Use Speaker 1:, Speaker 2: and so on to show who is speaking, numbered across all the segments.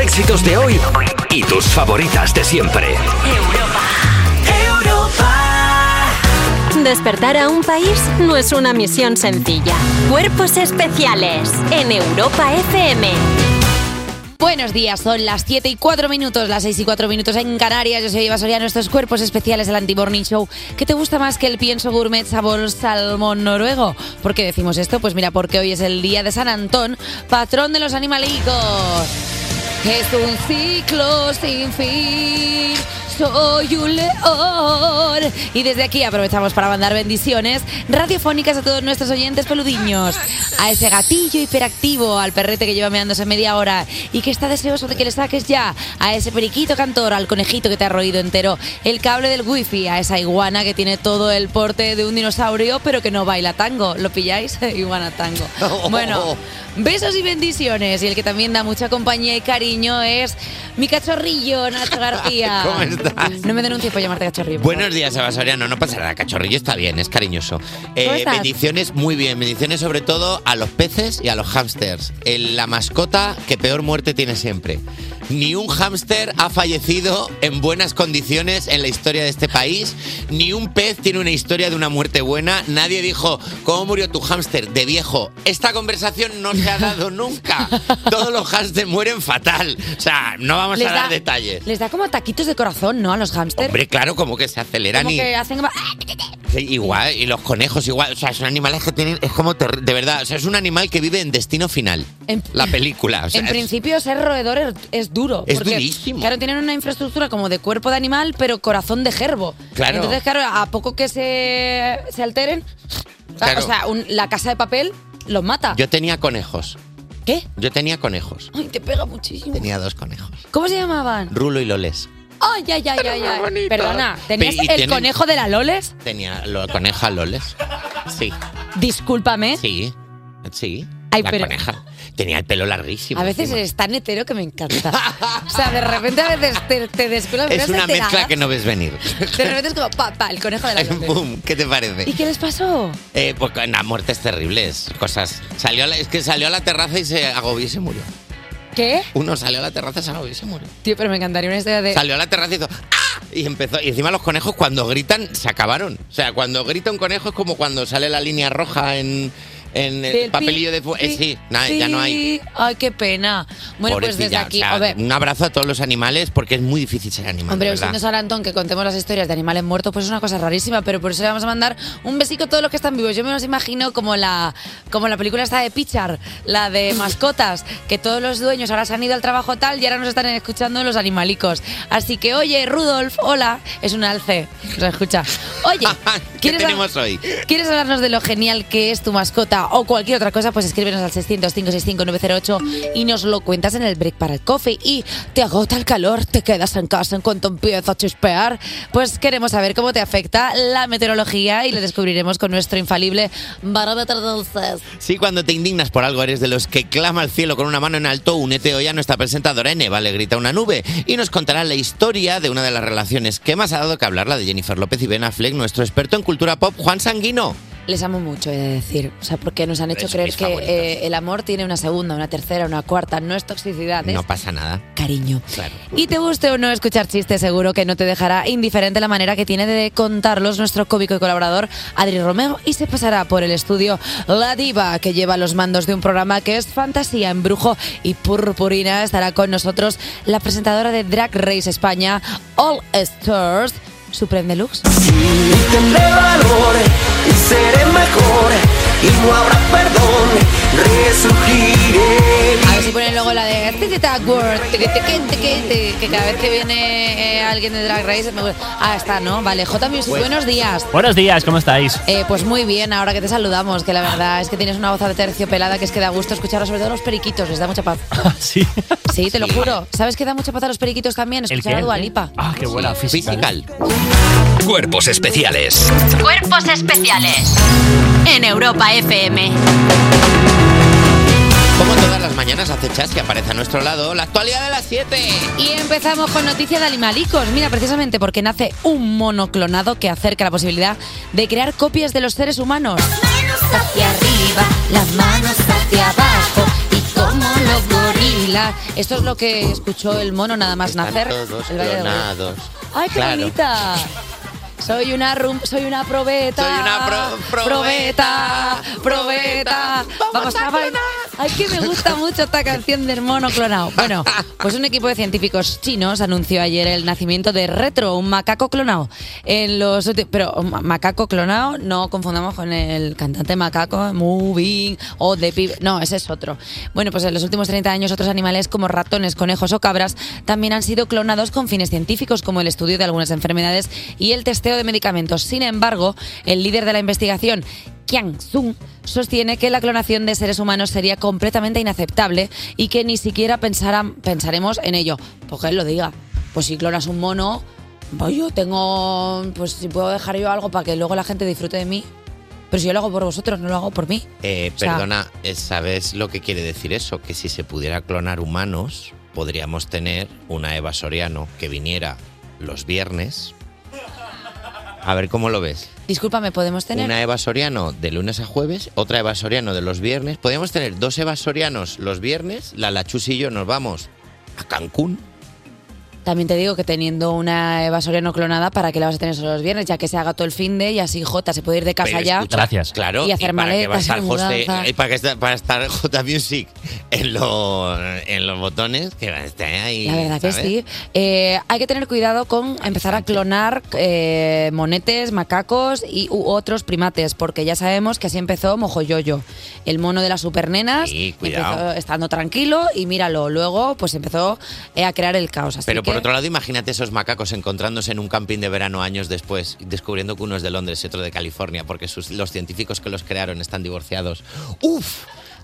Speaker 1: éxitos de hoy y tus favoritas de siempre.
Speaker 2: Despertar a un país no es una misión sencilla. Cuerpos especiales en Europa FM.
Speaker 3: Buenos días, son las 7 y 4 minutos, las 6 y 4 minutos en Canarias. Yo soy Eva Soriano, estos cuerpos especiales del Anti-Morning Show. ¿Qué te gusta más que el pienso gourmet sabor salmón noruego? ¿Por qué decimos esto? Pues mira, porque hoy es el día de San Antón, patrón de los animalicos. Es un ciclo sin fin. Soy un león. Y desde aquí aprovechamos para mandar bendiciones radiofónicas a todos nuestros oyentes peludiños. A ese gatillo hiperactivo, al perrete que lleva meándose media hora y que está deseoso de que le saques ya. A ese periquito cantor, al conejito que te ha roído entero el cable del wifi. A esa iguana que tiene todo el porte de un dinosaurio pero que no baila tango. ¿Lo pilláis? iguana tango. Bueno, besos y bendiciones. Y el que también da mucha compañía y cariño es mi cachorrillo, Nacho García.
Speaker 4: ¿Cómo estás?
Speaker 3: No me denuncies por llamarte cachorrillo. por
Speaker 4: Buenos días, Eva Soriano. No pasa nada, cachorrillo está bien, es cariñoso. Eh,
Speaker 3: estás?
Speaker 4: bendiciones, muy bien. Bendiciones sobre todo a los peces y a los hámsters. El- la mascota que peor muerte tiene siempre. Ni un hámster ha fallecido en buenas condiciones en la historia de este país. Ni un pez tiene una historia de una muerte buena. Nadie dijo, ¿cómo murió tu hámster de viejo? Esta conversación no se ha dado nunca. Todos los hámsters mueren fatal. O sea, no vamos
Speaker 3: Les
Speaker 4: a dar
Speaker 3: da-
Speaker 4: detalles.
Speaker 3: Les da como ataquitos de corazón, ¿no? A los hámsters.
Speaker 4: Hombre, claro, como que se aceleran
Speaker 3: Como
Speaker 4: y...
Speaker 3: que hacen como-
Speaker 4: Sí, igual, y los conejos igual. O sea, son animales que tienen. Es como. terri- De verdad, o sea, es un animal que vive en destino final.
Speaker 3: En-
Speaker 4: la película. o sea,
Speaker 3: en
Speaker 4: es-
Speaker 3: principio, ser roedor es, es duro.
Speaker 4: Es
Speaker 3: porque,
Speaker 4: durísimo.
Speaker 3: Claro, tienen una infraestructura como de cuerpo de animal, pero corazón de gerbo.
Speaker 4: Claro.
Speaker 3: Entonces, claro, a poco que se, se alteren, ah,
Speaker 4: Claro.
Speaker 3: o sea, un- la casa de papel los mata.
Speaker 4: Yo tenía conejos.
Speaker 3: ¿Qué?
Speaker 4: Yo tenía conejos.
Speaker 3: Ay, te pega muchísimo.
Speaker 4: Tenía dos conejos.
Speaker 3: ¿Cómo se llamaban?
Speaker 4: Rulo y Loles.
Speaker 3: Ay, ay, ay, ay, ay. Perdona, ¿tenías
Speaker 4: Pe- y
Speaker 3: el
Speaker 4: tienen-
Speaker 3: conejo de la Loles?
Speaker 4: Tenía la coneja Loles. Sí.
Speaker 3: Discúlpame.
Speaker 4: Sí. Sí.
Speaker 3: ¿Eh? Ay,
Speaker 4: la
Speaker 3: pero-
Speaker 4: coneja. Tenía el pelo larguísimo.
Speaker 3: A veces
Speaker 4: encima.
Speaker 3: es tan hetero que me encanta. O sea, de repente a veces te, te descuidas,
Speaker 4: es,
Speaker 3: pero
Speaker 4: una
Speaker 3: te
Speaker 4: mezcla
Speaker 3: agarras.
Speaker 4: que no ves venir.
Speaker 3: De repente es como, pa, pa, el conejo de la Loles.
Speaker 4: Boom, ¿Qué te parece?
Speaker 3: ¿Y qué les pasó?
Speaker 4: Eh, pues con las muertes terribles, cosas. Salió a la- es que salió a la terraza y se agobió y se murió.
Speaker 3: ¿Qué?
Speaker 4: Uno salió a la terraza, se agobió y se murió.
Speaker 3: Tío, pero me encantaría una historia de...
Speaker 4: Salió a la terraza y hizo ¡Ah! Y empezó. Y encima los conejos cuando gritan se acabaron. O sea, cuando grita un conejo es como cuando sale la línea roja en, en el
Speaker 3: Del
Speaker 4: papelillo
Speaker 3: pi-
Speaker 4: de fuego. Eh,
Speaker 3: pi-
Speaker 4: sí, nada, ya no hay.
Speaker 3: pi- Ay, qué pena. Bueno, pues desde
Speaker 4: Pobrecilla,
Speaker 3: aquí,
Speaker 4: o sea,
Speaker 3: a ver,
Speaker 4: un abrazo a todos los animales porque es muy difícil ser animal.
Speaker 3: Hombre,
Speaker 4: de
Speaker 3: hoy
Speaker 4: ¿verdad?
Speaker 3: siendo San Antón que contemos las historias de animales muertos, pues es una cosa rarísima, pero por eso le vamos a mandar un besico a todos los que están vivos. Yo me los imagino como la, como la película esta de Pichar, la de mascotas, que todos los dueños ahora se han ido al trabajo tal y ahora nos están escuchando los animalicos. Así que, oye, Rudolf, hola, es un alce, nos escucha. Oye,
Speaker 4: ¿Qué
Speaker 3: ¿quieres
Speaker 4: tenemos hoy?
Speaker 3: ¿Quieres hablarnos de lo genial que es tu mascota o cualquier otra cosa? Pues escríbenos al 600-565-908 y nos lo cuentas en el break para el coffee. Y te agota el calor, te quedas en casa en cuanto empieza a chispear. Pues queremos saber cómo te afecta la meteorología y lo descubriremos con nuestro infalible barómetro dulces.
Speaker 4: Sí, cuando te indignas por algo eres de los que clama al cielo con una mano en alto, únete hoy a nuestra presentadora Eneva, le grita una nube, y nos contará la historia de una de las relaciones que más ha dado que hablar, la de Jennifer López y Ben Affleck, nuestro experto en cultura pop, Juan Sanguino.
Speaker 3: Les amo mucho, he de decir. O sea, porque nos han hecho
Speaker 4: Son
Speaker 3: creer
Speaker 4: mis
Speaker 3: que
Speaker 4: favoritos.
Speaker 3: eh, el amor tiene una segunda, una tercera, una cuarta. No es toxicidad, ¿eh? es
Speaker 4: No pasa nada.
Speaker 3: cariño.
Speaker 4: Claro.
Speaker 3: Y te guste o no escuchar chistes, seguro que no te dejará indiferente la manera que tiene de contarlos nuestro cómico y colaborador Adri Romeo y se pasará por el estudio La Diva, que lleva los mandos de un programa que es fantasía, embrujo y purpurina. Estará con nosotros la presentadora de Drag Race España, All Stars, Supreme Deluxe.
Speaker 5: Tendré valor y seré mejor y no habrá perdón, resurgiré.
Speaker 3: A ver si ponen luego la de Titita World, tiqui, tiqui, tiqui, tiqui, que cada vez que viene eh, alguien de Drag Race me gusta. Ah, está, ¿no? Vale, J Music, buenos días.
Speaker 6: Buenos días, ¿cómo estáis?
Speaker 3: Eh, pues muy bien, ahora que te saludamos, que la verdad es que tienes una voz de terciopelada que es que da gusto escucharla, sobre todo a los periquitos, les da mucha paz.
Speaker 6: Ah, sí.
Speaker 3: Sí, te lo juro. ¿Sabes que da mucha paz a los periquitos también? Escuchar a Dualipa.
Speaker 6: Ah, qué buena física. ¿eh?
Speaker 4: Physical.
Speaker 1: Cuerpos especiales
Speaker 2: Cuerpos especiales en Europa FM.
Speaker 4: Como todas las mañanas hace chas que aparece a nuestro lado la actualidad de las 7.
Speaker 3: Y empezamos con noticia de animalicos. Mira, precisamente porque nace un mono clonado que acerca la posibilidad de crear copias de los seres humanos. Manos hacia arriba, las manos hacia abajo y como los gorilas. Esto es lo que escuchó el mono nada más nacer.
Speaker 4: Todos
Speaker 3: el baile del gorila.
Speaker 4: clonados.
Speaker 3: ¡Ay, qué
Speaker 4: Claro.
Speaker 3: bonita! Soy una rum, soy una probeta.
Speaker 4: Soy una pro-
Speaker 3: probeta, probeta. Vamos a bailar. Ay, que me gusta mucho esta canción del mono clonado. Bueno, pues un equipo de científicos chinos anunció ayer el nacimiento de Retro, un macaco clonado. En los ulti- pero un ma- macaco clonado no confundamos con el cantante macaco Moving o The Pib- no, ese es otro. Bueno, pues en los últimos 30 años otros animales como ratones, conejos o cabras también han sido clonados con fines científicos como el estudio de algunas enfermedades y el testeo de medicamentos. Sin embargo, el líder de la investigación, Qiang Zung, sostiene que la clonación de seres humanos sería completamente inaceptable y que ni siquiera pensaran- pensaremos en ello. Porque él lo diga. Pues si clonas un mono, pues yo tengo. Pues si puedo dejar yo algo para que luego la gente disfrute de mí. Pero si yo lo hago por vosotros, no lo hago por mí.
Speaker 4: Eh,
Speaker 3: O sea-
Speaker 4: perdona, eh, ¿sabes lo que quiere decir eso? Que si se pudiera clonar humanos, podríamos tener una Eva Soriano que viniera los viernes. A ver cómo lo ves.
Speaker 3: Discúlpame, podemos tener.
Speaker 4: Una Eva Soriano de lunes a jueves, otra Eva Soriano de los viernes. Podríamos tener dos Eva Sorianos los viernes. La Lachus y yo nos vamos a Cancún.
Speaker 3: También te digo que teniendo una Eva Soriano clonada, ¿para qué la vas a tener solo los viernes? Ya que se haga todo el fin de y así Jota se puede ir de casa
Speaker 4: Pero
Speaker 3: ya.
Speaker 4: escucha, Claro,
Speaker 3: Y hacer
Speaker 4: para que va
Speaker 3: maletas
Speaker 4: a
Speaker 3: y
Speaker 4: estar José-
Speaker 3: mudanzas.
Speaker 4: y eh, para que está- para estar J Music en los en los botones que va a estar ahí.
Speaker 3: La verdad que
Speaker 4: ¿sabes?
Speaker 3: sí. Eh, hay que tener cuidado con empezar a clonar eh, monetes, macacos y u otros primates, porque ya sabemos que así empezó Mojoyoyo, el mono de las supernenas.
Speaker 4: Sí, cuidado.
Speaker 3: empezó estando tranquilo y míralo. Luego, pues empezó eh, a crear el caos. Así
Speaker 4: Pero por
Speaker 3: que-
Speaker 4: otro lado, imagínate esos macacos encontrándose en un camping de verano años después, descubriendo que uno es de Londres y otro de California, porque sus- los científicos que los crearon están divorciados. ¡Uf!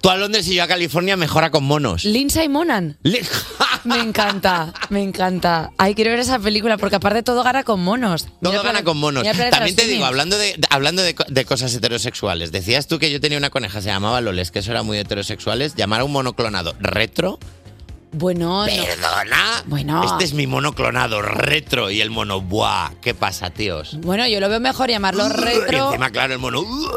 Speaker 4: Tú a Londres y yo a California mejora con monos.
Speaker 3: Lindsay Monan.
Speaker 4: Le-
Speaker 3: Me encanta, me encanta. Ay, quiero ver esa película porque aparte todo gana con monos.
Speaker 4: Todo
Speaker 3: Mira
Speaker 4: gana
Speaker 3: Planet-
Speaker 4: con monos.
Speaker 3: mira Planet
Speaker 4: También te
Speaker 3: Simios.
Speaker 4: digo, hablando de, de- hablando de, co- de cosas heterosexuales, decías tú que yo tenía una coneja, se llamaba Loles, que eso era muy heterosexuales, llamar a un monoclonado retro.
Speaker 3: Bueno, no.
Speaker 4: Perdona.
Speaker 3: Bueno.
Speaker 4: Este es mi monoclonado retro y el mono, buah, ¿qué pasa, tíos?
Speaker 3: bueno, yo lo veo mejor llamarlo
Speaker 4: Y
Speaker 3: retro.
Speaker 4: encima, claro, el mono. ¡uh!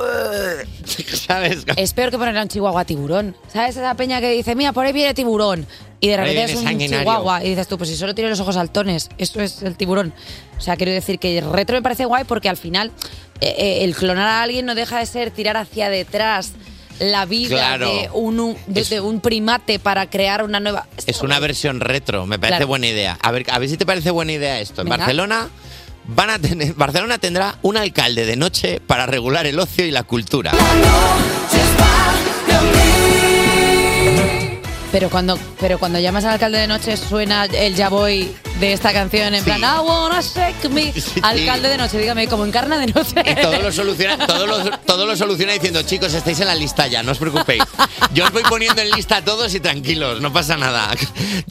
Speaker 4: ¿Sabes?
Speaker 3: Es peor que poner a un chihuahua tiburón. ¿Sabes esa peña que dice, mira, por ahí viene tiburón? Y de
Speaker 4: Por ahí
Speaker 3: repente es
Speaker 4: viene
Speaker 3: un
Speaker 4: sanguinario.
Speaker 3: chihuahua. Y dices tú, pues si solo tiene los ojos saltones, eso es el tiburón. O sea, quiero decir que el retro me parece guay porque al final eh, eh, el clonar a alguien no deja de ser tirar hacia detrás la vida
Speaker 4: Claro.
Speaker 3: de, un, hu- de- de un primate para crear una nueva...
Speaker 4: Es una versión retro, me parece
Speaker 3: Claro.
Speaker 4: buena idea. A ver, a ver si te parece buena idea esto. En
Speaker 3: Venga.
Speaker 4: Barcelona van a tener, Barcelona tendrá un alcalde de noche para regular el ocio y la cultura.
Speaker 3: Pero cuando, pero cuando llamas al alcalde de noche suena el ya voy de esta canción en plan I wanna shake me. Alcalde de noche, dígame, ¿cómo encarna de noche?
Speaker 4: Y todo lo soluciona, todo lo, todo lo soluciona diciendo, chicos, estáis en la lista ya, no os preocupéis. Yo os voy poniendo en lista a todos y tranquilos, no pasa nada.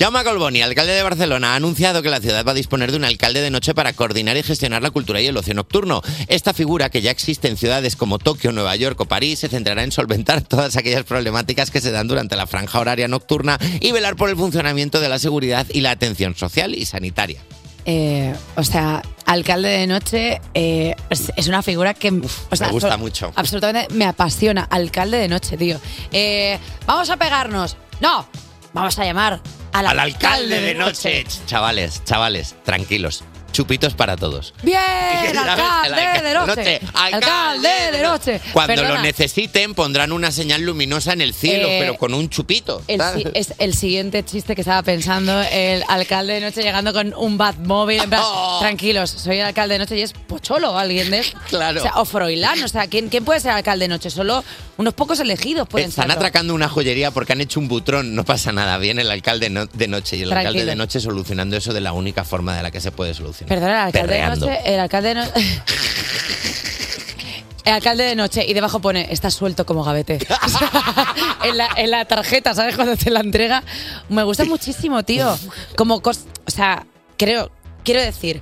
Speaker 4: Jaume Colboni, alcalde de Barcelona, ha anunciado que la ciudad va a disponer de un alcalde de noche para coordinar y gestionar la cultura y el ocio nocturno. Esta figura, que ya existe en ciudades como Tokio, Nueva York o París, se centrará en solventar todas aquellas problemáticas que se dan durante la franja horaria nocturna y velar por el funcionamiento de la seguridad y la atención social y sanitaria.
Speaker 3: Eh, o sea, alcalde de noche eh, es es una figura que o sea,
Speaker 4: me gusta
Speaker 3: so-
Speaker 4: mucho.
Speaker 3: Absolutamente me apasiona. Alcalde de noche, tío. Eh, vamos a pegarnos. No, vamos a llamar al,
Speaker 4: al alcalde de noche. Chavales, chavales, tranquilos. Chupitos para todos.
Speaker 3: Bien,
Speaker 5: El
Speaker 3: alcalde de noche. Alcalde de noche.
Speaker 4: Cuando lo
Speaker 3: Perdona,
Speaker 4: necesiten pondrán una señal luminosa en el cielo,
Speaker 3: Eh,
Speaker 4: pero con un chupito.
Speaker 3: el eh,
Speaker 4: ¿sabes?
Speaker 3: si- es el siguiente chiste que estaba pensando el alcalde de noche llegando con un Batmóvil. En plan, tranquilos, soy el alcalde de noche y es Pocholo o alguien de
Speaker 4: Claro.
Speaker 3: O, sea, o Froilán, o sea, ¿quién, ¿quién puede ser alcalde de noche? Solo unos pocos elegidos pueden
Speaker 4: Están
Speaker 3: serlo.
Speaker 4: atracando una joyería porque han hecho un butrón, no pasa nada, viene el alcalde no- de noche y el alcalde
Speaker 3: Tranquilo.
Speaker 4: de noche solucionando eso de la única forma de la que se puede solucionar.
Speaker 3: Perdona, el alcalde
Speaker 4: Perreando.
Speaker 3: de noche. El alcalde de noche. El alcalde de noche y debajo pone, está suelto como gavete. O sea, en, la, en la tarjeta, ¿sabes? Cuando te la entrega. Me gusta muchísimo, tío. Como cos- O sea, creo, quiero decir,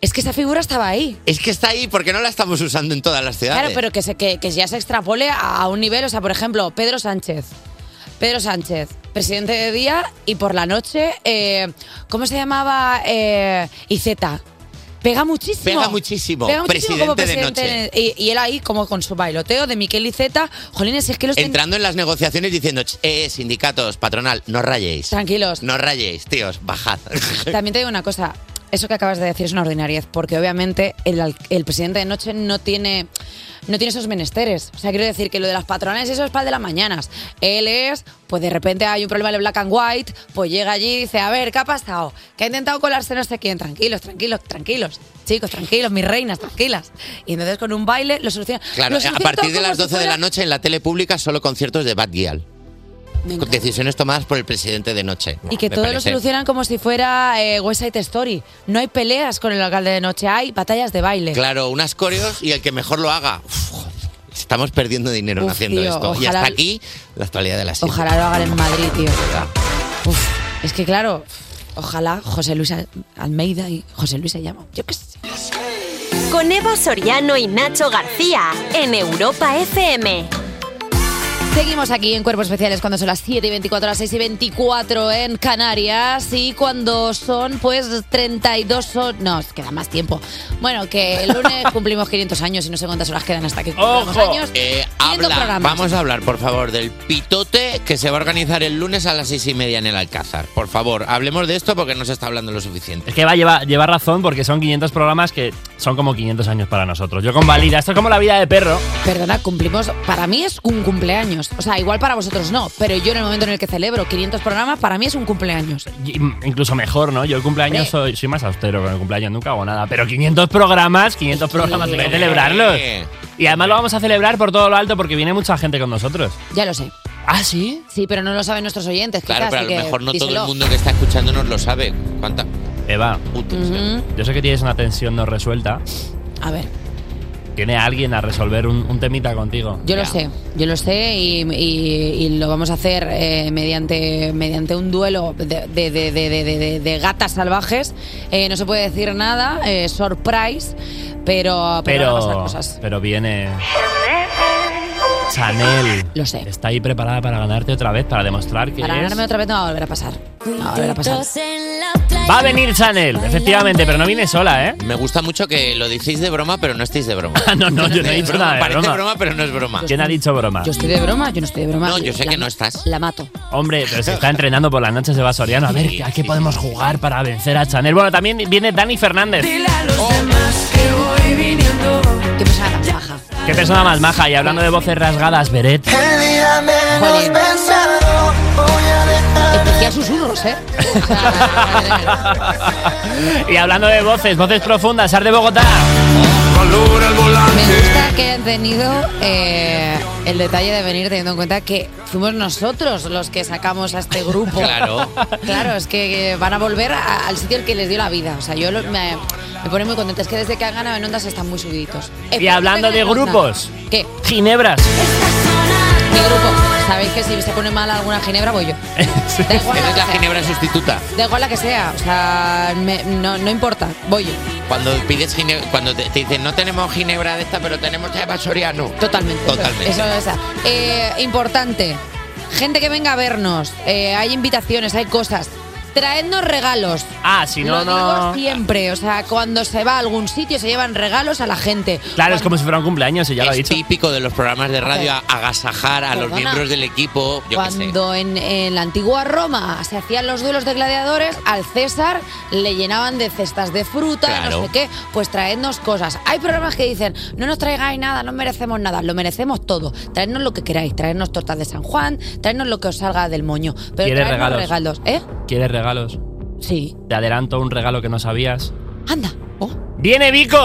Speaker 3: es que esa figura estaba ahí.
Speaker 4: Es que está ahí porque no la estamos usando en todas las ciudades.
Speaker 3: Claro, pero que, se, que, que ya se extrapole a, a un nivel. O sea, por ejemplo, Pedro Sánchez. Pedro Sánchez, presidente de día y por la noche, eh, ¿cómo se llamaba? Eh, Iceta. Pega muchísimo.
Speaker 4: Pega muchísimo.
Speaker 3: Pega muchísimo como
Speaker 4: Presidente de
Speaker 3: presidente. Y, y él ahí, como con su bailoteo de Miquel y Z. Jolines, es que los ten-
Speaker 4: Entrando en las negociaciones diciendo, "Ch, eh, sindicatos, patronal, no rayéis.
Speaker 3: Tranquilos.
Speaker 4: No rayéis, tíos, bajad.
Speaker 3: También te digo una cosa. Eso que acabas de decir es una ordinariedad, porque obviamente el, al- el presidente de noche no tiene, no tiene esos menesteres. O sea, quiero decir que lo de las patronales, eso es para el de las mañanas. Él es, pues de repente hay un problema de black and white, pues llega allí y dice, a ver, ¿qué ha pasado? Que ha intentado colarse no sé quién. Tranquilos, tranquilos, tranquilos. Chicos, tranquilos, mis reinas, tranquilas. Y entonces con un baile lo soluciona.
Speaker 4: Claro,
Speaker 3: Lo
Speaker 4: a
Speaker 3: soluciona todo
Speaker 4: partir de
Speaker 3: como
Speaker 4: las
Speaker 3: si
Speaker 4: 12 de
Speaker 3: fuera-
Speaker 4: la noche en la tele pública solo conciertos de Bad Gyal. Decisiones tomadas por el presidente de noche.
Speaker 3: Y que
Speaker 4: me
Speaker 3: todo lo
Speaker 4: parece.
Speaker 3: solucionan como si fuera eh, West Side Story. No hay peleas con el alcalde de noche, hay batallas de baile.
Speaker 4: Claro, unas coreos y el que mejor lo haga. Uf, joder, estamos perdiendo dinero
Speaker 3: Uf,
Speaker 4: haciendo
Speaker 3: tío,
Speaker 4: esto. Y
Speaker 3: ojalá-
Speaker 4: hasta aquí la actualidad de la serie.
Speaker 3: Ojalá lo hagan en Madrid, tío. Uf, es que claro, ojalá José Luis Al- Almeida y José Luis se llama. Yo qué sé.
Speaker 2: Con Eva Soriano y Nacho García en Europa FM.
Speaker 3: Seguimos aquí en Cuerpos Especiales cuando son las 7 y 24, las 6 y 24 en Canarias y cuando son pues 32 horas... No, es que da más tiempo. Bueno, que el lunes cumplimos 500 años y no sé cuántas horas quedan hasta que cumplamos años.
Speaker 4: Eh,
Speaker 3: 500
Speaker 4: habla,
Speaker 3: programas.
Speaker 4: vamos a hablar, por favor, del pitote que se va a organizar el lunes a las seis y media en el Alcázar. Por favor, hablemos de esto porque no se está hablando lo suficiente.
Speaker 6: Es que va a llevar, llevar razón porque son 500 programas que son como 500 años para nosotros. Yo con Valida, esto es como la vida de perro.
Speaker 3: Perdona, cumplimos. Para mí es un cumpleaños. O sea, igual para vosotros no, pero yo en el momento en el que celebro 500 programas, para mí es un cumpleaños.
Speaker 6: Y- Incluso mejor, ¿no? Yo el cumpleaños soy, soy más austero con el cumpleaños, nunca hago nada. Pero 500 programas, 500 programas, hay que
Speaker 4: Hombre.
Speaker 6: celebrarlos. Y además lo vamos a celebrar por todo lo alto porque viene mucha gente con nosotros.
Speaker 3: Ya lo sé.
Speaker 6: ¿Ah, sí?
Speaker 3: Sí, pero no lo saben nuestros oyentes.
Speaker 4: Claro,
Speaker 3: quizás,
Speaker 4: pero a
Speaker 3: así
Speaker 4: lo
Speaker 3: que
Speaker 4: mejor no todo
Speaker 3: díselo.
Speaker 4: el mundo que está escuchándonos lo sabe. ¿Cuánta?
Speaker 6: Eva,
Speaker 3: Ujú.
Speaker 6: yo sé que tienes una tensión no resuelta.
Speaker 3: A ver,
Speaker 6: Tiene alguien a resolver un, un temita contigo.
Speaker 3: yo lo sé, yo lo sé y, y- y lo vamos a hacer eh, mediante, mediante un duelo de, de- de- de- de- de- de- de gatas salvajes. Eh, no se puede decir nada, eh, surprise, pero, pero, van a pasar
Speaker 6: Pero,
Speaker 3: cosas.
Speaker 6: pero viene. Chanel.
Speaker 3: Lo sé.
Speaker 6: Está ahí preparada para ganarte otra vez, para demostrar que
Speaker 3: Para
Speaker 6: es.
Speaker 3: ganarme otra vez no va a volver a pasar. No va a volver a pasar.
Speaker 6: Va a venir Chanel, efectivamente, pero no viene sola, ¿eh?
Speaker 4: Me gusta mucho que lo decís de broma, pero no estáis de broma.
Speaker 6: no, no, yo no he dicho nada de
Speaker 4: Parece
Speaker 6: broma.
Speaker 4: broma, pero no es broma.
Speaker 6: ¿Quién ha dicho broma?
Speaker 3: Yo estoy de broma, yo no estoy de broma.
Speaker 4: No, yo sé
Speaker 3: La-
Speaker 4: que no estás.
Speaker 3: La mato.
Speaker 6: Hombre, pero se está entrenando por las noches de Vasoriano. A ver, ¿a qué podemos jugar para vencer a Chanel? Bueno, también viene Dani Fernández.
Speaker 4: Oh.
Speaker 3: ¿Qué persona tan baja?
Speaker 6: Qué persona más maja. Y hablando de voces rasgadas, Beret.
Speaker 3: Jolín. Especial susurros, ¿eh?
Speaker 6: Y hablando de voces, voces profundas, Ar de Bogotá.
Speaker 3: Me gusta que hayan tenido eh, el detalle de venir teniendo en cuenta que fuimos nosotros los que sacamos a este grupo.
Speaker 4: Claro.
Speaker 3: Claro, es que van a volver a- al sitio al que les dio la vida. O sea, yo lo- me, me pone muy contenta. Es que desde que han ganado en ondas están muy subiditos. Eh,
Speaker 6: Y hablando de grupos,
Speaker 3: ¿Qué?
Speaker 6: Ginebras.
Speaker 3: ¿Qué grupo? Sabéis que si se pone mal alguna ginebra voy yo. Da igual la
Speaker 4: Eres
Speaker 3: que sea.
Speaker 4: la ginebra sustituta.
Speaker 3: Da igual la que sea, o sea, me- no, no importa, voy yo.
Speaker 4: Cuando pides gine- cuando te, te dicen no tenemos ginebra de esta, pero tenemos de Vasoriano.
Speaker 3: Totalmente.
Speaker 4: Totalmente.
Speaker 3: Eso, eso, esa. Eh, importante, gente que venga a vernos, eh, hay invitaciones, hay cosas. Traednos regalos.
Speaker 6: Ah, si no,
Speaker 3: Lo digo
Speaker 6: no.
Speaker 3: siempre, o sea, cuando se va a algún sitio se llevan regalos a la gente.
Speaker 6: Claro, es como si fuera un cumpleaños, y ya lo ha
Speaker 4: Es
Speaker 6: dicho.
Speaker 4: típico de los programas de radio a- agasajar a los
Speaker 3: Perdona.
Speaker 4: miembros del equipo. Yo qué sé.
Speaker 3: Cuando en, en la antigua Roma se hacían los duelos de gladiadores, al César le llenaban de cestas de fruta,
Speaker 4: Claro.
Speaker 3: no sé qué, pues traednos cosas. Hay programas que dicen, no nos traigáis nada, no merecemos nada, lo merecemos todo. Traednos lo que queráis, traednos tortas de San Juan, traednos lo que os salga del moño. Pero
Speaker 6: ¿Quieres
Speaker 3: traednos
Speaker 6: regalos?
Speaker 3: regalos, ¿eh?
Speaker 6: ¿Quieres regalos?
Speaker 3: Sí.
Speaker 6: Te adelanto un regalo que no sabías.
Speaker 3: Anda. Oh.
Speaker 6: ¡Viene Vico!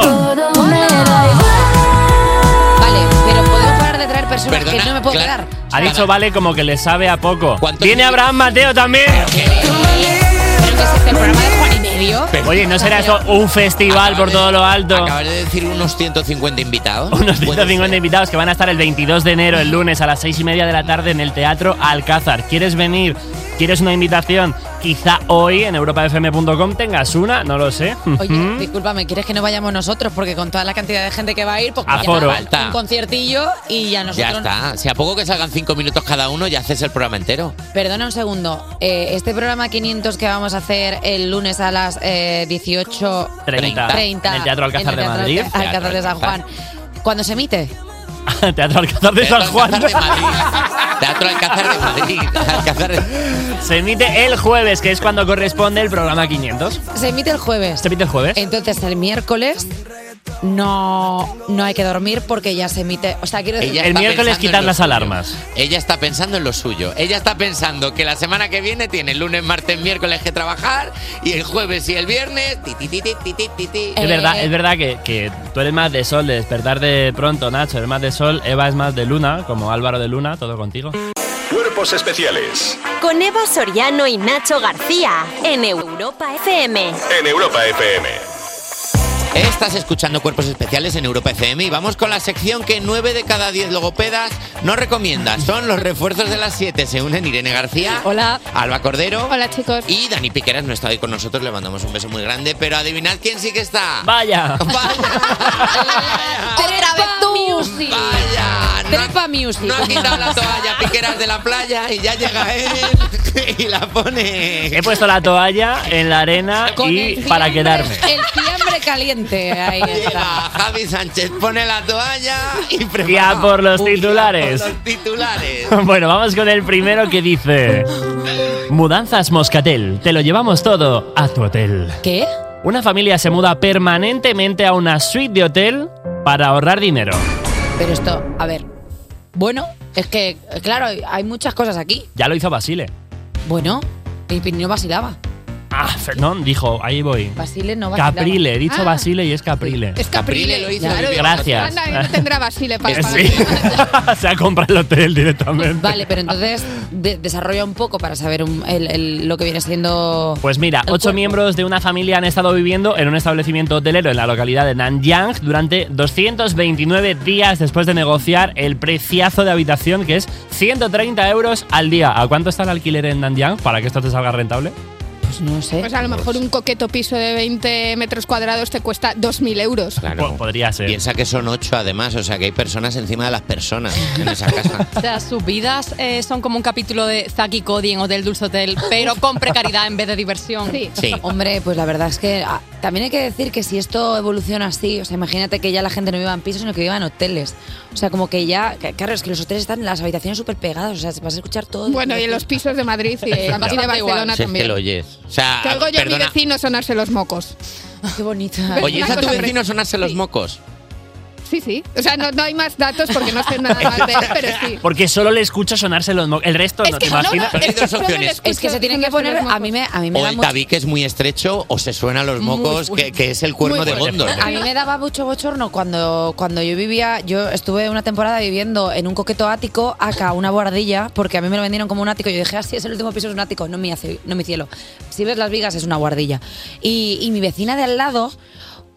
Speaker 3: Vale, pero podemos parar de traer personas
Speaker 4: Perdona,
Speaker 3: que no me puedo
Speaker 4: claro.
Speaker 3: quedar.
Speaker 6: Ha dicho Vale como que le sabe a poco.
Speaker 4: ¿Cuántos
Speaker 6: ¡Viene
Speaker 4: minutos?
Speaker 6: Abraham Mateo también!
Speaker 3: ¿Pero qué es este, el programa de Juan y medio?
Speaker 4: Pero-
Speaker 6: Oye, ¿no será eso un festival
Speaker 4: Acabas
Speaker 6: por
Speaker 4: de-
Speaker 6: todo lo alto?
Speaker 4: Acabas de decir unos 150 invitados.
Speaker 6: Unos
Speaker 4: Puede
Speaker 6: 150
Speaker 4: ser.
Speaker 6: invitados que van a estar el 22 de enero, el lunes, a las 6 y media de la tarde en el Teatro Alcázar. ¿Quieres venir ¿Quieres una invitación? Quizá hoy en europafm.com tengas una, no lo sé.
Speaker 3: Oye, discúlpame, ¿quieres que no vayamos nosotros? Porque con toda la cantidad de gente que va a ir, pues
Speaker 4: Aforo.
Speaker 3: que haga
Speaker 4: Está.
Speaker 3: un conciertillo y ya
Speaker 4: Ya
Speaker 3: nosotros...
Speaker 4: está. Si a poco que salgan cinco minutos cada uno, ya haces el programa entero.
Speaker 3: Perdona un segundo, eh, este programa 500 que vamos a hacer el lunes a las eh, 18...
Speaker 6: 30.
Speaker 3: 30,
Speaker 6: En el Teatro Alcázar
Speaker 3: en el
Speaker 6: de
Speaker 3: Teatro
Speaker 6: Madrid.
Speaker 3: Alca- Alcázar de San Juan. ¿Cuándo se emite?
Speaker 6: Teatro Alcázar de San Juan.
Speaker 4: Teatro Alcázar de Madrid.
Speaker 6: Se emite el jueves, que es cuando corresponde el programa 500.
Speaker 3: Se emite el jueves.
Speaker 6: Se emite el jueves.
Speaker 3: Entonces el miércoles no, no hay que dormir porque ya se emite... O sea, quiero decir...
Speaker 4: Ella está pensando en lo suyo.
Speaker 6: alarmas.
Speaker 4: Ella está pensando en lo suyo. Ella está pensando que la semana que viene tiene el lunes, martes, miércoles que trabajar y el jueves y el viernes. ti, ti, ti, ti, ti, ti, ti, ti.
Speaker 6: Es verdad, es verdad que, que tú eres más de sol, de despertar de pronto, Nacho, eres más de sol, Eva es más de luna, como Álvaro de Luna, todo contigo.
Speaker 7: Cuerpos especiales
Speaker 2: Con Eva Soriano y Nacho García en Europa FM.
Speaker 7: en Europa FM.
Speaker 4: Estás escuchando Cuerpos Especiales en Europa FM y vamos con la sección que 9 de cada 10 logopedas no recomiendan. Son los refuerzos de las 7. Se unen Irene García.
Speaker 8: Hola.
Speaker 4: Alba Cordero.
Speaker 8: Hola, chicos.
Speaker 4: Y Dani Piqueras no está hoy con nosotros, le mandamos un beso muy grande, pero adivinad quién sí que está.
Speaker 6: Vaya.
Speaker 3: ¡Otra vez tú!
Speaker 4: Vaya,
Speaker 3: Trepa Music.
Speaker 4: No ha quitado la toalla Piqueras de la playa y ya llega él y la pone.
Speaker 6: He puesto la toalla en la arena y para quedarme.
Speaker 3: El fiambre caliente, ahí está.
Speaker 4: Javi Sánchez pone la toalla y prepara.
Speaker 6: Ya por los titulares.
Speaker 4: Los titulares.
Speaker 6: Bueno, vamos con el primero que dice... Mudanzas Moscatel, te lo llevamos todo a tu hotel.
Speaker 3: ¿Qué?
Speaker 6: Una familia se muda permanentemente a una suite de hotel para ahorrar dinero.
Speaker 3: Pero esto, a ver. Bueno, es que, claro, hay- hay muchas cosas aquí.
Speaker 6: Ya lo hizo Basile.
Speaker 3: Bueno, y Pi- no vacilaba.
Speaker 6: Ah, Fernón dijo, ahí voy.
Speaker 3: Basile no vacilaba.
Speaker 6: Caprile, he dicho
Speaker 3: Ah,
Speaker 6: Basile y es Caprile.
Speaker 8: Es Caprile, lo hizo.
Speaker 6: Claro, Gracias.
Speaker 8: Anda, no tendrá Basile para,
Speaker 6: Eh,
Speaker 8: para-
Speaker 6: sí. Se ha comprado el hotel directamente.
Speaker 3: Vale, pero entonces de- desarrolla un poco para saber un- el- el- lo que viene siendo.
Speaker 6: Pues mira,
Speaker 3: El
Speaker 6: ocho
Speaker 3: cuerpo.
Speaker 6: miembros de una familia han estado viviendo en un establecimiento hotelero en la localidad de Nanyang durante 229 días después de negociar el preciazo de habitación que es 130 euros al día. ¿A cuánto está el alquiler en Nanyang para que esto te salga rentable?
Speaker 3: Pues no
Speaker 4: ¿Eh?
Speaker 3: sé.
Speaker 8: Pues a lo mejor un coqueto piso de 20 metros cuadrados te cuesta 2.000 euros.
Speaker 6: Po- podría ser.
Speaker 4: Piensa que son ocho además, o sea que hay personas encima de las personas en esa casa.
Speaker 9: O sea, sus vidas eh, son como un capítulo de Zaki Cody en Hotel Dulce Hotel, pero con precariedad en vez de diversión.
Speaker 8: Sí.
Speaker 4: Sí.
Speaker 3: Hombre, pues la verdad es que ah, también hay que decir que si esto evoluciona así, o sea, imagínate que ya la gente no viva en pisos, sino que viva en hoteles. O sea, como que ya, que- claro, es que los hoteles están las habitaciones súper pegadas, o sea, vas a escuchar todo.
Speaker 8: Bueno, y en los pisos de Madrid y, y de Barcelona
Speaker 4: Si es que
Speaker 8: también.
Speaker 4: lo oyes. O sea,
Speaker 8: Que oigo yo a mi
Speaker 4: Ah, perdona.
Speaker 8: vecino sonarse los mocos.
Speaker 3: Qué bonito.
Speaker 4: ¿Oyes
Speaker 8: Una
Speaker 4: a tu
Speaker 8: cosa pre-
Speaker 4: vecino sonarse los
Speaker 8: Sí.
Speaker 4: mocos?
Speaker 8: Sí, sí. O sea, no, no hay más datos porque no sé nada más de él, pero sí.
Speaker 6: Porque solo le escucho sonarse los mo- El resto
Speaker 8: Es
Speaker 6: no
Speaker 8: que
Speaker 6: te
Speaker 8: no, no,
Speaker 6: imaginas.
Speaker 8: no,
Speaker 4: Hay
Speaker 8: es que
Speaker 4: dos
Speaker 8: solo le
Speaker 4: opciones.
Speaker 8: escucho
Speaker 3: Es que se tienen que
Speaker 8: sonarse
Speaker 3: poner.
Speaker 8: los mocos.
Speaker 3: A mí me, a mí me
Speaker 4: O
Speaker 3: da
Speaker 4: el
Speaker 3: mucho-
Speaker 4: tabique es muy estrecho o se suenan los mocos, que, que es el cuerno
Speaker 8: Muy
Speaker 4: de
Speaker 8: fuerte.
Speaker 4: Gondor.
Speaker 3: A mí me daba mucho bochorno cuando, cuando yo vivía, yo estuve una temporada viviendo en un coqueto ático, acá una guardilla, porque a mí me lo vendieron como un ático. Yo dije, así es el último piso, es un ático, no mi, ace- no mi cielo. Si ves las vigas, es una guardilla. Y, y mi vecina de al lado,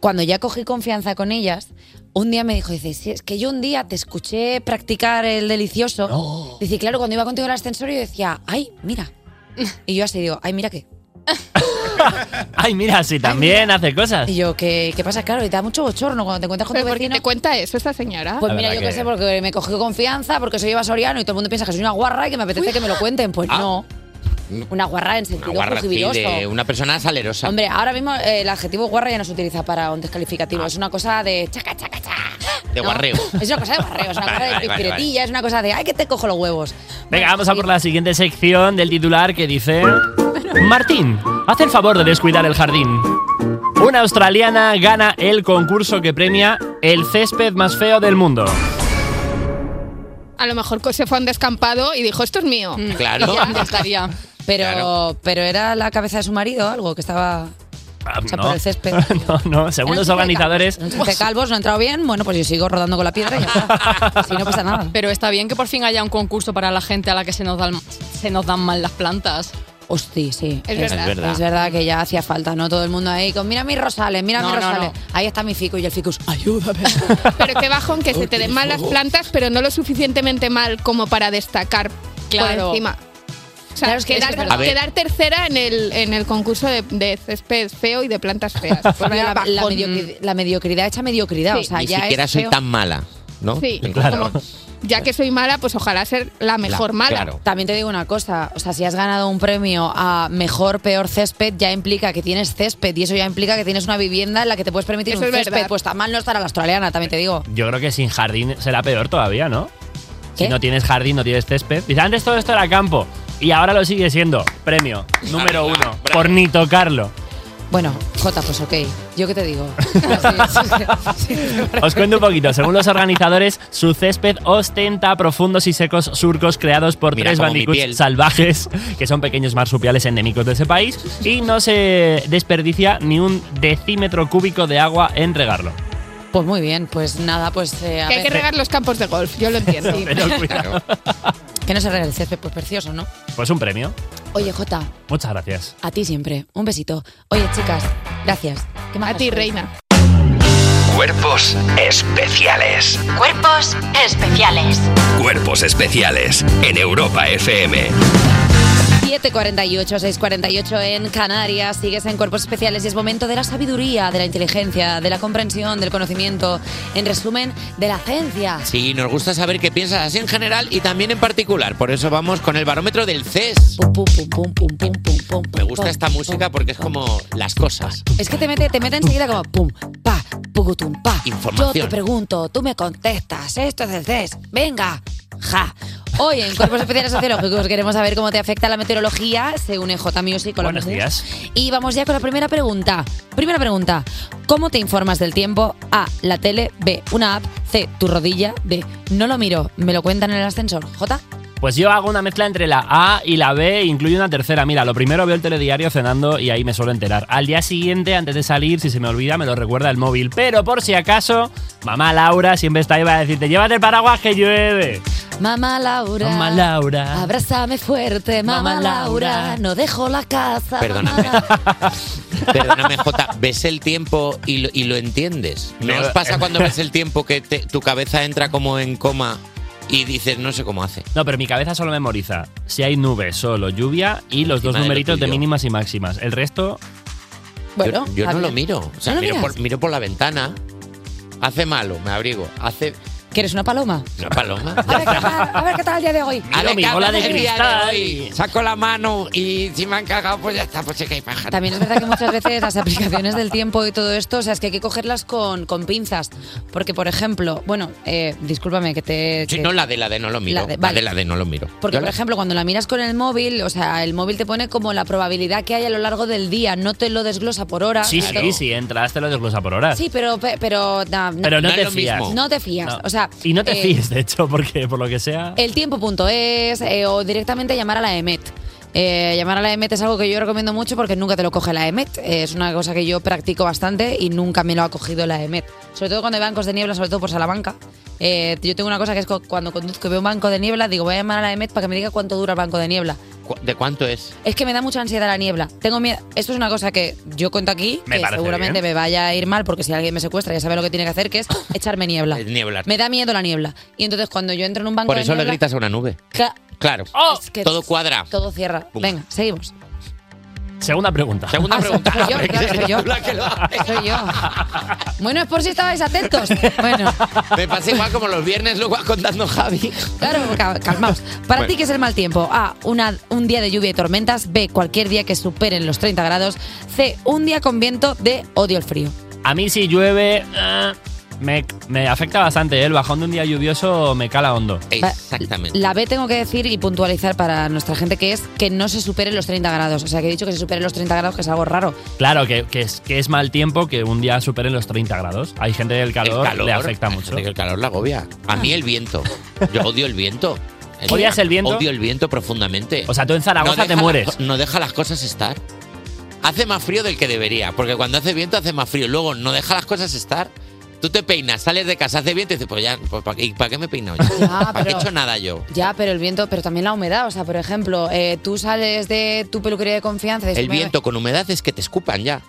Speaker 3: cuando ya cogí confianza con ellas, un día me dijo, dice, "Sí, es que yo un día te escuché practicar el delicioso. Dice, claro, cuando iba contigo en el ascensor, yo decía, ay, mira. Y yo así digo, ay, mira qué.
Speaker 6: Ay, mira, sí, también hace cosas.
Speaker 3: Y yo, ¿qué, qué pasa? Claro, y te da mucho bochorno cuando te encuentras con
Speaker 8: Pero
Speaker 3: tu
Speaker 8: ¿por qué
Speaker 3: vecino.
Speaker 8: te cuenta eso esta señora?
Speaker 3: Pues
Speaker 6: La
Speaker 3: mira, yo
Speaker 6: verdad
Speaker 3: qué
Speaker 6: que-
Speaker 3: sé, porque me cogió confianza, porque soy Eva Soriano y todo el mundo piensa que soy una guarra y que me apetece que me lo cuenten. Pues
Speaker 4: Ah.
Speaker 3: no. Una guarra en
Speaker 4: Una
Speaker 3: sentido
Speaker 4: guarra así
Speaker 3: jubiloso.
Speaker 4: de eh, una persona salerosa.
Speaker 3: Hombre, ahora mismo eh, el adjetivo guarra ya no se utiliza para un descalificativo. Es una cosa de chaca, chaca, chaca.
Speaker 4: Ah. De
Speaker 3: ¿no?
Speaker 4: guarreo.
Speaker 3: Es una cosa de guarreo, es una
Speaker 4: Vale,
Speaker 3: cosa de
Speaker 4: vale, vale,
Speaker 3: piretilla, es una cosa de ay que te cojo los huevos.
Speaker 6: Venga, vamos a por
Speaker 3: sí.
Speaker 6: la siguiente sección del titular que dice... Martín, haz el favor de descuidar el jardín. Una australiana gana el concurso que premia el césped más feo del mundo.
Speaker 8: A lo mejor se fue a un descampado y dijo, esto es mío.
Speaker 4: Mm. Claro.
Speaker 9: Ya, ya estaría.
Speaker 3: Pero,
Speaker 4: Claro.
Speaker 3: pero era la cabeza de su marido, algo que estaba.
Speaker 6: Ah,
Speaker 3: O sea, por el césped.
Speaker 6: no, no, según
Speaker 3: Eran
Speaker 6: los
Speaker 3: siempre
Speaker 6: organizadores...
Speaker 3: calvos, eran siempre calvos, no ha entrado bien. Bueno, pues yo sigo rodando con la piedra y ya está. Si no pasa nada.
Speaker 9: Pero está bien que por fin haya un concurso para la gente a la que se nos dan, se nos dan mal las plantas.
Speaker 3: Hostia, sí.
Speaker 8: Es
Speaker 4: Es
Speaker 8: verdad.
Speaker 4: verdad.
Speaker 3: Es verdad que ya hacía falta, ¿no? Todo el mundo ahí con, mira mis rosales, mira mis
Speaker 9: No, no,
Speaker 3: rosales.
Speaker 9: no.
Speaker 3: Ahí está mi ficus y el ficus, ayúdame.
Speaker 8: Pero qué bajón que se te den mal las plantas, pero no lo suficientemente mal como para destacar
Speaker 9: Claro.
Speaker 8: por encima.
Speaker 3: Sí,
Speaker 8: sea, quedar,
Speaker 4: verdad. A ver.
Speaker 8: quedar tercera en el, en el concurso de, de césped feo y de plantas feas. Pues vaya
Speaker 3: La, la
Speaker 8: bajón.
Speaker 3: mediocri- la mediocridad hecha mediocridad,
Speaker 8: Sí.
Speaker 3: o sea,
Speaker 4: Ni
Speaker 3: ya
Speaker 4: siquiera
Speaker 3: es
Speaker 4: soy
Speaker 3: feo.
Speaker 4: tan mala, ¿no?
Speaker 3: Sí,
Speaker 4: claro.
Speaker 8: Ya que soy mala, pues ojalá ser la mejor mala.
Speaker 4: claro.
Speaker 3: También te digo una cosa, o sea, si has ganado un premio a mejor, peor césped, ya implica que tienes césped y eso ya implica que tienes una vivienda en la que te puedes permitir
Speaker 8: Eso
Speaker 3: un
Speaker 8: es
Speaker 3: césped.
Speaker 8: verdad.
Speaker 3: Pues tan mal no estará la australiana, también te digo.
Speaker 6: Yo creo que sin jardín será peor todavía, ¿no? Si no tienes jardín, no tienes césped. Dice, antes todo esto era campo y ahora lo sigue siendo. Premio número uno. Por ni tocarlo.
Speaker 3: Ah, Bueno, Jota, pues ok, yo qué te digo.
Speaker 6: Os cuento un poquito. Según los organizadores, su césped ostenta profundos y secos surcos creados por
Speaker 4: Mira,
Speaker 6: tres
Speaker 4: como mi
Speaker 6: bandicoots
Speaker 4: piel.
Speaker 6: salvajes, que son pequeños marsupiales endémicos de ese país, y no se desperdicia ni un decímetro cúbico de agua en regarlo.
Speaker 3: Pues muy bien, pues nada, pues eh, a
Speaker 8: Que hay que
Speaker 3: ver.
Speaker 8: regar los campos de golf, yo lo entiendo.
Speaker 3: Que no se rega el césped, pues precioso, ¿no?
Speaker 6: Pues un premio.
Speaker 3: Oye, Jota,
Speaker 6: Muchas gracias.
Speaker 3: a ti siempre, un besito. Oye, chicas, gracias. ¿Qué más
Speaker 8: A ti, reina.
Speaker 1: Cuerpos especiales.
Speaker 2: Cuerpos especiales.
Speaker 1: Cuerpos especiales en Europa FM.
Speaker 3: 748, 648 en Canarias, sigues en cuerpos especiales y es momento de la sabiduría, de la inteligencia, de la comprensión, del conocimiento, en resumen, de la ciencia.
Speaker 4: Sí, nos gusta saber qué piensas así en general y también en particular. Por eso vamos con el barómetro del CES. Me gusta esta música porque es como las cosas.
Speaker 3: Es que te mete, te mete enseguida como pum, pa, pugutum, pa. Yo
Speaker 4: Información.
Speaker 3: te pregunto, tú me contestas, esto es el CES, venga, ja. Hoy en Cuerpos Especiales Sociológicos queremos saber cómo te afecta la meteorología, se une J Music con la
Speaker 6: Buenos
Speaker 3: mujer.
Speaker 6: días.
Speaker 3: Y vamos ya con la primera pregunta. Primera pregunta, ¿cómo te informas del tiempo? A, la tele, B, una app, C, tu rodilla, D, no lo miro, me lo cuentan en el ascensor. J,
Speaker 6: Pues yo hago una mezcla entre la A y la B, incluye una tercera. Mira, lo primero veo el telediario cenando y ahí me suelo enterar. Al día siguiente, antes de salir, si se me olvida, me lo recuerda el móvil. Pero por si acaso, mamá Laura siempre está ahí para decirte, llévate el paraguas que llueve.
Speaker 3: mamá Laura.
Speaker 6: Mamá Laura.
Speaker 3: Abrázame fuerte, mamá,
Speaker 6: Mamá
Speaker 3: Laura.
Speaker 6: Laura.
Speaker 3: No dejo la casa.
Speaker 4: Perdóname. Perdóname, Jota. Ves el tiempo y lo, y lo entiendes. ¿No
Speaker 6: Pero-
Speaker 4: os pasa cuando ves el tiempo que te- tu cabeza entra como en coma y dices, no sé cómo hace?
Speaker 6: No, pero mi cabeza solo memoriza si hay nubes, solo lluvia y los
Speaker 4: Encima
Speaker 6: dos
Speaker 4: de lo
Speaker 6: numeritos de
Speaker 4: tuyo.
Speaker 6: mínimas y máximas. El resto,
Speaker 3: Bueno,
Speaker 4: yo, yo
Speaker 3: está
Speaker 4: no lo
Speaker 3: bien.
Speaker 4: miro. O sea,
Speaker 3: ¿No lo
Speaker 4: miro,
Speaker 3: miras?
Speaker 4: por, miro por la ventana. Hace malo, me abrigo. Hace
Speaker 3: ¿Que eres una paloma?
Speaker 4: una paloma.
Speaker 3: A ver, ¿qué tal, a ver qué tal el día de hoy.
Speaker 4: A
Speaker 6: Miro
Speaker 4: ver,
Speaker 6: mi
Speaker 4: ¿qué
Speaker 6: bola
Speaker 4: hablamos
Speaker 6: de
Speaker 4: el día
Speaker 6: cristal.
Speaker 4: hoy? Saco la mano y si me han cagado, pues ya está, pues sí que hay pájaros.
Speaker 3: También es verdad que muchas veces las aplicaciones del tiempo y todo esto, o sea, es que hay que cogerlas con, con pinzas. Porque, por ejemplo, bueno, eh, discúlpame que te...
Speaker 4: Sí,
Speaker 3: que-
Speaker 4: no, la de la de no lo miro.
Speaker 3: La
Speaker 4: La
Speaker 3: de-
Speaker 4: de
Speaker 3: vale.
Speaker 4: la de, no lo miro.
Speaker 3: Porque,
Speaker 4: Yo
Speaker 3: por
Speaker 4: la-
Speaker 3: ejemplo, cuando la miras con el móvil, o sea, el móvil te pone como la probabilidad que hay a lo largo del día, no te lo desglosa por hora.
Speaker 6: sí,
Speaker 3: Claro.
Speaker 6: sí, sí, entras, te lo desglosa por horas.
Speaker 3: Sí, pero, pe- pero, na- na-
Speaker 6: pero no,
Speaker 4: no es
Speaker 6: te
Speaker 4: lo
Speaker 6: fías.
Speaker 4: mismo.
Speaker 3: no te fías.
Speaker 6: No.
Speaker 3: O sea,
Speaker 6: y no te
Speaker 3: eh,
Speaker 6: fíes, de hecho, porque por lo que sea.
Speaker 3: El tiempo.es eh, o directamente llamar a la E EMET. Eh, llamar a la EMET es algo que yo recomiendo mucho porque nunca te lo coge la EMET. Eh, es una cosa que yo practico bastante y nunca me lo ha cogido la E EMET. Sobre todo cuando hay bancos de niebla, sobre todo por Salamanca. Eh, yo tengo una cosa que es co- cuando conduzco y veo un banco de niebla, digo, voy a llamar a la E EMET para que me diga cuánto dura el banco de niebla.
Speaker 4: ¿Cu- ¿De cuánto es?
Speaker 3: Es que me da mucha ansiedad la niebla. Tengo miedo. Esto es una cosa que yo cuento aquí,
Speaker 6: Me
Speaker 3: que
Speaker 6: parece
Speaker 3: seguramente
Speaker 6: bien.
Speaker 3: me vaya a ir mal, porque si alguien me secuestra ya sabe lo que tiene que hacer, que es echarme niebla.
Speaker 4: Es nieblar.
Speaker 3: Me da miedo la niebla. Y entonces cuando yo entro en un banco
Speaker 4: Por
Speaker 3: de
Speaker 4: eso le
Speaker 3: niebla,
Speaker 4: gritas a una nube.
Speaker 3: cla-
Speaker 4: Claro.
Speaker 6: Oh,
Speaker 3: es que
Speaker 4: Todo cuadra.
Speaker 3: todo cierra.
Speaker 4: Pum.
Speaker 3: Venga, seguimos.
Speaker 6: Segunda pregunta.
Speaker 4: Segunda
Speaker 3: Ah,
Speaker 4: pregunta.
Speaker 3: soy yo,
Speaker 4: Porque
Speaker 3: claro, soy
Speaker 4: eres
Speaker 3: yo.
Speaker 4: tú la que lo hace.
Speaker 3: Soy yo. Bueno, es por si estabais atentos. Bueno,
Speaker 4: Me pasa igual como los viernes lo va contando Javi.
Speaker 3: claro, ca- calmaos. Para ti, ¿qué es el mal tiempo? A. Una, un día de lluvia y tormentas. B. Cualquier día que superen los 30 grados. C. Un día con viento. D. Odio el frío.
Speaker 6: A mí si llueve, eh, me, me afecta bastante. ¿eh? El bajón de un día lluvioso me cala hondo.
Speaker 4: Eh, Exactamente.
Speaker 3: La B tengo que decir y puntualizar para nuestra gente que es que no se superen los 30 grados. O sea, que he dicho que se superen los 30 grados, que es algo raro.
Speaker 6: Claro, que, que es, que es mal tiempo que un día superen los 30 grados. Hay gente del calor, le afecta
Speaker 4: hay
Speaker 6: mucho.
Speaker 4: gente que El calor la agobia. A mí el viento. Yo odio el viento. El-
Speaker 6: ¿Odias el viento?
Speaker 4: Odio el viento profundamente.
Speaker 6: O sea, tú en
Speaker 4: No
Speaker 6: Zaragoza
Speaker 4: deja
Speaker 6: te
Speaker 4: la-
Speaker 6: mueres.
Speaker 4: no deja las cosas estar. Hace más frío del que debería, porque cuando hace viento hace más frío. Luego no deja las cosas estar. Tú te peinas, sales de casa, hace viento y dices, pues ya, pues, ¿para, qué- y para qué me he peinado yo?
Speaker 3: Ya,
Speaker 4: ¿Para qué he
Speaker 3: pero-
Speaker 4: hecho nada yo?
Speaker 3: Ya, pero el viento, pero también la humedad. O sea, por ejemplo, eh, tú sales de tu peluquería de confianza. y dices,
Speaker 4: El
Speaker 3: "Me-
Speaker 4: viento con humedad es que te escupan ya.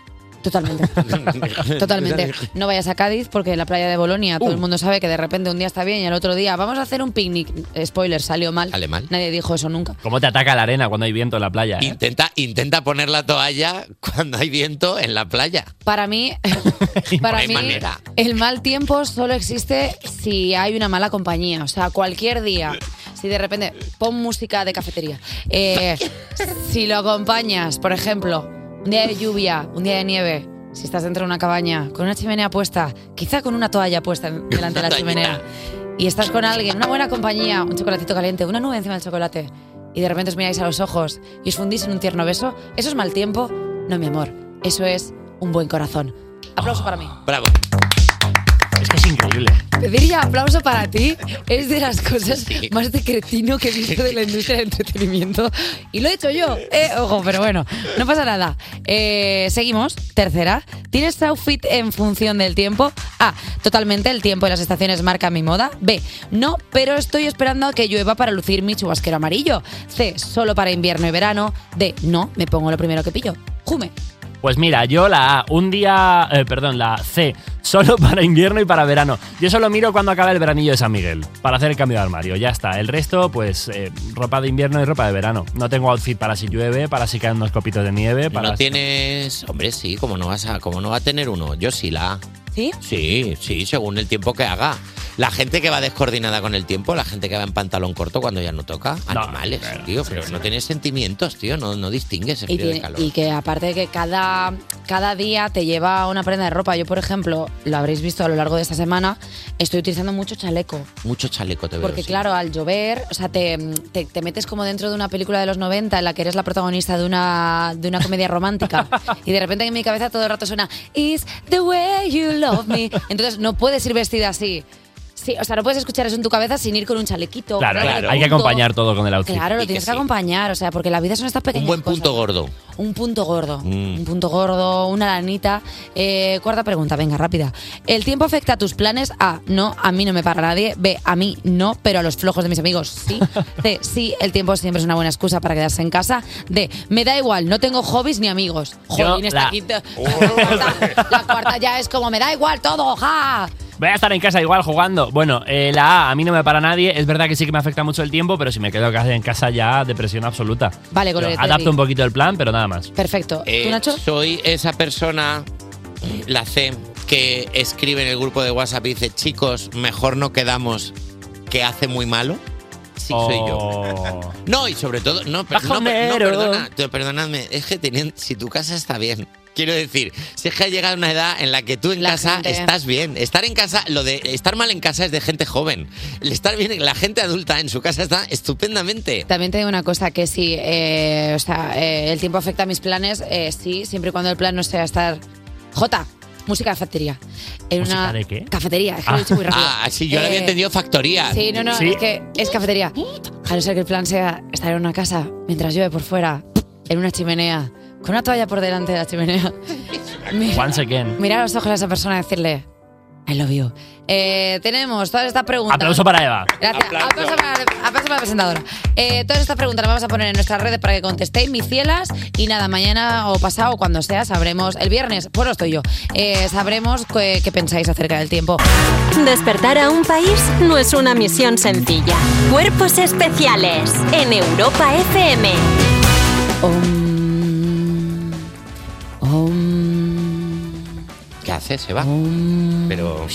Speaker 3: Totalmente. Totalmente. No vayas a Cádiz porque en la playa de Bolonia todo el
Speaker 4: Uh.
Speaker 3: mundo sabe que de repente un día está bien y el otro día vamos a hacer un picnic. Spoiler, salió mal.
Speaker 4: Sale mal.
Speaker 3: Nadie dijo eso nunca.
Speaker 6: ¿Cómo te ataca la arena cuando hay viento en la playa? eh?
Speaker 4: Intenta, intenta poner la toalla cuando hay viento en la playa.
Speaker 3: Para mí, para
Speaker 4: hay
Speaker 3: mí
Speaker 4: manera.
Speaker 3: el mal tiempo solo existe si hay una mala compañía. O sea, cualquier día. Si de repente pon música de cafetería. Eh, si lo acompañas, por ejemplo, un día de lluvia, un día de nieve, si estás dentro de una cabaña, con una chimenea puesta, quizá con una toalla puesta en- delante de la
Speaker 4: Una
Speaker 3: chimenea, y estás con alguien, una buena compañía, un chocolatito caliente, una nube encima del chocolate, y de repente os miráis a los ojos y os fundís en un tierno beso, eso es mal tiempo. No, mi amor, eso es un buen corazón. Aplauso para mí.
Speaker 4: Bravo.
Speaker 6: Es que es increíble. ¿eh?
Speaker 3: Pedir ya aplauso para ti es de las cosas más de cretino que he visto de la industria del entretenimiento. Y lo he hecho yo. Eh, ojo, pero bueno, no pasa nada. Eh, seguimos. Tercera. ¿Tienes outfit en función del tiempo? A. Totalmente el tiempo y las estaciones marcan mi moda. B. No, pero estoy esperando a que llueva para lucir mi chubasquero amarillo. C. Solo para invierno y verano. D. No, me pongo lo primero que pillo. Jume.
Speaker 6: Pues mira, yo la A, un día, eh, perdón, la C, solo para invierno y para verano. Yo solo miro cuando acaba el veranillo de San Miguel, para hacer el cambio de armario, ya está. El resto, pues eh, ropa de invierno y ropa de verano. No tengo outfit para si llueve, para si caen unos copitos de nieve, para...
Speaker 4: No tienes. Hombre, sí, como no vas a, como no va a tener uno. Yo sí la A.
Speaker 3: ¿Sí?
Speaker 4: Sí, sí, según el tiempo que haga. La gente que va descoordinada con el tiempo, la gente que va en pantalón corto cuando ya no toca,
Speaker 6: No,
Speaker 4: animales,
Speaker 6: claro,
Speaker 4: tío,
Speaker 6: sí,
Speaker 4: pero
Speaker 6: sí.
Speaker 4: no tienes sentimientos, tío, no, no distingues el
Speaker 3: Y,
Speaker 4: frío del
Speaker 3: tiene-
Speaker 4: calor.
Speaker 3: y que aparte de que cada, cada día te lleva una prenda de ropa. Yo, por ejemplo, lo habréis visto a lo largo de esta semana, estoy utilizando mucho chaleco.
Speaker 4: Mucho chaleco te veo.
Speaker 3: Porque
Speaker 4: sí.
Speaker 3: claro, al llover, o sea, te, te- te metes como dentro de una película de los 90 en la que eres la protagonista de una, de una comedia romántica. y de repente en mi cabeza todo el rato suena, It's the way you love me. Entonces no puedes ir vestida así. Sí, o sea, no puedes escuchar eso en tu cabeza sin ir con un chalequito.
Speaker 6: Claro,
Speaker 3: con algo
Speaker 6: hay que
Speaker 3: junto.
Speaker 6: acompañar todo con el outfit.
Speaker 3: Claro,
Speaker 4: Y
Speaker 3: lo
Speaker 4: que
Speaker 3: tienes que,
Speaker 4: sí.
Speaker 3: acompañar, o sea, porque la vida son estas pequeñas
Speaker 4: Un buen
Speaker 3: cosas.
Speaker 4: punto gordo.
Speaker 3: Un punto gordo.
Speaker 4: Mm.
Speaker 3: Un punto gordo, una lanita. Eh, cuarta pregunta, venga, rápida. ¿El tiempo afecta a tus planes? A, no, a mí no me para nadie. B, a mí no, pero a los flojos de mis amigos sí. C, sí, el tiempo siempre es una buena excusa para quedarse en casa. D, me da igual, no tengo hobbies ni amigos.
Speaker 6: Yo,
Speaker 3: Jolín, esta
Speaker 6: la-
Speaker 3: quinta- la, cuarta, la cuarta ya es como, me da igual todo, ja.
Speaker 6: Voy a estar en casa igual jugando. Bueno, eh, la A, a mí no me para nadie. Es verdad que sí que me afecta mucho el tiempo, pero si me quedo casi en casa ya, depresión absoluta.
Speaker 3: Vale,
Speaker 6: Yo
Speaker 3: Gloria Terry.
Speaker 6: Adapto un poquito el plan, pero nada más.
Speaker 3: Perfecto.
Speaker 4: Eh,
Speaker 3: ¿Tú, Nacho?
Speaker 4: Soy esa persona, la C, que escribe en el grupo de WhatsApp y dice, chicos, mejor no quedamos, que hace muy malo. Sí, soy yo.
Speaker 6: Oh.
Speaker 4: No, y sobre todo, no, per- no, per- no,
Speaker 6: Bajonero.
Speaker 4: perdona, te- perdonadme, es que teniendo, si tu casa está bien, quiero decir, si es que ha llegado una edad en la que tú en
Speaker 3: La
Speaker 4: casa
Speaker 3: gente.
Speaker 4: estás bien, estar en casa, lo de estar mal en casa es de gente joven, El estar bien, la gente adulta en su casa está estupendamente.
Speaker 3: También te digo una cosa, que si eh, o sea, eh, el tiempo afecta a mis planes, eh, sí, siempre y cuando el plan no sea estar... J, música de cafetería. En
Speaker 6: ¿Música
Speaker 3: una
Speaker 6: de qué?
Speaker 3: Cafetería, es que lo he dicho muy rápido.
Speaker 4: Ah, sí, yo lo había
Speaker 3: Eh,
Speaker 4: entendido factoría.
Speaker 3: Sí, no, no,
Speaker 6: Sí.
Speaker 3: es que es cafetería. A no ser que el plan sea estar en una casa mientras llueve por fuera, en una chimenea, con una toalla por delante de la chimenea. Mira-
Speaker 6: Once again.
Speaker 3: mirar a los ojos a esa persona y decirle, I love you. Eh, tenemos todas estas preguntas.
Speaker 6: Aplauso para Eva.
Speaker 3: Gracias. Aplauso para, aplauso para la presentadora. Eh, todas estas preguntas las vamos a poner en nuestras redes para que contestéis, mis cielas. Y nada, mañana o pasado, cuando sea, sabremos. El viernes, pues lo estoy yo. eh, sabremos qué, qué pensáis acerca del tiempo.
Speaker 2: Despertar a un país no es una misión sencilla. Cuerpos especiales en Europa FM.
Speaker 3: Om. Om.
Speaker 4: ¿Qué haces, Eva? Pero,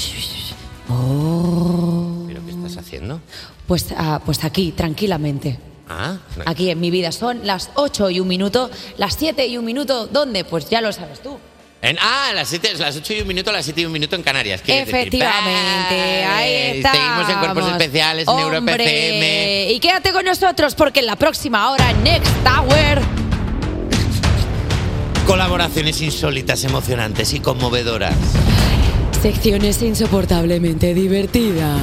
Speaker 3: Oh.
Speaker 4: ¿pero qué estás haciendo?
Speaker 3: Pues, ah, pues aquí, tranquilamente.
Speaker 4: Ah, no-
Speaker 3: Aquí en mi vida son las 8 y un minuto, las 7 y un minuto. ¿Dónde? Pues ya lo sabes tú.
Speaker 4: en- ah, las, siete, las 8 y un minuto, las 7 y un minuto en Canarias. quiere decir.
Speaker 3: Efectivamente, ahí
Speaker 4: Vale,
Speaker 3: está.
Speaker 4: Seguimos en Cuerpos Especiales en Europa FM.
Speaker 3: Y quédate con nosotros porque en la próxima hora, Next Tower.
Speaker 4: Colaboraciones insólitas, emocionantes y conmovedoras.
Speaker 3: Secciones insoportablemente divertidas.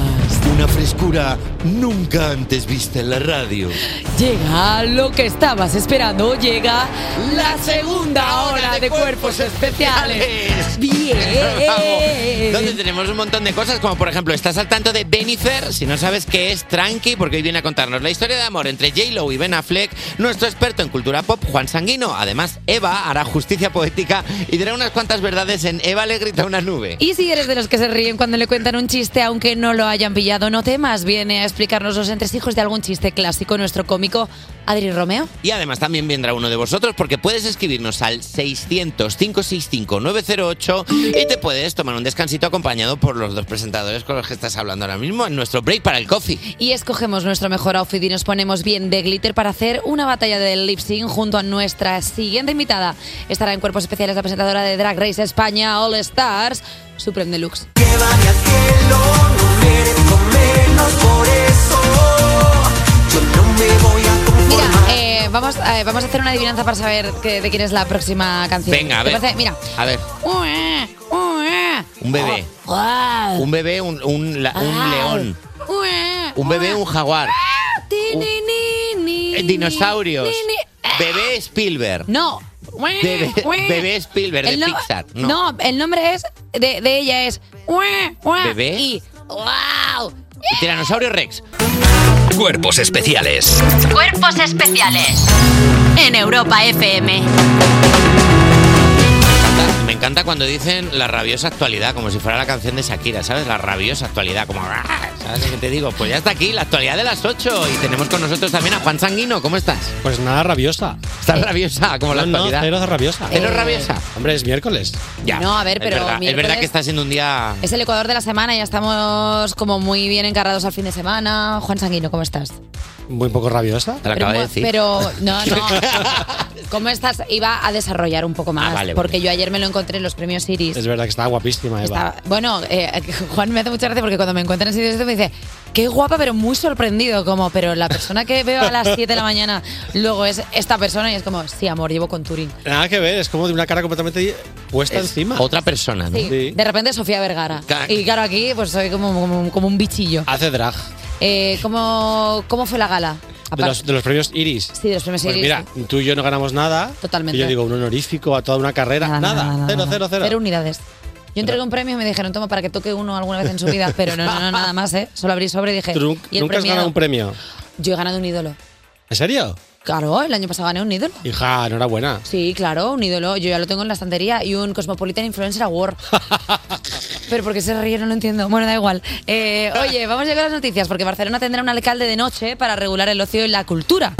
Speaker 10: una frescura nunca antes vista en la radio.
Speaker 3: Llega lo que estabas esperando, llega la segunda hora de cuerpos especiales. Eh, Bien.
Speaker 4: Donde tenemos un montón de cosas, como por ejemplo, estás al tanto de Benifer, si no sabes qué es Tranqui, porque hoy viene a contarnos la historia de amor entre J-Lo y Ben Affleck, nuestro experto en cultura pop, Juan Sanguino. Además, Eva hará justicia poética y dirá unas cuantas verdades en Eva le grita una nube.
Speaker 3: Y si eres de los que se ríen cuando le cuentan un chiste, aunque no lo hayan pillado, no temas, viene a explicarnos los entresijos de algún chiste clásico nuestro cómico Adri Romeo.
Speaker 4: Y además también vendrá uno de vosotros porque puedes escribirnos al 600-565-908 y te puedes tomar un descansito acompañado por los dos presentadores con los que estás hablando ahora mismo en nuestro break para el coffee.
Speaker 3: Y escogemos nuestro mejor outfit y nos ponemos bien de glitter para hacer una batalla de lip sync junto a nuestra siguiente invitada. Estará en cuerpos especiales la presentadora de Drag Race España All Stars, Supreme Deluxe. Mira, eh, vamos, eh, vamos a hacer una adivinanza para saber que- de quién es la próxima canción.
Speaker 4: Venga, a
Speaker 3: ¿Te
Speaker 4: ver.
Speaker 3: parece? Mira.
Speaker 4: A ver, un bebé.
Speaker 3: Ah,
Speaker 4: Un bebé, un, un la- un león. Un bebé, un jaguar. Un- Eh, Dinosaurios. Bebé Spielberg.
Speaker 3: No.
Speaker 4: Bebé, bebé Spielberg de
Speaker 3: El no-
Speaker 4: Pixar. No.
Speaker 3: No, el nombre es de, de ella es
Speaker 4: Bebé.
Speaker 3: y wow.
Speaker 4: Tiranosaurio Rex.
Speaker 1: Cuerpos especiales.
Speaker 2: Cuerpos especiales en Europa FM.
Speaker 4: Me encanta cuando dicen la rabiosa actualidad, como si fuera la canción de Shakira, ¿sabes? La rabiosa actualidad, como... "Ah", ¿Sabes qué te digo? Pues ya está aquí, la actualidad de las 8. Y tenemos con nosotros también a Juan Sanguino. ¿Cómo estás?
Speaker 11: Pues nada, rabiosa. Eh,
Speaker 4: Estás rabiosa, como la
Speaker 11: No, no,
Speaker 4: actualidad.
Speaker 11: cero rabiosa.
Speaker 4: ¿Cero rabiosa?
Speaker 11: Hombre, es miércoles.
Speaker 4: Ya.
Speaker 3: No, a ver, pero
Speaker 4: Es verdad, es
Speaker 3: miércoles-
Speaker 4: verdad que está siendo un día...
Speaker 3: Es el Ecuador de la semana, ya estamos como muy bien encargados al fin de semana. Juan Sanguino, ¿cómo estás?
Speaker 11: Muy poco rabiosa.
Speaker 4: Te lo acabo de decir.
Speaker 3: Pero no, no. ¿Cómo estás? Iba a desarrollar un poco más
Speaker 4: Ah,
Speaker 11: vale, vale.
Speaker 3: porque yo ayer me lo encontré en los premios Iris.
Speaker 11: Es verdad que está guapísima, Eva.
Speaker 3: Estaba- bueno, eh, Juan me hace mucha gracia porque cuando me encuentra en sitios de estos me dice, qué guapa, pero muy sorprendido. Como, pero la persona que veo a las 7 de la mañana luego es esta persona y es como, sí, amor, llevo con Turing.
Speaker 11: Nada que ver, es como de una cara completamente puesta encima.
Speaker 4: Otra
Speaker 11: Ah,
Speaker 4: persona,
Speaker 3: Sí. De repente Sofía Vergara.
Speaker 11: Ca-
Speaker 3: Y claro, aquí pues soy como, como, como un bichillo.
Speaker 11: Hace drag.
Speaker 3: Eh, ¿cómo, ¿Cómo fue la gala?
Speaker 11: De los, de los premios Iris.
Speaker 3: Sí, de los premios
Speaker 11: Pues
Speaker 3: Iris,
Speaker 11: mira, tú y yo no ganamos nada.
Speaker 3: Totalmente.
Speaker 11: Y yo digo, un honorífico a toda una carrera. Nada, cero, cero, cero.
Speaker 3: Cero unidades. Yo entregué un premio y me dijeron, toma, para que toque uno alguna vez en su vida, pero no, no, no, nada más, ¿eh? Solo abrí sobre y dije,
Speaker 11: Tú nun-
Speaker 3: ¿y el
Speaker 11: nunca has
Speaker 3: premiado?
Speaker 11: ganado un premio.
Speaker 3: Yo he ganado un ídolo.
Speaker 11: ¿En serio?
Speaker 3: Claro, el año pasado gané un ídolo.
Speaker 11: Hija, enhorabuena.
Speaker 3: Sí, claro, un ídolo. Yo ya lo tengo en la estantería y un Cosmopolitan Influencer Award. Pero porque se rieron, no entiendo. Bueno, da igual. Eh, oye, vamos a llegar a las noticias porque Barcelona tendrá un alcalde de noche para regular el ocio y la cultura.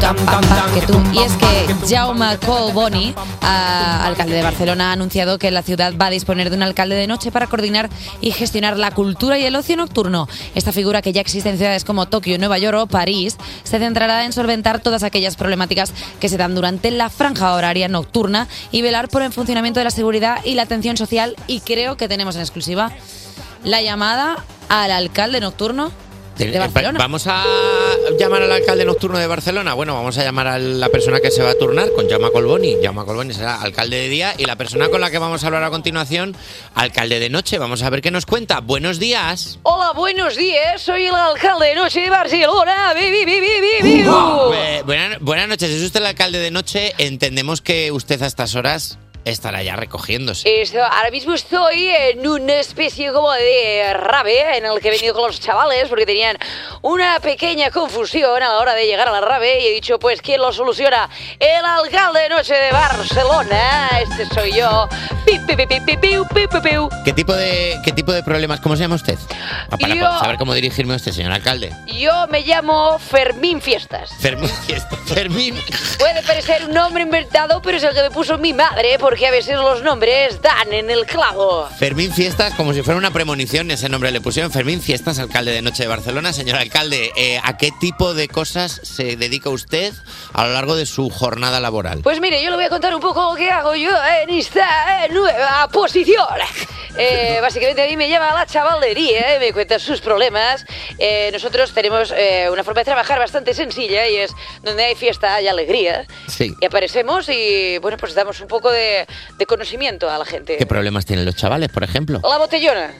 Speaker 3: Pam, pam, que tú. Y es que Jaume Colboni, ah, alcalde de Barcelona, ha anunciado que la ciudad va a disponer de un alcalde de noche para coordinar y gestionar la cultura y el ocio nocturno. Esta figura que ya existe en ciudades como Tokio, Nueva York o París, se centrará en solventar todas aquellas problemáticas que se dan durante la franja horaria nocturna y velar por el funcionamiento de la seguridad y la atención social. Y creo que tenemos en exclusiva la llamada al alcalde nocturno de
Speaker 4: Eh,
Speaker 3: Barcelona.
Speaker 4: Vamos a llamar al alcalde nocturno de Barcelona. Bueno, vamos a llamar a la persona que se va a turnar con Jaume Colboni. Jaume Colboni será alcalde de día y la persona con la que vamos a hablar a continuación, alcalde de noche. Vamos a ver qué nos cuenta. Buenos días.
Speaker 12: Hola, buenos días. Soy el alcalde de noche de Barcelona. Vi, vi, vi, vi, vi, vi.
Speaker 4: Eh, buena- buenas noches. Es usted el alcalde de noche. Entendemos que usted a estas horas estará ya recogiéndose.
Speaker 12: Esto- ahora mismo estoy en una especie como de rave en el que he venido con los chavales porque tenían una pequeña confusión a la hora de llegar a la rave y he dicho, pues, ¿quién lo soluciona? El alcalde de noche de Barcelona. Este soy yo. Pi, pi, pi, pi, pi, piu, pi, pi, piu.
Speaker 4: ¿Qué tipo de qué tipo de problemas? ¿Cómo se llama usted? Ah, Para
Speaker 12: Yo-
Speaker 4: poder saber cómo dirigirme a usted, señor alcalde.
Speaker 12: Yo me llamo Fermín Fiestas.
Speaker 4: Fermín, Fermín
Speaker 12: Puede parecer un nombre inventado, pero es el que me puso mi madre, porque a veces los nombres dan en el clavo.
Speaker 4: Fermín Fiestas, como si fuera una premonición, ese nombre le pusieron. Fermín Fiestas, alcalde de Noche de Barcelona. Señor alcalde, eh, ¿a qué tipo de cosas se dedica usted a lo largo de su jornada laboral?
Speaker 12: Pues mire, yo le voy a contar un poco lo que hago yo en esta eh, nueva posición. Eh, básicamente a mí me llama la chavalería y me cuenta sus problemas. Eh, nosotros tenemos eh, una forma de trabajar bastante sencilla y es donde hay fiesta hay alegría.
Speaker 4: Sí.
Speaker 12: Y aparecemos y bueno, pues damos un poco de, de conocimiento a la gente.
Speaker 4: ¿Qué problemas tienen los chavales, por ejemplo?
Speaker 12: La botellona.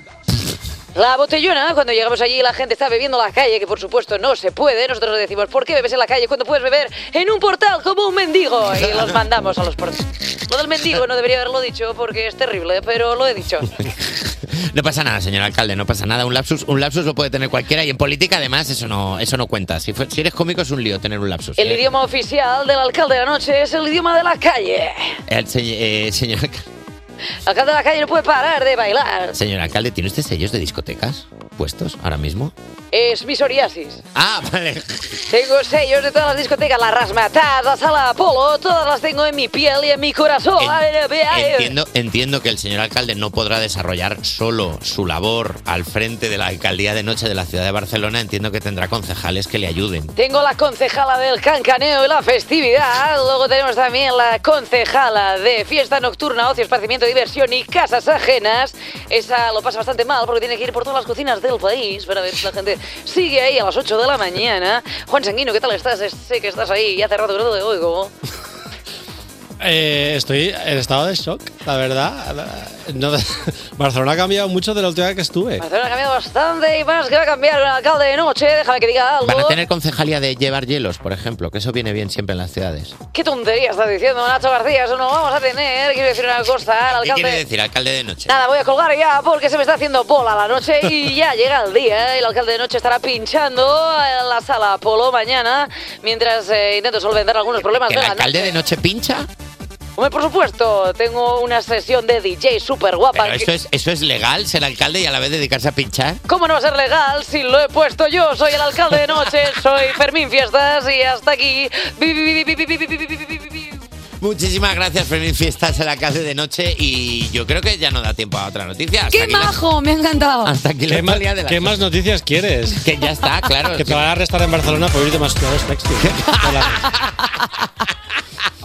Speaker 3: La botellona, cuando llegamos allí la gente está bebiendo en la calle, que por supuesto no se puede. Nosotros le decimos, ¿por qué bebes en la calle cuando puedes beber en un portal como un mendigo? Y los mandamos a los portales. Lo del mendigo no debería haberlo dicho porque es terrible, pero lo he dicho.
Speaker 4: No pasa nada, señor alcalde, no pasa nada. Un lapsus, un lapsus lo puede tener cualquiera y en política además eso no, eso no cuenta. Si, fue- si eres cómico es un lío tener un lapsus. ¿eh?
Speaker 3: El idioma oficial del alcalde de la noche es el idioma de la calle.
Speaker 4: El se- eh, señor, alca-
Speaker 3: El alcalde de la calle no puede parar de bailar.
Speaker 4: señor alcalde, ¿tiene usted sellos de discotecas puestos ahora mismo?
Speaker 3: Es mi psoriasis.
Speaker 4: Ah, vale.
Speaker 3: Tengo sellos de todas las discotecas, la Rasmatas, la Sala Apolo, todas las tengo en mi piel y en mi corazón. A ver, a ver, a ver.
Speaker 4: Entiendo, entiendo que el señor alcalde no podrá desarrollar solo su labor al frente de la alcaldía de noche de la ciudad de Barcelona. Entiendo que tendrá concejales que le ayuden.
Speaker 3: Tengo la concejala del cancaneo y la festividad. Luego tenemos también la concejala de fiesta nocturna, ocio, esparcimiento, diversión y casas ajenas. Esa lo pasa bastante mal porque tiene que ir por todas las cocinas del país para ver si la gente sigue ahí a las 8 de la mañana. Juan Sanguino, ¿qué tal estás? Es- Sé que estás ahí y hace rato que no te oigo.
Speaker 11: Eh, estoy en estado de shock, la verdad. No- Barcelona ha cambiado mucho de la última vez que estuve.
Speaker 3: Barcelona ha cambiado bastante y más que va a cambiar el alcalde de noche. Déjame que diga algo.
Speaker 4: Van a tener concejalía de llevar hielos, por ejemplo, que eso viene bien siempre en las ciudades.
Speaker 3: ¿Qué tontería estás diciendo, Nacho García? Eso no vamos a tener. Quiero decir una cosa. El
Speaker 4: ¿Qué
Speaker 3: alcalde...
Speaker 4: quiere decir alcalde de noche?
Speaker 3: Nada, voy a colgar ya porque se me está haciendo bola la noche y ya llega el día. ¿eh? El alcalde de noche estará pinchando en la sala Polo mañana mientras eh, intento solventar algunos problemas
Speaker 4: ¿Que
Speaker 3: de
Speaker 4: el
Speaker 3: la
Speaker 4: alcalde
Speaker 3: noche.
Speaker 4: de noche pincha?
Speaker 3: Hombre, por supuesto, tengo una sesión de DJ súper guapa.
Speaker 4: Pero eso es, eso es legal, ser alcalde y a la vez dedicarse a pinchar.
Speaker 3: ¿Cómo no va a ser legal si lo he puesto yo? Soy el alcalde de noche, soy Fermín Fiestas y hasta aquí. Vi, vi, vi, vi, vi, vi, vi, vi, vi, vi, vi, vi, vi.
Speaker 4: Muchísimas gracias, Fermín Fiestas en la calle de noche y yo creo que ya no da tiempo a otra noticia. Hasta
Speaker 13: ¡Qué
Speaker 4: aquí la-
Speaker 13: majo! Me ha encantado.
Speaker 4: hasta aquí la
Speaker 11: ¿Qué, más,
Speaker 4: actualidad de la
Speaker 11: qué más noticias quieres?
Speaker 4: Que ya está, claro.
Speaker 11: Que te van a arrestar en Barcelona por irte más claros textos.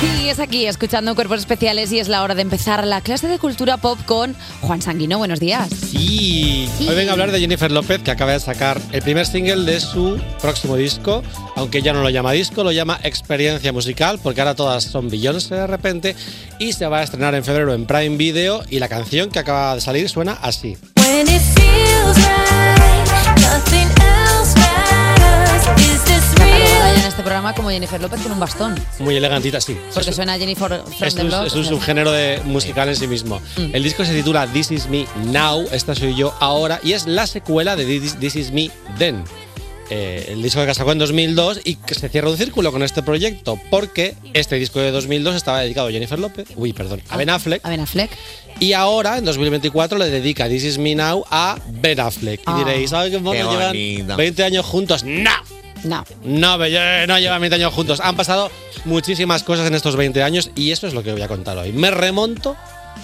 Speaker 13: Sí, es aquí, escuchando Cuerpos Especiales y es la hora de empezar la clase de cultura pop con Juan Sanguino. Buenos días.
Speaker 11: Sí. Hoy vengo a hablar de Jennifer López, que acaba de sacar el primer single de su próximo disco, aunque ya no lo llama disco, lo llama experiencia musical, porque ahora todas son Beyoncé de repente, y se va a estrenar en febrero en Prime Video, y la canción que acaba de salir suena así.
Speaker 14: When it feels right, nothing else matters. Is this
Speaker 13: Está catalogada
Speaker 14: real?
Speaker 13: ya en este programa como Jennifer López con un bastón.
Speaker 11: Muy elegantita, sí.
Speaker 13: Porque suena a Jennifer from
Speaker 11: Es
Speaker 13: the
Speaker 11: un,
Speaker 13: Block,
Speaker 11: es un
Speaker 13: o sea, Mm.
Speaker 11: subgénero de musical en sí mismo. El disco se titula This Is Me Now, esta soy yo ahora, y es la secuela de This, This Is Me Then. Eh, el disco que sacó en 2002 y que se cierra un círculo con este proyecto, porque este disco de 2002 estaba dedicado a Jennifer López, uy, perdón, a Ben Affleck.
Speaker 13: A Ben Affleck.
Speaker 11: Y ahora, en 2024, le dedica This Is Me Now a Ben Affleck. Y
Speaker 13: Ah.
Speaker 11: diréis, ¿sabes qué mono?
Speaker 13: Qué
Speaker 11: Llevan
Speaker 13: bonito.
Speaker 11: 20 años juntos. ¡No!
Speaker 13: No.
Speaker 11: No, pero yo- eh, no llevan 20 años juntos. Han pasado muchísimas cosas en estos 20 años y eso es lo que voy a contar hoy. Me remonto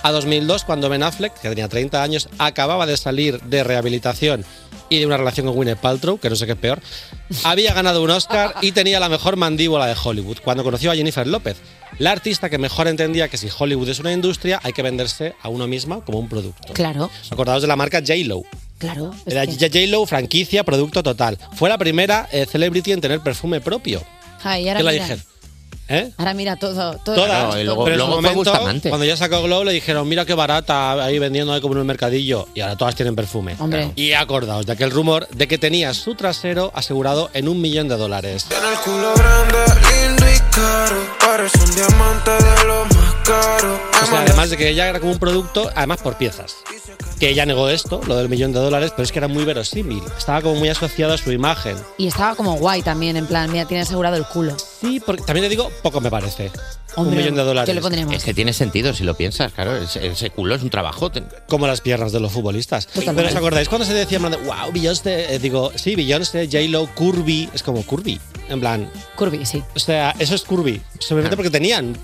Speaker 11: a 2002 cuando Ben Affleck, que tenía 30 años, acababa de salir de rehabilitación y de una relación con Gwyneth Paltrow, que no sé qué es peor, había ganado un Oscar y tenía la mejor mandíbula de Hollywood cuando conoció a Jennifer López, la artista que mejor entendía que si Hollywood es una industria hay que venderse a uno misma como un producto.
Speaker 13: Claro,
Speaker 11: Acordaos de la marca J-Lo.
Speaker 13: claro. es
Speaker 11: Era
Speaker 13: que-
Speaker 11: J-Lo, franquicia, producto total. Fue la primera eh, celebrity en tener perfume propio.
Speaker 13: Ay, ahora
Speaker 11: ¿Qué le
Speaker 13: mira.
Speaker 11: dijeron? ¿Eh?
Speaker 13: Ahora mira todo. todo
Speaker 11: Todas. pero en su momento,
Speaker 4: Bustamante.
Speaker 11: cuando ya sacó Glow, le dijeron, mira qué barata, ahí vendiendo ahí como en un mercadillo. Y ahora todas tienen perfume.
Speaker 13: Hombre.
Speaker 11: Y acordaos de aquel rumor de que tenía su trasero asegurado en un millón de dólares.
Speaker 5: Tiene el culo grande, lindo y caro. Parece un diamante de lo más caro.
Speaker 11: O sea, además de que ella era como un producto, además por piezas. Que ella negó esto, lo del millón de dólares, pero es que era muy verosímil. Estaba como muy asociado a su imagen.
Speaker 13: Y estaba como guay también, en plan, mira, tiene asegurado el culo.
Speaker 11: Sí, porque también te digo, poco me parece.
Speaker 13: Hombre,
Speaker 11: un millón de dólares.
Speaker 13: yo le pondría más.
Speaker 4: Es que tiene sentido si lo piensas, claro. Ese, ese culo es un trabajo.
Speaker 11: Como las piernas de los futbolistas.
Speaker 4: Totalmente.
Speaker 11: Pero ¿os acordáis cuando se decía en plan de, wow, Beyoncé? Eh, digo, sí, Beyoncé, J-Lo, Curvy. Es como Curvy. En plan.
Speaker 13: Curvy, sí.
Speaker 11: O sea, eso es Curvy. Simplemente porque tenían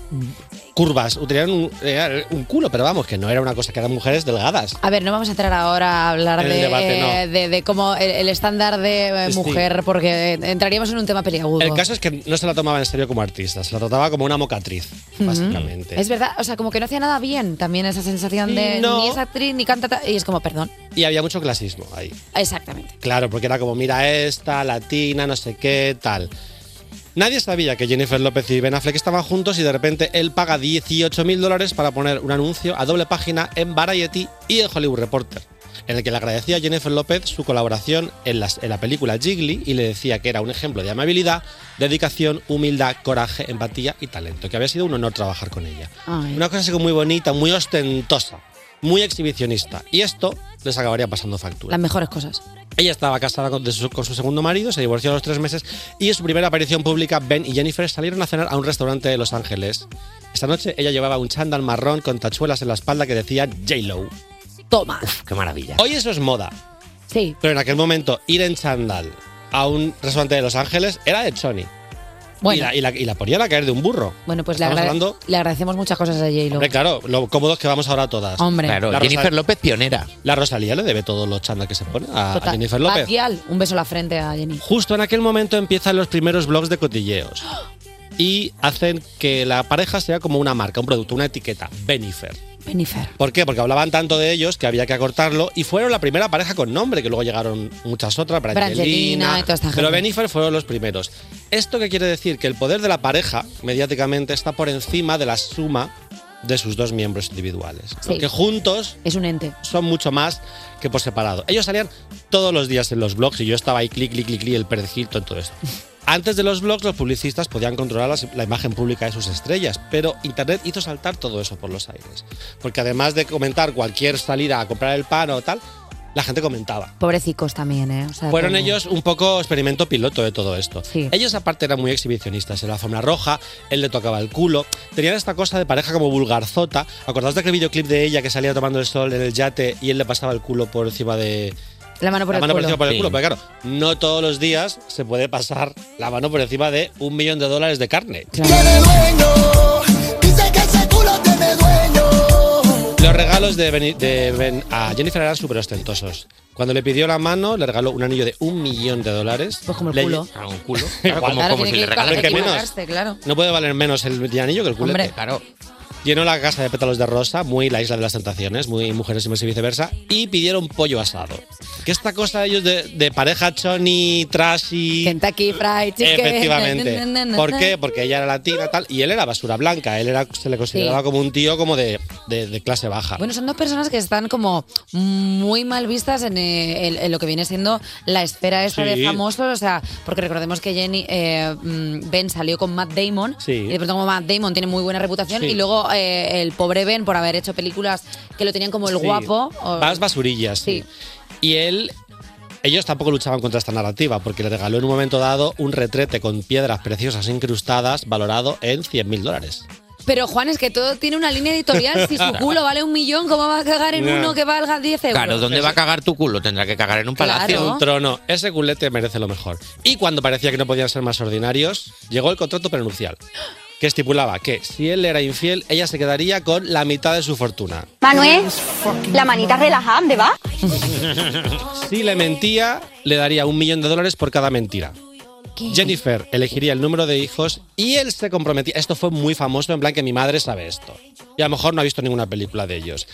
Speaker 11: curvas, tenían un, era un culo, pero vamos, que no era una cosa, que eran mujeres delgadas.
Speaker 3: A ver, no vamos a entrar ahora a hablar
Speaker 11: En
Speaker 3: de,
Speaker 11: el debate,
Speaker 3: eh, de, de cómo el, el estándar de eh,
Speaker 11: Sí.
Speaker 3: mujer, porque entraríamos en un tema peliagudo.
Speaker 11: El caso es que no se la tomaba en serio como artista, se la trataba como una mocatriz,
Speaker 3: Ujú.
Speaker 11: básicamente.
Speaker 3: Es verdad, o sea, como que no hacía nada bien también esa sensación de
Speaker 11: No.
Speaker 3: ni es actriz ni canta. ta- Y es como, perdón.
Speaker 11: Y había mucho clasismo ahí.
Speaker 3: Exactamente.
Speaker 11: Claro, porque era como, mira esta, latina, no sé qué, tal. Nadie sabía que Jennifer López y Ben Affleck estaban juntos y de repente él paga 18 mil dólares para poner un anuncio a doble página en Variety y el Hollywood Reporter, en el que le agradecía a Jennifer López su colaboración en, las- en la película Jiggly y le decía que era un ejemplo de amabilidad, dedicación, humildad, coraje, empatía y talento, que había sido un honor trabajar con ella. Una cosa así como muy bonita, muy ostentosa, muy exhibicionista. Y esto les acabaría pasando factura.
Speaker 3: Las mejores cosas.
Speaker 11: Ella estaba casada con, de su, con su segundo marido, se divorció a los tres meses y en su primera aparición pública, Ben y Jennifer salieron a cenar a un restaurante de Los Ángeles. Esta noche ella llevaba un chándal marrón con tachuelas en la espalda que decía J-Lo.
Speaker 3: Toma.
Speaker 4: Qué maravilla.
Speaker 11: Hoy eso es moda.
Speaker 3: Sí.
Speaker 11: Pero en aquel momento ir en chándal a un restaurante de Los Ángeles era de Choni.
Speaker 3: Bueno.
Speaker 11: Y la, y la- y la ponían a caer de un burro.
Speaker 3: Bueno, pues le,
Speaker 11: Estamos
Speaker 3: agrade-
Speaker 11: hablando-
Speaker 3: le agradecemos muchas cosas a J-Lo.
Speaker 11: Hombre, claro, lo cómodos que vamos ahora todas.
Speaker 3: Hombre. Claro, Jennifer
Speaker 4: López pionera.
Speaker 11: La Rosalía le debe todos los chándal que se pone a- a
Speaker 3: Total. Ah,
Speaker 11: Jennifer López.
Speaker 3: Facial, un beso a la frente a Jenny.
Speaker 11: Justo en aquel momento empiezan los primeros blogs de cotilleos. Y hacen que la pareja sea como una marca, un producto, una etiqueta, Benifer.
Speaker 3: Benifer.
Speaker 11: ¿Por qué? Porque hablaban tanto de ellos que había que acortarlo y fueron la primera pareja con nombre, que luego llegaron muchas otras,
Speaker 3: Brangelina
Speaker 11: Brangelina,
Speaker 3: y toda esta gente.
Speaker 11: pero Benifer fueron los primeros. ¿Esto qué quiere decir? Que el poder de la pareja, mediáticamente, está por encima de la suma de sus dos miembros individuales.
Speaker 3: Sí.
Speaker 11: Que juntos
Speaker 3: Es un ente.
Speaker 11: son mucho más que por separado. Ellos salían todos los días en los blogs y yo estaba ahí clic, clic, clic, clic, el perejilto en todo esto. Antes de los blogs, los publicistas podían controlar las- la imagen pública de sus estrellas, pero Internet hizo saltar todo eso por los aires. Porque además de comentar cualquier salida a comprar el pan o tal, la gente comentaba.
Speaker 3: Pobrecicos también, ¿eh? O sea,
Speaker 11: Fueron
Speaker 3: como-
Speaker 11: ellos un poco experimento piloto de todo esto. Ellos aparte eran muy exhibicionistas, en la forma roja, él le tocaba el culo, tenían esta cosa de pareja como vulgarzota. ¿Acordáis de aquel videoclip de ella que salía tomando el sol en el yate y él le pasaba el culo por encima de...
Speaker 3: La mano por
Speaker 11: la
Speaker 3: el
Speaker 11: mano por
Speaker 3: culo.
Speaker 11: encima por el
Speaker 3: Sí.
Speaker 11: culo, porque claro, no todos los días se puede pasar la mano por encima de un millón de dólares de carne.
Speaker 15: Dice que ese culo tiene dueño.
Speaker 11: Los regalos de Ben, de Ben a Jennifer eran súper ostentosos. Cuando le pidió la mano, le regaló un anillo de un millón de dólares. Pues como
Speaker 3: el culo.
Speaker 4: un culo.
Speaker 11: Claro,
Speaker 3: Claro,
Speaker 11: como,
Speaker 3: tiene
Speaker 11: si le
Speaker 3: que- claro,
Speaker 11: regalan
Speaker 3: tiene que
Speaker 11: menos.
Speaker 3: pagarse, claro.
Speaker 11: No puede valer menos el anillo que el culete.
Speaker 3: Hombre.
Speaker 4: claro.
Speaker 11: Llenó la casa de pétalos de rosa, muy la isla de las tentaciones, muy mujeres y más y viceversa, y pidieron pollo asado. Que esta cosa de ellos de, de pareja choni, trashy.
Speaker 3: Kentucky Fried Chicken.
Speaker 11: Efectivamente.
Speaker 3: Na, na, na, na,
Speaker 11: ¿Por
Speaker 3: na.
Speaker 11: qué? Porque ella era latina tal, y él era basura blanca. Él era, se le consideraba
Speaker 3: Sí.
Speaker 11: como un tío como de, de- de clase baja.
Speaker 3: Bueno, son dos personas que están como muy mal vistas en, eh, el- en lo que viene siendo la esfera esta
Speaker 11: Sí.
Speaker 3: de famosos, o sea, porque recordemos que Jenny eh, mm, Ben salió con Matt Damon
Speaker 11: Sí.
Speaker 3: y de pronto como Matt Damon tiene muy buena reputación
Speaker 11: Sí.
Speaker 3: y luego eh, el pobre Ben por haber hecho películas que lo tenían como el
Speaker 11: Sí.
Speaker 3: guapo. o-
Speaker 11: Más basurillas. sí. Y él. Ellos tampoco luchaban contra esta narrativa, porque le regaló en un momento dado un retrete con piedras preciosas incrustadas valorado en 100 mil dólares.
Speaker 3: Pero Juan, es que todo tiene una línea editorial. Si su culo vale un millón, ¿cómo va a cagar en
Speaker 11: Ya.
Speaker 3: uno que valga 10 euros?
Speaker 4: Claro, ¿dónde va a cagar tu culo? Tendrá que cagar en un palacio.
Speaker 11: Un trono. Ese culete merece lo mejor. Y cuando parecía que no podían ser más ordinarios, llegó el contrato prenupcial, que estipulaba que si él era infiel, ella se quedaría con la mitad de su fortuna.
Speaker 16: Manuel, la manita relajada, ¿dónde va?
Speaker 11: Si le mentía, le daría un millón de dólares por cada mentira. Jennifer elegiría el número de hijos y él se comprometía. Esto fue muy famoso, en plan que mi madre sabe esto. Y a lo mejor no ha visto ninguna película de ellos.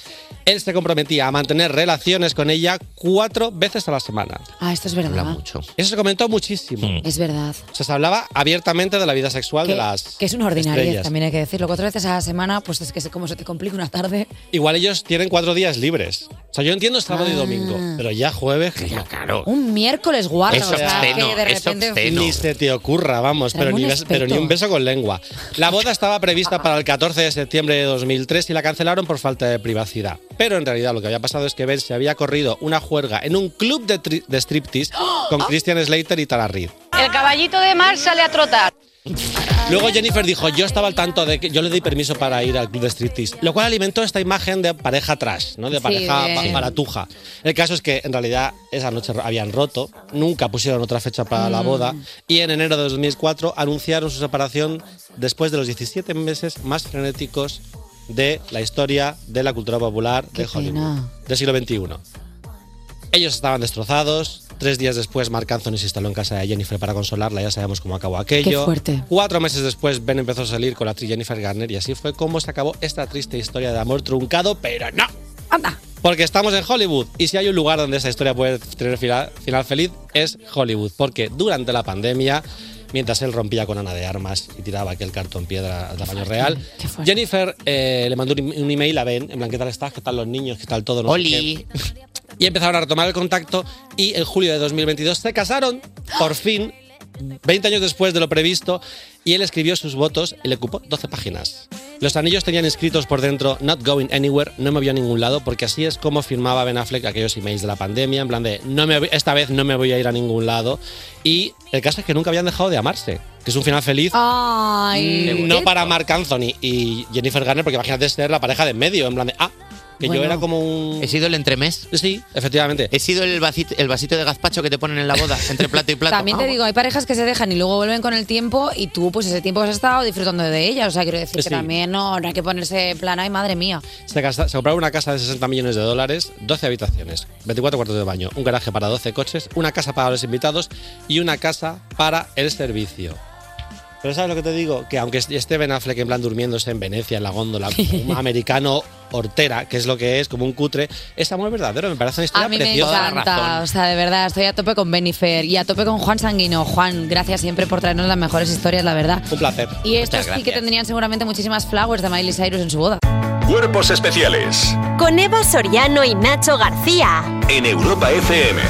Speaker 11: Él se comprometía a mantener relaciones con ella cuatro veces a la semana.
Speaker 3: Ah, esto es verdad.
Speaker 11: Eso se comentó muchísimo.
Speaker 3: Es verdad.
Speaker 11: O sea, se hablaba abiertamente de la vida sexual
Speaker 3: Que,
Speaker 11: de las.
Speaker 3: que es una ordinaria,
Speaker 11: estrellas.
Speaker 3: también hay que decirlo. Cuatro veces a la semana, pues es que se- como se te complica una tarde.
Speaker 11: Igual ellos tienen cuatro días libres. O sea, yo entiendo sábado y domingo, pero ya jueves.
Speaker 4: claro.
Speaker 3: Ah. Un miércoles guarro.
Speaker 11: Es
Speaker 3: o sea,
Speaker 11: obsceno,
Speaker 3: que de
Speaker 11: es
Speaker 3: repente.
Speaker 11: Ni se te ocurra, vamos, pero
Speaker 3: Tráeme
Speaker 11: ni,
Speaker 3: un
Speaker 11: bes- pero ni
Speaker 3: espeto.
Speaker 11: un beso con lengua. La boda estaba prevista para el 14 de septiembre de 2003 y la cancelaron por falta de privacidad. Pero en realidad lo que había pasado es que Ben se había corrido una juerga en un club de, tri- de
Speaker 3: ¡Oh!
Speaker 11: striptease con Christian Slater y Tara Reid.
Speaker 12: El caballito de mar sale a trotar.
Speaker 11: Luego Jennifer dijo, yo estaba al tanto de que yo le di permiso para ir al club de striptease, lo cual alimentó esta imagen de pareja trash, ¿no? De
Speaker 17: Sí,
Speaker 11: pareja
Speaker 17: de-
Speaker 11: ba- baratuja. El caso es que en realidad esa noche habían roto, nunca pusieron otra fecha para la
Speaker 17: Mm.
Speaker 11: boda y en enero de 2004 anunciaron su separación después de los 17 meses más frenéticos de la historia de la cultura popular de Hollywood del siglo XXI. Ellos estaban destrozados. Tres días después, Mark Anthony se instaló en casa de Jennifer para consolarla. Ya sabemos cómo acabó aquello.
Speaker 17: Qué fuerte.
Speaker 11: Cuatro meses después, Ben empezó a salir con la actriz Jennifer Garner y así fue como se acabó esta triste historia de amor truncado, pero no. Porque estamos en Hollywood y si hay un lugar donde esa historia puede tener fila- final feliz es Hollywood. Porque durante la pandemia, mientras él rompía con Ana de Armas y tiraba aquel cartón piedra a tamaño real, Jennifer eh, le mandó un, un email a Ben, en plan, ¿qué tal estás? ¿Qué tal los niños? ¿Qué tal todo? No sé
Speaker 4: Oli.
Speaker 11: qué. Pues Y empezaron a retomar el contacto y en julio de 2022 se casaron, por fin, 20 años después de lo previsto, y él escribió sus votos y le ocupó 12 páginas. Los anillos tenían escritos por dentro Not going anywhere, no me voy a ningún lado, porque así es como firmaba Ben Affleck aquellos emails de la pandemia, en plan de no me, voy- esta vez no me voy a ir a ningún lado. Y el caso es que nunca habían dejado de amarse, que es un final feliz mm,
Speaker 3: Ay,
Speaker 11: no
Speaker 3: qué-
Speaker 11: para Mark Anthony y Jennifer Garner, porque imagínate ser la pareja de en medio, en plan de, ah, que
Speaker 4: Bueno.
Speaker 11: yo era como un...
Speaker 4: He sido el entremés.
Speaker 11: Mm. Sí, efectivamente.
Speaker 4: He sido el vasito, el vasito de gazpacho que te ponen en la boda, entre plato y plato.
Speaker 3: También te digo, hay parejas que se dejan y luego vuelven con el tiempo y tú, pues ese tiempo has estado disfrutando de ellas. O sea, quiero decir
Speaker 11: Eh, Sí.
Speaker 3: que también no, no hay que ponerse en plan, ay, madre mía.
Speaker 11: Se, gasta- se compraron una casa de 60 millones de dólares, 12 habitaciones, 24 cuartos de baño, un garaje para 12 coches, una casa para los invitados y una casa para el servicio. Pero ¿sabes lo que te digo? Que aunque esté Ben Affleck en plan durmiéndose en Venecia, en la góndola, como un americano hortera, que es lo que es, como un cutre, es amor verdadero, me parece una historia
Speaker 3: A mí me
Speaker 11: preciosa.
Speaker 3: encanta, o sea, de verdad, estoy a tope con Benifer y a tope con Juan Sanguino. Juan, gracias siempre por traernos las mejores historias, la verdad.
Speaker 11: Un placer.
Speaker 3: Y estos sí que tendrían seguramente muchísimas flowers de Miley Cyrus en su boda.
Speaker 7: Cuerpos especiales
Speaker 2: Con Eva Soriano y Nacho García.
Speaker 7: en Europa FM.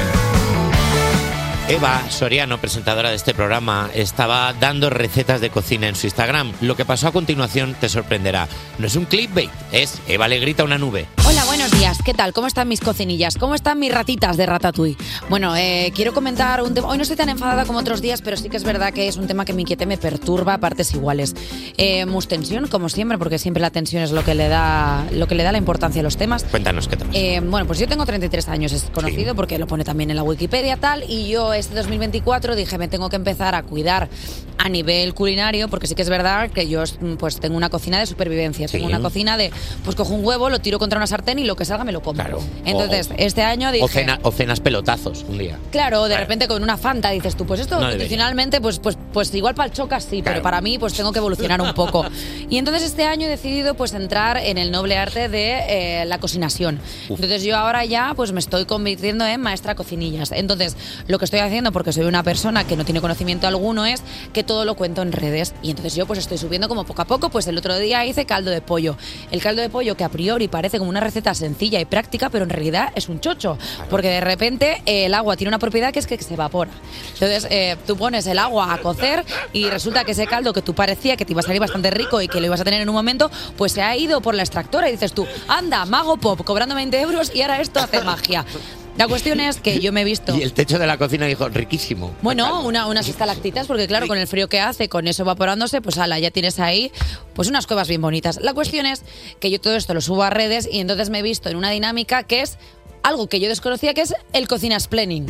Speaker 4: Eva Soriano, presentadora de este programa, estaba dando recetas de cocina en su Instagram. Lo que pasó a continuación te sorprenderá. No es un clickbait, es Eva le grita a una nube.
Speaker 3: Hola, buenos días. ¿Qué tal? ¿Cómo están mis cocinillas? ¿Cómo están mis ratitas de Ratatouille? Bueno, eh, quiero comentar un tema. Hoy no estoy tan enfadada como otros días, pero sí que es verdad que es un tema que me inquieta, y me perturba a partes iguales. Eh, mustensión, como siempre, porque siempre la tensión es lo que le da, lo que le da la importancia a los temas.
Speaker 4: Cuéntanos qué tal.
Speaker 3: Eh, bueno, pues yo tengo 33 años, es conocido porque lo pone también en la Wikipedia tal, y yo este 2024 dije, me tengo que empezar a cuidar a nivel culinario, porque sí que es verdad que yo mm, pues tengo una cocina de supervivencia, tengo una cocina de, pues cojo un huevo, lo tiro contra una sartén y lo que salga me lo como. Entonces,
Speaker 4: O-
Speaker 3: este año dije...
Speaker 4: O, cena- o cenas pelotazos un día.
Speaker 3: Claro, de repente con una Fanta dices tú, pues esto
Speaker 4: No debería.
Speaker 3: nutricionalmente, pues, pues, pues igual para el chocas sí, pero para mí pues tengo que evolucionar un poco. Y entonces este año he decidido pues entrar en el noble arte de eh, la cocinación.
Speaker 18: Uf.
Speaker 3: Entonces yo ahora ya pues me estoy convirtiendo en maestra cocinillas. Entonces lo que estoy haciendo, porque soy una persona que no tiene conocimiento alguno, es que todo lo cuento en redes. Y entonces yo pues estoy subiendo como poco a poco, pues el otro día hice caldo de pollo. El caldo de pollo que a priori parece como una receta sencilla y práctica, pero en realidad es un chocho, porque de repente eh, el agua tiene una propiedad que es que se evapora. Entonces eh, tú pones el agua a cocer y resulta que ese caldo que tú parecía que te iba a salir bastante rico y que lo ibas a tener en un momento, pues se ha ido por la extractora y dices tú, anda, mago pop, cobrando 20 euros y ahora esto hace magia. La cuestión es que yo me he visto...
Speaker 4: Y el techo de la cocina dijo, riquísimo.
Speaker 3: Bueno, una, unas estalactitas, porque claro, con el frío que hace, con eso evaporándose, pues ala, ya tienes ahí pues unas cuevas bien bonitas. La cuestión es que yo todo esto lo subo a redes y entonces me he visto en una dinámica que es algo que yo desconocía, que es el cocinas planning.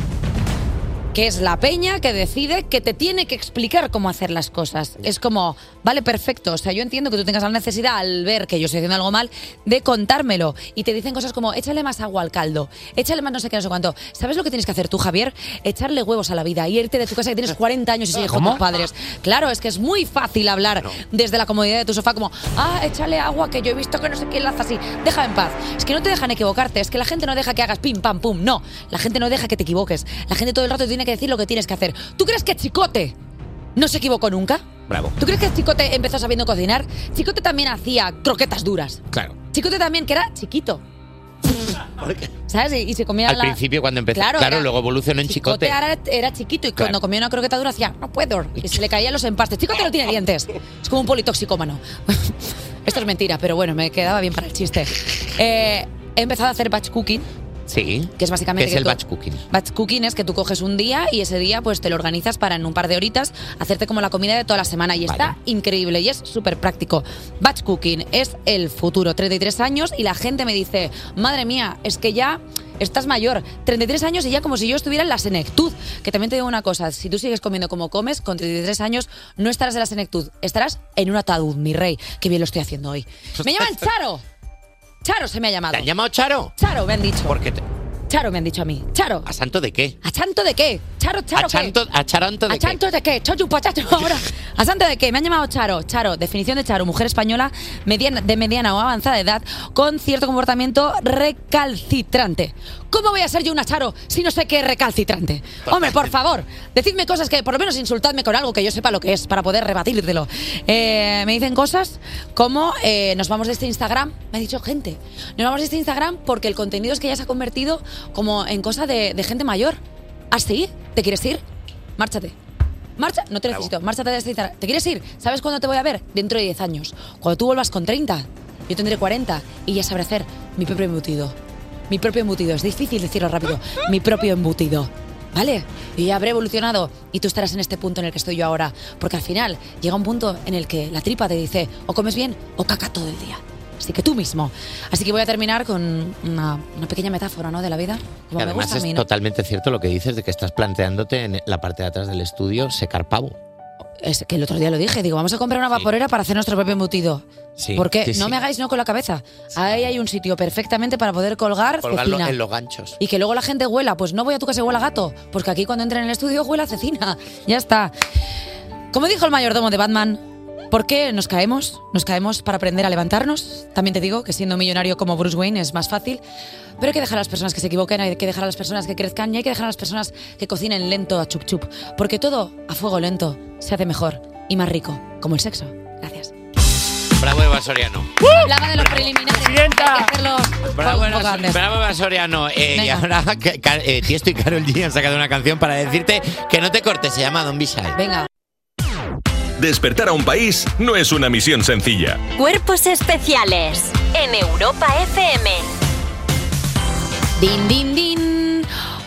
Speaker 3: Que es la peña que decide que te tiene que explicar cómo hacer las cosas. Es como, vale, perfecto. O sea, yo entiendo que tú tengas la necesidad, al ver que yo estoy haciendo algo mal, de contármelo. Y te dicen cosas como, échale más agua al caldo, échale más no sé qué, no sé cuánto. ¿Sabes lo que tienes que hacer tú, Javier? Echarle huevos a la vida y irte de tu casa que tienes 40 años y sigues con
Speaker 18: ¿Cómo?
Speaker 3: tus padres. Claro, es que es muy fácil hablar desde la comodidad de tu sofá como, ah, échale agua que yo he visto que no sé quién la hace así. Déjame en paz. Es que no te dejan equivocarte, es que la gente no deja que hagas pim, pam, pum. No, la gente no deja que te equivoques. La gente todo el rato tiene que decir lo que tienes que hacer. ¿Tú crees que Chicote no se equivocó nunca?
Speaker 4: Bravo.
Speaker 3: ¿Tú crees que Chicote empezó sabiendo cocinar? Chicote también hacía croquetas duras.
Speaker 4: Claro.
Speaker 3: Chicote también, que era chiquito. ¿Sabes? Y, y se comía
Speaker 4: Al
Speaker 3: la-
Speaker 4: principio cuando empezó. Claro,
Speaker 3: Claro, era-
Speaker 4: luego evolucionó en chicote.
Speaker 3: Chicote ahora era chiquito y
Speaker 4: Claro.
Speaker 3: cuando comía una croqueta dura hacía, no puedo, y se le caían los empastes. Chicote no tiene dientes. Es como un politoxicómano. Esto es mentira, pero bueno, me quedaba bien para el chiste. Eh, he empezado a hacer batch cooking
Speaker 4: Sí.
Speaker 3: Que es básicamente
Speaker 4: Que es
Speaker 3: que
Speaker 4: el
Speaker 3: tú-
Speaker 4: batch cooking.
Speaker 3: Batch cooking es que tú coges un día y ese día pues te lo organizas para en un par de horitas hacerte como la comida de toda la semana y está increíble y es súper práctico. Batch cooking es el futuro, 33 años y la gente me dice, madre mía, es que ya estás mayor, 33 años y ya como si yo estuviera en la senectud. Que también te digo una cosa, si tú sigues comiendo como comes, con 33 años no estarás en la senectud, estarás en un ataúd, mi rey. Qué bien lo estoy haciendo hoy. Me llaman Charo. Charo se me ha llamado.
Speaker 4: ¿Te han llamado Charo?
Speaker 3: Charo, me han dicho.
Speaker 4: Porque te-
Speaker 3: Charo me han dicho a mí. Charo.
Speaker 4: ¿A santo de qué?
Speaker 3: ¿A chanto de qué? Charo, Charo,
Speaker 4: ¿A, chanto, ¿A charanto de
Speaker 3: ¿A chanto de qué? Chochu pachacho ahora. ¿A santo de qué? Me han llamado Charo. Charo, definición de Charo, mujer española mediana- de mediana o avanzada edad con cierto comportamiento recalcitrante. ¿Cómo voy a ser yo una Charo si no sé qué es recalcitrante? Hombre, por favor, decidme cosas que por lo menos insultadme con algo que yo sepa lo que es para poder rebatírtelo. Eh, me dicen cosas como eh, nos vamos de este Instagram, me ha dicho gente, nos vamos de este Instagram porque el contenido es que ya se ha convertido como en cosa de, de gente mayor. ¿Ah, sí? ¿Te quieres ir? Márchate. Marcha, no te necesito, márchate de este Instagram. ¿Te quieres ir? ¿Sabes cuándo te voy a ver? Dentro de 10 años. Cuando tú vuelvas con 30, yo tendré 40 y ya sabré hacer mi propio embutido. Mi propio embutido, es difícil decirlo rápido. Mi propio embutido. ¿Vale? Y ya habré evolucionado y tú estarás en este punto en el que estoy yo ahora. Porque al final llega un punto en el que la tripa te dice o comes bien o caca todo el día. Así que tú mismo. Así que voy a terminar con una, una pequeña metáfora, ¿no? De la vida. Como
Speaker 4: Que
Speaker 3: me
Speaker 4: además
Speaker 3: gusta a
Speaker 4: es
Speaker 3: mí, ¿no?
Speaker 4: totalmente cierto lo que dices de que estás planteándote en la parte de atrás del estudio secar pavo.
Speaker 3: Es que el otro día lo dije, digo, vamos a comprar una vaporera para hacer nuestro propio embutido.
Speaker 4: Sí,
Speaker 3: Porque
Speaker 4: sí,
Speaker 3: no
Speaker 4: sí.
Speaker 3: me hagáis no con la cabeza. Ahí hay un sitio perfectamente para poder colgar
Speaker 4: Colgarlo
Speaker 3: cecina.
Speaker 4: en los ganchos.
Speaker 3: Y que luego la gente huela. Pues no voy a tu casa y huela gato. Porque aquí cuando entren en el estudio huela a cecina. Ya está. Como dijo el mayordomo de Batman, ¿por qué nos caemos? Nos caemos para aprender a levantarnos. También te digo que siendo un millonario como Bruce Wayne es más fácil. Pero hay que dejar a las personas que se equivoquen, hay que dejar a las personas que crezcan y hay que dejar a las personas que cocinen lento a chup chup. Porque todo a fuego lento se hace mejor y más rico, como el sexo.
Speaker 4: Bravo Eva Soriano.
Speaker 3: Hablaba de los preliminares. Hay que hacerlos
Speaker 4: Bravo,
Speaker 3: un
Speaker 4: Eva
Speaker 3: poco
Speaker 4: Sor-
Speaker 3: antes.
Speaker 4: bravo Eva Soriano. Eh, y ahora Ca- Ca- eh, Tiesto y Carol G han sacado una canción para decirte que no te cortes, se llama Don Bishai.
Speaker 3: Venga.
Speaker 7: Despertar a un país no es una misión sencilla.
Speaker 2: Cuerpos especiales en Europa FM.
Speaker 3: Din, din, din.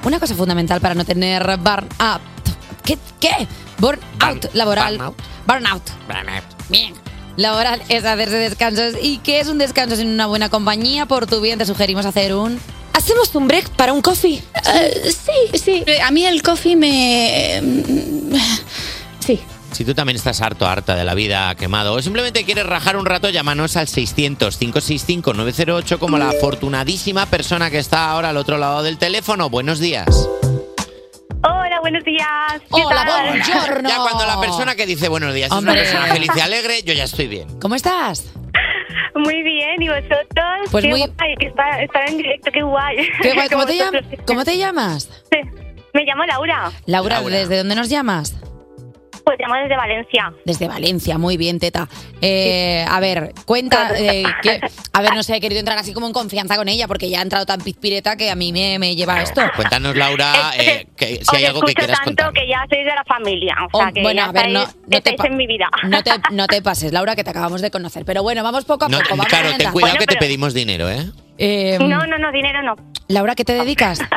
Speaker 3: Una cosa fundamental para no tener burn up. ¿Qué? ¿Qué? Burn out laboral.
Speaker 4: burnout.
Speaker 3: Burnout. Bien. Laboral es hacerse descansos. ¿Y qué es un descanso sin una buena compañía? Por tu bien te sugerimos hacer un... Eh, ¿Hacemos un break para un coffee?
Speaker 17: sí, sí. A mí el coffee me... Sí.
Speaker 4: Si tú también estás harto, harta de la vida quemado o simplemente quieres rajar un rato, llámanos al 600-565-908 como la afortunadísima persona que está ahora al otro lado del teléfono. Buenos días.
Speaker 18: Hola, buenos días. ¿Qué
Speaker 3: Hola,
Speaker 18: tal?
Speaker 3: buongiorno.
Speaker 4: Ya cuando la persona que dice buenos días
Speaker 3: Hombre.
Speaker 4: es una persona feliz y alegre, yo ya estoy bien.
Speaker 3: ¿Cómo estás?
Speaker 18: Muy bien, ¿y vosotros?
Speaker 3: Pues
Speaker 18: qué
Speaker 3: muy-
Speaker 18: guay, que está, estar en directo, qué guay.
Speaker 3: Qué guay, ¿Cómo, te llam-
Speaker 18: Vosotros.
Speaker 3: ¿Cómo te llamas?
Speaker 18: Me llamo Laura.
Speaker 3: Laura, ¿desde dónde nos llamas?
Speaker 18: Pues llamo desde Valencia.
Speaker 3: Desde Valencia, muy bien, Teta. Eh, a ver, cuenta. eh, que- a ver, no sé, he querido entrar así como en confianza con ella porque ya ha entrado tan pizpireta que a mí me, me lleva esto.
Speaker 4: Cuéntanos, Laura, eh, que, si
Speaker 18: Os
Speaker 4: hay algo que
Speaker 18: escucho
Speaker 4: quieras
Speaker 18: tanto
Speaker 4: contar.
Speaker 18: que ya sois de la familia. O sea,
Speaker 3: Oh,
Speaker 18: que
Speaker 3: bueno,
Speaker 18: ya
Speaker 3: a ver, no-
Speaker 18: estáis,
Speaker 3: no te
Speaker 18: estáis
Speaker 3: pa-
Speaker 18: en mi vida.
Speaker 3: No te, no te pases, Laura, que te acabamos de conocer. Pero bueno, vamos poco a
Speaker 4: No,
Speaker 3: poco. vamos
Speaker 4: claro, ten
Speaker 3: calentando.
Speaker 4: cuidado que te pedimos dinero, ¿eh?
Speaker 3: Eh,
Speaker 18: No, no, no, dinero no.
Speaker 3: Laura, ¿qué te dedicas?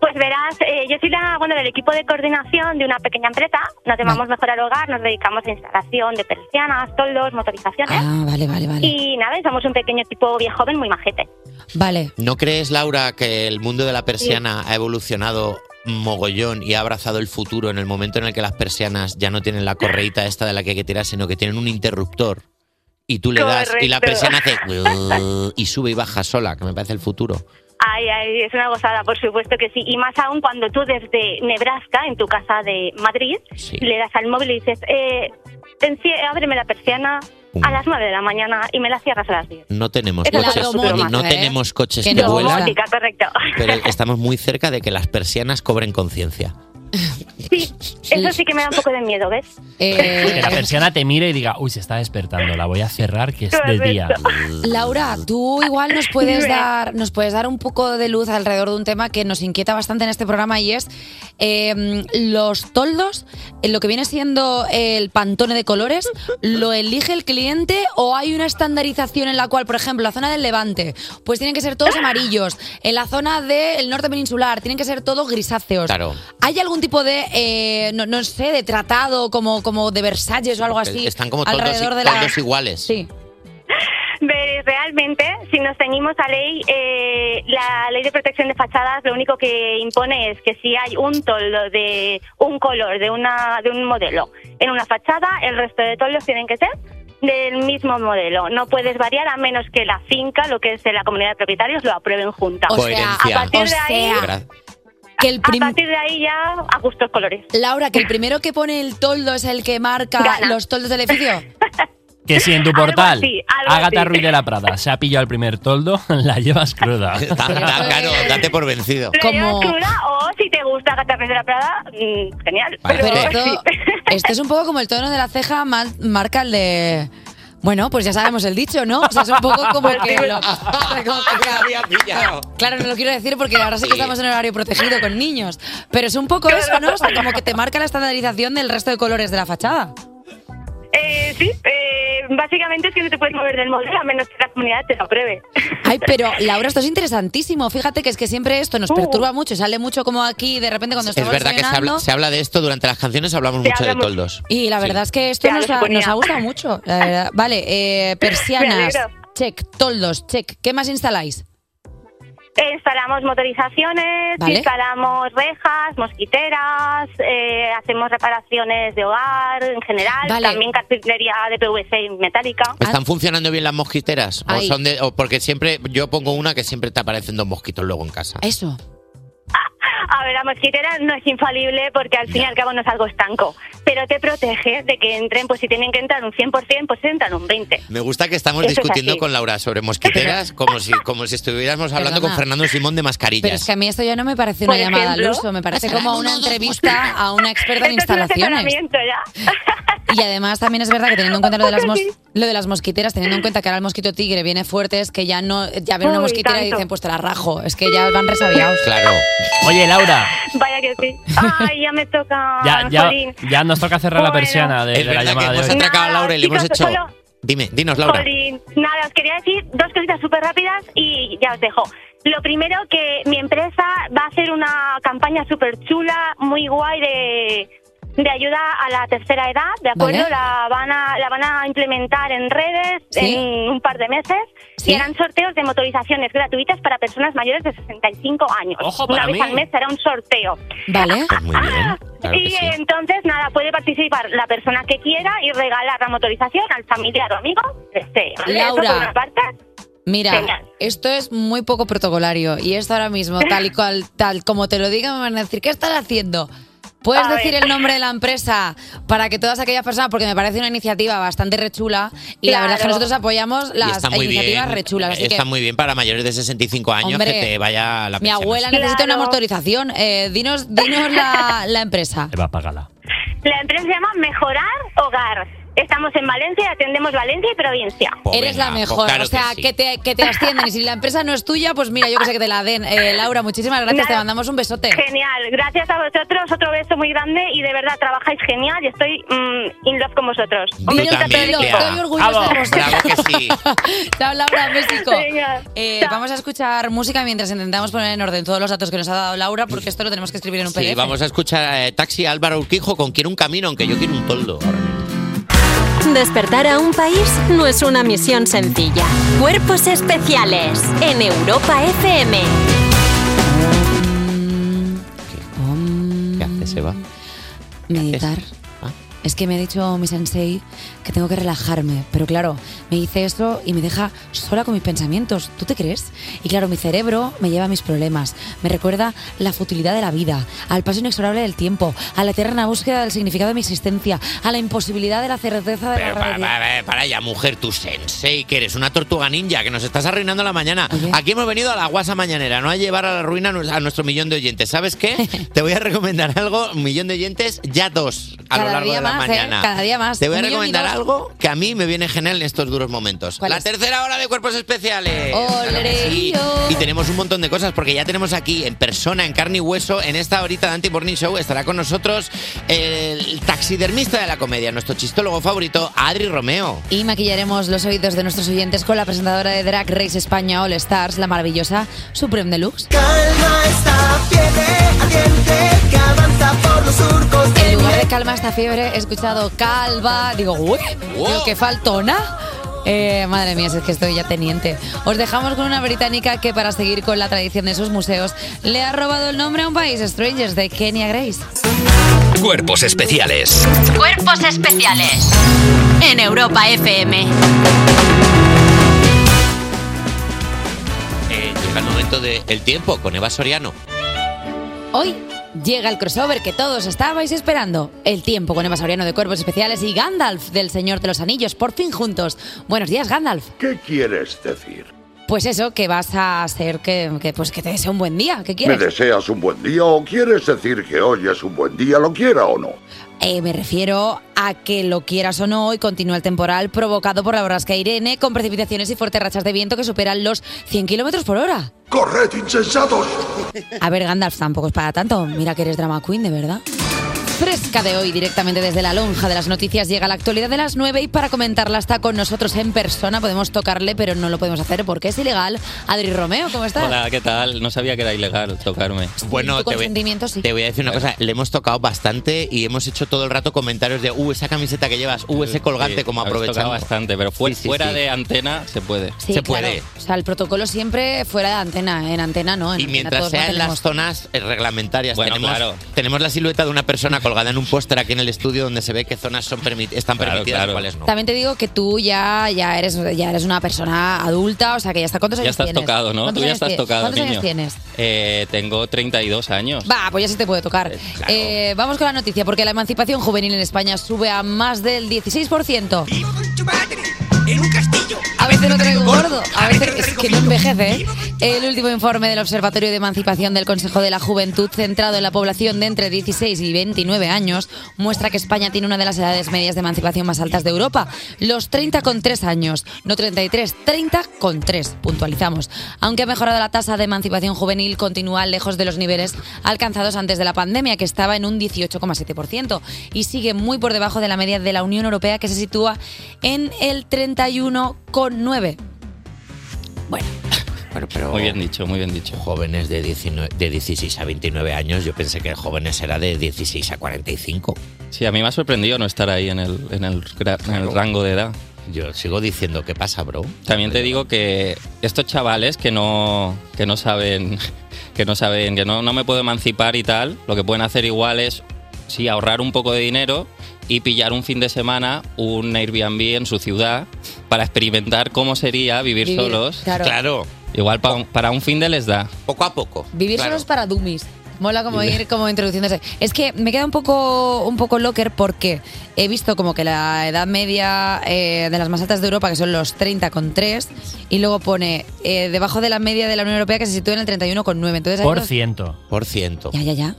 Speaker 18: Pues verás, eh, yo soy la, bueno, del equipo de coordinación de una pequeña empresa. Nos llamamos Mejorar Hogar, nos dedicamos a instalación de persianas, toldos, motorizaciones.
Speaker 3: Ah, vale, vale, vale.
Speaker 18: Y nada, y somos un pequeño tipo bien joven muy majete.
Speaker 3: Vale.
Speaker 4: ¿No crees, Laura, que el mundo de la persiana ha evolucionado mogollón y ha abrazado el futuro en el momento en el que las persianas ya no tienen la correita esta de la que hay que tirar, sino que tienen un interruptor? Y tú le das y la
Speaker 18: Correcto.
Speaker 4: persiana hace y sube y baja sola, que me parece el futuro.
Speaker 18: Ay, ay, es una gozada, por supuesto que sí. Y más aún cuando tú desde Nebraska, en tu casa de Madrid, le das al móvil y dices, eh, encie- ábreme la persiana a las 9 de la mañana y me la cierras a las 10.
Speaker 4: No tenemos
Speaker 18: Es la
Speaker 4: coches,
Speaker 18: domótica,
Speaker 4: no
Speaker 18: ¿eh?
Speaker 4: tenemos coches
Speaker 18: Que
Speaker 4: que
Speaker 18: no,
Speaker 4: vuelan,
Speaker 18: domótica, correcto.
Speaker 4: pero estamos muy cerca de que las persianas cobren conciencia.
Speaker 18: Sí, eso sí que me da un poco de miedo, ¿ves?
Speaker 6: Que la persiana te mire y diga, uy, se está despertando, la voy a cerrar que es de día.
Speaker 3: Laura, tú igual nos puedes dar, nos puedes dar un poco de luz alrededor de un tema que nos inquieta bastante en este programa y es eh, los toldos, eh, lo que viene siendo el pantone de colores, ¿lo elige el cliente o hay una estandarización en la cual, por ejemplo, la zona del levante, pues tienen que ser todos amarillos, en la zona del norte peninsular, tienen que ser todos grisáceos.
Speaker 4: Claro.
Speaker 3: ¿Hay algún tipo de, eh, no, no sé, de tratado como, como de Versalles o algo así?
Speaker 4: Están como todos,
Speaker 3: alrededor de la...
Speaker 4: iguales.
Speaker 3: Sí.
Speaker 18: Ve- Realmente, si nos ceñimos a ley, eh, la ley de protección de fachadas lo único que impone es que si hay un toldo de un color, de, una, de un modelo en una fachada, el resto de toldos tienen que ser del mismo modelo. No puedes variar a menos que la finca, lo que es de la comunidad de propietarios, lo aprueben junta.
Speaker 3: Coherencia.
Speaker 18: A partir
Speaker 3: O
Speaker 18: de ahí...
Speaker 3: sea, que el
Speaker 18: A partir de ahí ya a gustos colores.
Speaker 3: Laura, que el primero que pone el toldo es el que marca los toldos del edificio.
Speaker 6: Que si en tu portal
Speaker 3: así, algo
Speaker 6: Ágata
Speaker 3: así.
Speaker 6: Ruiz de la Prada se ha pillado el primer toldo, la llevas cruda.
Speaker 4: claro, date por vencido.
Speaker 18: Lo llevas cruda o si te gusta Catarres de la Prada, mm, genial.
Speaker 3: Pero esto, esto es un poco como el tono de la ceja mal- marca el de... Bueno, pues ya sabemos el dicho, ¿no? O sea, es un poco como que... lo- Claro, no lo quiero decir porque ahora sí que
Speaker 4: Sí.
Speaker 3: estamos en horario protegido con niños. Pero es un poco eso, ¿no? O sea, como que te marca la estandarización del resto de colores de la fachada.
Speaker 18: Eh, sí, eh, básicamente es que no te puedes mover del modelo a menos que la comunidad te lo apruebe.
Speaker 3: Ay, pero Laura, esto es interesantísimo. Fíjate que es que siempre esto
Speaker 18: Uh.
Speaker 3: nos perturba mucho. Sale mucho como aquí, de repente cuando
Speaker 4: Es
Speaker 3: estamos
Speaker 4: verdad que se habla,
Speaker 3: desayunando.
Speaker 4: se habla de esto durante las canciones, hablamos
Speaker 3: Se
Speaker 4: mucho de
Speaker 3: habla mucho.
Speaker 4: toldos.
Speaker 3: Y la verdad es que esto
Speaker 4: Ya,
Speaker 3: nos
Speaker 4: lo
Speaker 3: ha,
Speaker 4: suponía.
Speaker 3: nos ha gustado mucho. la verdad. Vale, eh, persianas,
Speaker 18: Me alegro.
Speaker 3: check, toldos, check. ¿Qué más instaláis?
Speaker 18: Eh, Instalamos motorizaciones,
Speaker 3: Vale.
Speaker 18: instalamos rejas, mosquiteras, eh, hacemos reparaciones de hogar en general,
Speaker 4: Vale. Pues-
Speaker 18: también carpintería de PVC metálica.
Speaker 4: ¿Están funcionando bien las mosquiteras? ¿O
Speaker 18: Ahí.
Speaker 4: son de, o porque siempre yo pongo una que siempre te aparecen dos mosquitos luego en casa.
Speaker 3: Eso.
Speaker 18: A ver, la mosquitera no es infalible porque al fin y al cabo no es algo estanco, pero te protege de que entren, pues si tienen que entrar un 100%, pues entran un 20%.
Speaker 4: Me gusta que estamos
Speaker 18: Eso es
Speaker 4: discutiendo
Speaker 18: así.
Speaker 4: con Laura sobre mosquiteras como si, como si estuviéramos hablando
Speaker 3: Perdona.
Speaker 4: con Fernando Simón de
Speaker 3: Pero es
Speaker 4: mascarillas.
Speaker 3: que a mí esto ya no me parece una
Speaker 18: Por
Speaker 3: llamada al
Speaker 18: ejemplo.
Speaker 3: uso, me parece
Speaker 18: Pues
Speaker 3: como
Speaker 18: ahora
Speaker 3: una
Speaker 18: no nos
Speaker 3: entrevista a una experta en
Speaker 18: Esto es un
Speaker 3: instalaciones.
Speaker 18: asesoramiento ya.
Speaker 3: Y además también es verdad que teniendo en cuenta lo de las, mos- lo de las mosquiteras, teniendo en cuenta que ahora el mosquito tigre viene fuerte, es que ya no ya ven una
Speaker 18: Uy,
Speaker 3: mosquitera y
Speaker 18: tanto.
Speaker 3: dicen, pues te la rajo, es que ya van resabiados.
Speaker 4: Claro.
Speaker 6: Oye, Laura,
Speaker 18: Vaya que sí. Ay, ya me toca.
Speaker 3: Ah,
Speaker 6: ya, ya,
Speaker 18: jolín.
Speaker 6: ya nos toca cerrar la persiana de,
Speaker 4: Es
Speaker 6: de la
Speaker 4: verdad que
Speaker 6: llamada de
Speaker 4: hemos
Speaker 6: hoy.
Speaker 4: atracado a Laura y le hemos
Speaker 18: chicos,
Speaker 4: hecho...
Speaker 18: solo-
Speaker 4: Dime, dinos, Laura.
Speaker 18: Jolín, nada, os quería decir dos cositas súper rápidas y ya os dejo. Lo primero que mi empresa va a hacer una campaña súper chula, muy guay de, de ayuda a la tercera edad, ¿de acuerdo?
Speaker 19: Vale.
Speaker 18: La, van a, la van a implementar en redes
Speaker 19: Sí.
Speaker 18: en un par de meses y harán sorteos de motorizaciones gratuitas para personas mayores de 65 años.
Speaker 19: Ojo,
Speaker 18: una
Speaker 19: para
Speaker 18: vez
Speaker 19: mí.
Speaker 18: al mes será un sorteo.
Speaker 3: Vale.
Speaker 4: muy bien.
Speaker 18: y entonces, nada, puede participar la persona que quiera y regalar la motorización al familiar o amigo que desee. ¿vale? Eso
Speaker 3: Laura.
Speaker 18: por una parte.
Speaker 3: Mira,
Speaker 18: Venga.
Speaker 3: esto es muy poco protocolario y esto ahora mismo, tal y cual, tal como te lo diga, me van a decir, ¿qué estás haciendo? Puedes
Speaker 19: A
Speaker 3: decir
Speaker 19: ver.
Speaker 3: el nombre de la empresa para que todas aquellas personas, porque me parece una iniciativa bastante rechula y la verdad es que
Speaker 4: Claro.
Speaker 3: nosotros apoyamos
Speaker 4: Y
Speaker 3: las
Speaker 4: está muy
Speaker 3: iniciativas
Speaker 4: bien.
Speaker 3: rechulas. Así que
Speaker 4: Está muy bien para mayores de 65 años
Speaker 3: Hombre,
Speaker 4: que te vaya la
Speaker 3: mi
Speaker 4: persiana.
Speaker 3: abuela necesita una motorización. Eh, dinos dinos la, la empresa.
Speaker 6: Eva, págala.
Speaker 18: La empresa se llama Mejorar Hogar. Estamos en Valencia y atendemos Valencia y provincia.
Speaker 3: Eres la mejor, o sea, que, te, que te asciendan. Y si la empresa no es tuya, pues mira, yo que sé que te la den. Eh, Laura, muchísimas gracias,
Speaker 18: Nada.
Speaker 3: te mandamos un besote.
Speaker 18: Genial, gracias a vosotros, otro beso muy grande y de verdad trabajáis genial y estoy mm, in love con vosotros.
Speaker 4: Hombre,
Speaker 3: Yo también,
Speaker 4: también,
Speaker 3: Leo,
Speaker 4: Lea.
Speaker 3: estoy orgullosa de vosotros.
Speaker 4: Bravo que sí.
Speaker 3: Chao, Laura, un besico. Eh, vamos a escuchar música mientras intentamos poner en orden todos los datos que nos ha dado Laura, porque esto lo tenemos que escribir en un PDF.
Speaker 4: Sí, vamos a escuchar eh, Taxi Álvaro Urquijo con Quiero un camino, aunque yo quiero un toldo.
Speaker 2: Despertar a un país no es una misión sencilla. Cuerpos especiales en Europa FM.
Speaker 4: ¿Qué hace, Seba?
Speaker 3: Meditar. es que me ha dicho mi sensei que tengo que relajarme. Pero claro, me dice eso y me deja sola con mis pensamientos. ¿Tú te crees? Y claro, mi cerebro me lleva a mis problemas. Me recuerda la futilidad de la vida, al paso inexorable del tiempo, a la eterna búsqueda del significado de mi existencia, a la imposibilidad de la certeza de la
Speaker 4: Pero para,
Speaker 3: realidad.
Speaker 4: para, para ya, mujer, tu sensei, que eres una tortuga ninja, que nos estás arruinando la mañana. Aquí hemos venido a la guasa mañanera, no a llevar a la ruina a nu- a nuestro millón de oyentes. ¿Sabes qué? Te voy a recomendar algo, un millón de oyentes, ya dos a
Speaker 3: Cada
Speaker 4: lo largo
Speaker 3: día
Speaker 4: de la
Speaker 3: más, ¿eh?
Speaker 4: mañana.
Speaker 3: Cada día más.
Speaker 4: Te voy a
Speaker 3: Un millón y
Speaker 4: recomendar
Speaker 3: dos.
Speaker 4: algo que a mí me viene genial en estos duros momentos.
Speaker 3: ¿Cuál
Speaker 4: La
Speaker 3: es?
Speaker 4: tercera hora de cuerpos especiales.
Speaker 3: Ole,
Speaker 4: Claro que sí.
Speaker 3: yo.
Speaker 4: Y tenemos un montón de cosas porque ya tenemos aquí en persona, en carne y hueso, en esta horita de Anti-Morning Show estará con nosotros el taxidermista de la comedia, nuestro chistólogo favorito, Adri Romeo.
Speaker 3: Y maquillaremos los oídos de nuestros oyentes con la presentadora de Drag Race España All Stars, la maravillosa Supreme Deluxe. En lugar de calma esta fiebre, he escuchado calva. Digo, uy, digo, qué faltona. Eh, madre mía, si es que estoy ya teniente. Os dejamos con una británica que, para seguir con la tradición de sus museos, le ha robado el nombre a un país, Strangers, de Kenya Grace.
Speaker 1: Cuerpos especiales.
Speaker 2: Cuerpos especiales en Europa FM.
Speaker 4: Eh, llega el momento del tiempo con Eva Soriano.
Speaker 3: Hoy llega el crossover que todos estabais esperando. El tiempo con Eva Soriano de Cuerpos Especiales y Gandalf del Señor de los Anillos, por fin juntos. Buenos días, Gandalf.
Speaker 19: ¿Qué quieres decir?
Speaker 3: Pues eso, que vas a hacer que, que, pues que te deseo un buen día. ¿Qué
Speaker 19: ¿Me
Speaker 3: quieres?
Speaker 19: deseas un buen día o quieres decir que hoy es un buen día, lo quiera o no?
Speaker 3: Eh, me refiero a que lo quieras o no, hoy continúa el temporal provocado por la borrasca Irene, con precipitaciones y fuertes rachas de viento que superan los 100 kilómetros por hora.
Speaker 19: ¡Corred, insensatos!
Speaker 3: A ver, Gandalf, tampoco es para tanto. Mira que eres drama queen, de verdad. Fresca de hoy, directamente desde la lonja de las noticias, llega la actualidad de las 9 y para comentarla está con nosotros en persona. Podemos tocarle, pero no lo podemos hacer porque es ilegal. Adri Romeo, ¿cómo estás?
Speaker 13: Hola, ¿qué tal? No sabía que era ilegal tocarme.
Speaker 4: Bueno,
Speaker 3: Tu
Speaker 4: te voy,
Speaker 3: consentimiento, sí.
Speaker 4: te voy a decir una cosa, le hemos tocado bastante y hemos hecho todo el rato comentarios de, uh, esa camiseta que llevas, uh, ese colgante,
Speaker 13: Sí,
Speaker 4: como
Speaker 13: habéis tocado
Speaker 4: aprovechamos.
Speaker 13: bastante, pero fue-
Speaker 4: Sí, sí,
Speaker 13: fuera
Speaker 4: sí.
Speaker 13: de antena se puede.
Speaker 3: Sí, claro. O sea, el protocolo siempre fuera de antena, en antena no. En
Speaker 4: Y
Speaker 3: antena
Speaker 4: mientras
Speaker 3: todos
Speaker 4: sea en las
Speaker 3: mantenemos-
Speaker 4: zonas eh, reglamentarias,
Speaker 13: Bueno,
Speaker 4: tenemos,
Speaker 13: claro.
Speaker 4: tenemos la silueta de una persona colgada en un póster aquí en el estudio donde se ve qué zonas son permit- están
Speaker 13: Claro,
Speaker 4: permitidas
Speaker 13: claro.
Speaker 4: y cuáles no.
Speaker 3: También te digo que tú ya, ya, eres, ya eres una persona adulta, o sea que ya está. ¿Cuántos
Speaker 13: Ya
Speaker 3: años
Speaker 13: estás
Speaker 3: tienes?
Speaker 13: tocado, ¿no?
Speaker 3: ¿Cuántos
Speaker 13: Tú ya
Speaker 3: años
Speaker 13: estás
Speaker 3: tie-
Speaker 13: tocado,
Speaker 3: ¿Cuántos
Speaker 13: niño.
Speaker 3: años tienes?
Speaker 13: Eh, tengo 32 años.
Speaker 3: Va, pues ya se te puede tocar. Eh, vamos con la noticia, porque la emancipación juvenil en España sube a más del 16%. A veces lo traigo gordo, a veces es que no envejece. ¿eh? El último informe del Observatorio de Emancipación del Consejo de la Juventud, centrado en la población de entre 16 y 29 años, muestra que España tiene una de las edades medias de emancipación más altas de Europa, los 30,3 años, no 33, 30,3, puntualizamos. Aunque ha mejorado la tasa de emancipación juvenil, continúa lejos de los niveles alcanzados antes de la pandemia, que estaba en un 18,7%, y sigue muy por debajo de la media de la Unión Europea, que se sitúa en el 31,9%.
Speaker 4: muy bien dicho, muy bien dicho. Jóvenes de, 19 de 16 a 29 años, yo pensé que jóvenes era de 16 a 45.
Speaker 13: Sí, a mí me ha sorprendido no estar ahí en el, en el, gra- en el rango de edad.
Speaker 4: Yo sigo diciendo, ¿qué pasa, bro?
Speaker 13: También te digo que estos chavales que no, que no saben, que no saben, que no, no me puedo emancipar y tal, lo que pueden hacer igual es, sí, ahorrar un poco de dinero y pillar un fin de semana un Airbnb en su ciudad para experimentar cómo sería vivir,
Speaker 3: Vivir,
Speaker 13: solos.
Speaker 3: claro.
Speaker 13: Igual pa- para un fin de les da.
Speaker 4: Poco a poco.
Speaker 3: Vivir solos para dummies. Mola como ir como introduciéndose. Es que me queda un poco un poco locker porque he visto como que la edad media eh, de las más altas de Europa, que son los 30,3, y luego pone eh, debajo de la media de la Unión Europea que se sitúa en el 31,9. Entonces, hay unos-
Speaker 4: ciento. Por ciento.
Speaker 3: Ya, ya, ya.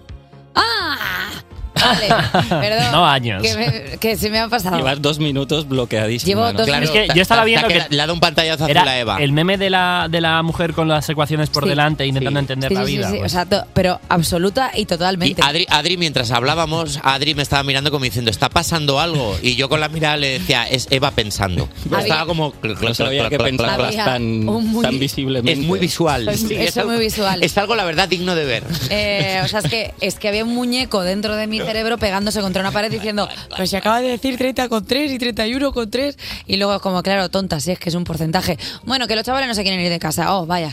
Speaker 3: Perdón.
Speaker 13: No años.
Speaker 3: Que, me- que se me ha pasado.
Speaker 13: Llevas dos minutos bloqueadísimo.
Speaker 3: Llevo
Speaker 13: ¿no?
Speaker 3: dos Claro, minutos.
Speaker 6: Es que yo estaba viendo que
Speaker 4: un pantallazo
Speaker 6: era
Speaker 13: azul a Eva.
Speaker 6: El meme de la, de la mujer con las ecuaciones por
Speaker 3: Sí.
Speaker 6: delante intentando entender
Speaker 3: Sí,
Speaker 6: la
Speaker 3: sí, sí,
Speaker 6: vida.
Speaker 3: sí,
Speaker 6: pues.
Speaker 3: o sea, to- pero absoluta y
Speaker 4: Y
Speaker 3: totalmente.
Speaker 4: Adri, Adri, mientras hablábamos, Adri me estaba mirando como diciendo, está pasando algo. Y yo con la mirada le decía, es Eva pensando.
Speaker 3: Había-
Speaker 4: Estaba como...
Speaker 13: No sabía que pensabas
Speaker 3: Había
Speaker 13: tan,
Speaker 3: un muy- Pues
Speaker 13: tan visiblemente.
Speaker 4: Es muy visual.
Speaker 3: Soy-
Speaker 4: sí,
Speaker 3: soy muy visual.
Speaker 4: Es algo, la verdad, digno de ver.
Speaker 3: Eh, o sea, es que, es que había un muñeco dentro de mi cerebro pegándose contra una pared diciendo, pero si acaba de decir 30 con 3 y 31 con 3. Y luego, como, claro, tonta, si es que es un porcentaje. Bueno, que los chavales no se quieren ir de casa. Oh, vaya.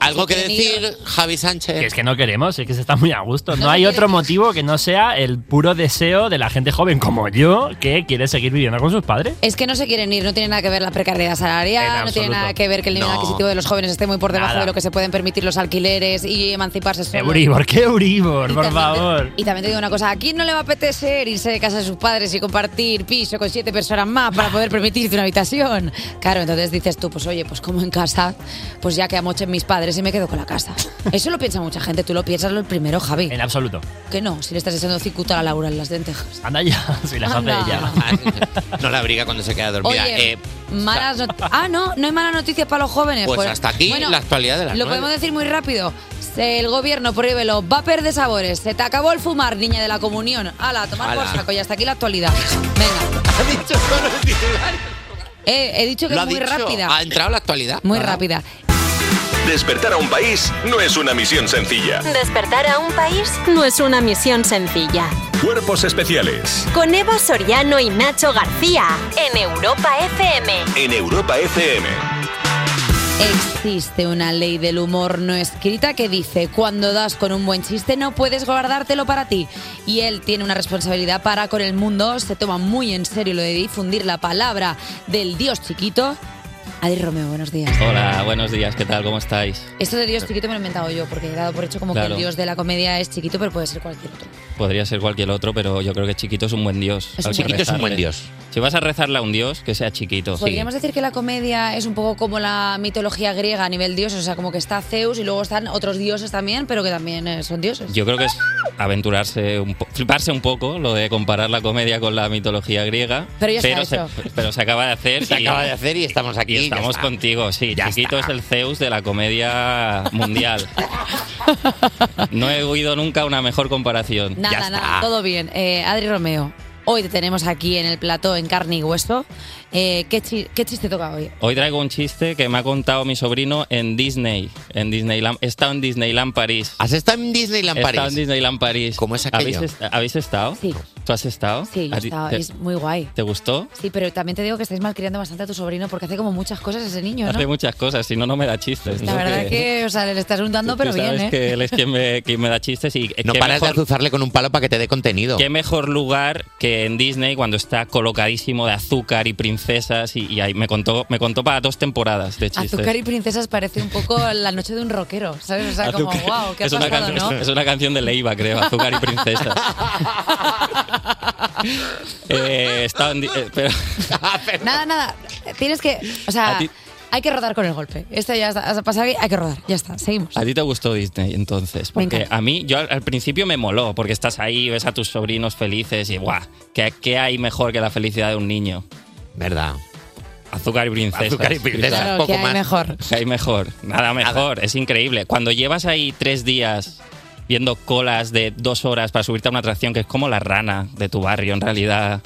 Speaker 4: Algo que decir, Javi Sánchez.
Speaker 6: Que es que no queremos, es que se está muy a gusto. No hay otro motivo que no sea el puro deseo de la gente joven como yo que quiere seguir viviendo con sus padres.
Speaker 3: Es que no se quieren ir, no tiene nada que ver la precariedad
Speaker 6: En
Speaker 3: salarial, no tiene
Speaker 6: absoluto.
Speaker 3: nada que ver que el nivel
Speaker 6: No.
Speaker 3: adquisitivo de los jóvenes esté muy por debajo
Speaker 6: Nada.
Speaker 3: de lo que se pueden permitir los alquileres y emanciparse solos.
Speaker 6: Euribor, ¿qué Euribor?
Speaker 3: Y
Speaker 6: Por
Speaker 3: también te-
Speaker 6: favor.
Speaker 3: Y también te digo una cosa, ¿a quién no le va a apetecer irse de casa de sus padres y compartir piso con siete personas más para poder permitirte una habitación? Claro, entonces dices tú, pues oye, pues como en casa, pues ya que amochen mis padres y me quedo con la casa. Eso lo piensa mucha gente, tú lo piensas lo primero, Javi.
Speaker 6: En absoluto.
Speaker 3: Que no, si le estás echando cicuta a la Laura en las lentejas.
Speaker 6: Anda ya, si las hace
Speaker 3: Anda.
Speaker 6: ella.
Speaker 4: No la abriga cuando se queda dormida.
Speaker 3: Ah, Oye,
Speaker 4: Eh,
Speaker 3: malas not- Ah, no, no hay malas noticias para los jóvenes.
Speaker 4: pues hasta aquí
Speaker 3: bueno,
Speaker 4: la actualidad de la
Speaker 3: Lo podemos decir muy rápido. El gobierno prohíbe los vapers de sabores. Se te acabó el fumar, niña de la comunión. Ala, a tomar por
Speaker 4: Ala.
Speaker 3: saco. Y hasta aquí la actualidad. Venga. Eh, he dicho que
Speaker 7: Lo
Speaker 3: es
Speaker 7: ha
Speaker 3: muy
Speaker 7: dicho.
Speaker 3: rápida.
Speaker 7: Ha entrado
Speaker 4: la actualidad.
Speaker 3: Muy rápida.
Speaker 7: Despertar a un país no es una misión sencilla.
Speaker 2: Despertar a un país no es una misión sencilla.
Speaker 7: Cuerpos especiales
Speaker 2: Con Evo Soriano y Nacho García en Europa FM.
Speaker 7: en Europa FM.
Speaker 3: Existe una ley del humor no escrita que dice, cuando das con un buen chiste no puedes guardártelo para ti. Y él tiene una responsabilidad para con el mundo, se toma muy en serio lo de difundir la palabra del Dios chiquito. Adi Romeo, buenos días.
Speaker 13: Hola, buenos días, ¿qué tal? ¿Cómo estáis?
Speaker 3: Esto de Dios chiquito me lo he inventado yo, porque he dado por hecho como que
Speaker 13: Eh. Claro.
Speaker 3: el Dios de la comedia es chiquito, pero puede ser cualquier otro.
Speaker 13: Podría ser cualquier otro, pero yo creo que chiquito es un buen dios.
Speaker 3: Es
Speaker 13: al
Speaker 3: un
Speaker 13: que
Speaker 4: Chiquito es un
Speaker 13: rezarle.
Speaker 4: buen dios.
Speaker 13: Si vas a rezarle a un dios, que sea chiquito.
Speaker 3: Podríamos decir que la comedia es un poco como la mitología griega a nivel dios, o sea, como que está Zeus y luego están otros dioses también, pero que también eh, son dioses.
Speaker 13: Yo creo que es aventurarse, un po- fliparse un poco, lo de comparar la comedia con la mitología griega.
Speaker 3: Pero ya se ha
Speaker 13: se,
Speaker 3: hecho.
Speaker 13: pero se acaba de hacer.
Speaker 4: Se acaba de hacer y estamos aquí,
Speaker 13: y
Speaker 4: ya
Speaker 13: estamos
Speaker 4: está.
Speaker 13: contigo, sí. Chiquito es el Zeus de la comedia mundial. no he oído nunca una mejor comparación.
Speaker 3: Nada, nada, todo bien. Eh, Adri Romeo, hoy te tenemos aquí en el plató en carne y hueso. Eh, ¿qué, chi- qué chiste toca hoy?
Speaker 13: Hoy traigo un chiste que me ha contado mi sobrino en Disney. En Disneyland. He estado en Disneyland París.
Speaker 4: ¿Has estado en Disneyland
Speaker 13: He
Speaker 4: París?
Speaker 13: estado en Disneyland París. ¿Cómo es
Speaker 4: aquello?
Speaker 13: ¿Habéis, est- habéis estado?
Speaker 3: Sí.
Speaker 13: ¿Tú has estado?
Speaker 3: Sí, yo
Speaker 13: ¿A ti-
Speaker 3: estaba-
Speaker 13: te-
Speaker 3: es muy guay.
Speaker 13: ¿Te gustó?
Speaker 3: Sí, pero también te digo que estáis malcriando bastante a tu sobrino porque hace como muchas cosas ese niño, ¿no?
Speaker 13: Hace muchas cosas, si no, no me da chistes.
Speaker 3: La
Speaker 13: ¿no?
Speaker 3: verdad
Speaker 13: Que-
Speaker 3: que, o sea, le estás untando,
Speaker 13: tú
Speaker 3: pero bien,
Speaker 13: sabes
Speaker 3: ¿eh?
Speaker 13: que él es quien me, quien me da chistes y
Speaker 4: No
Speaker 13: qué
Speaker 4: paras de
Speaker 13: mejor-
Speaker 4: azuzarle con un palo para que te dé contenido.
Speaker 13: Qué mejor lugar que en Disney cuando está colocadísimo de azúcar y princesas y, y ahí me contó, me contó para dos temporadas de chistes.
Speaker 3: Azúcar y princesas parece un poco la noche de un rockero, ¿sabes? O sea, como,
Speaker 13: Azúcar.
Speaker 3: wow, qué ha
Speaker 13: es, una
Speaker 3: pasado,
Speaker 13: canción-
Speaker 3: ¿no?
Speaker 13: es una canción de Leiva, creo, Azúcar y Princesa. Eh, estaba en di- eh, pero-
Speaker 3: Nada, nada. Tienes que, o sea,
Speaker 13: A ti-
Speaker 3: hay que rodar con el golpe. Esto ya está, has pasado aquí, hay que rodar, ya está, seguimos.
Speaker 13: ¿A ti te gustó Disney entonces?
Speaker 3: Me
Speaker 13: Porque a mí, yo al, al principio me moló, porque estás ahí, ves a tus sobrinos felices y ¡guau! ¿Qué, qué hay mejor que la felicidad de un niño?
Speaker 4: ¿Verdad?
Speaker 13: Azúcar y princesas.
Speaker 4: Azúcar y princesas, Claro, poco ¿qué hay más. mejor?
Speaker 13: ¿Qué hay mejor? Nada mejor, es increíble. Cuando llevas ahí tres días viendo colas de dos horas para subirte a una atracción que es como la rana de tu barrio en realidad.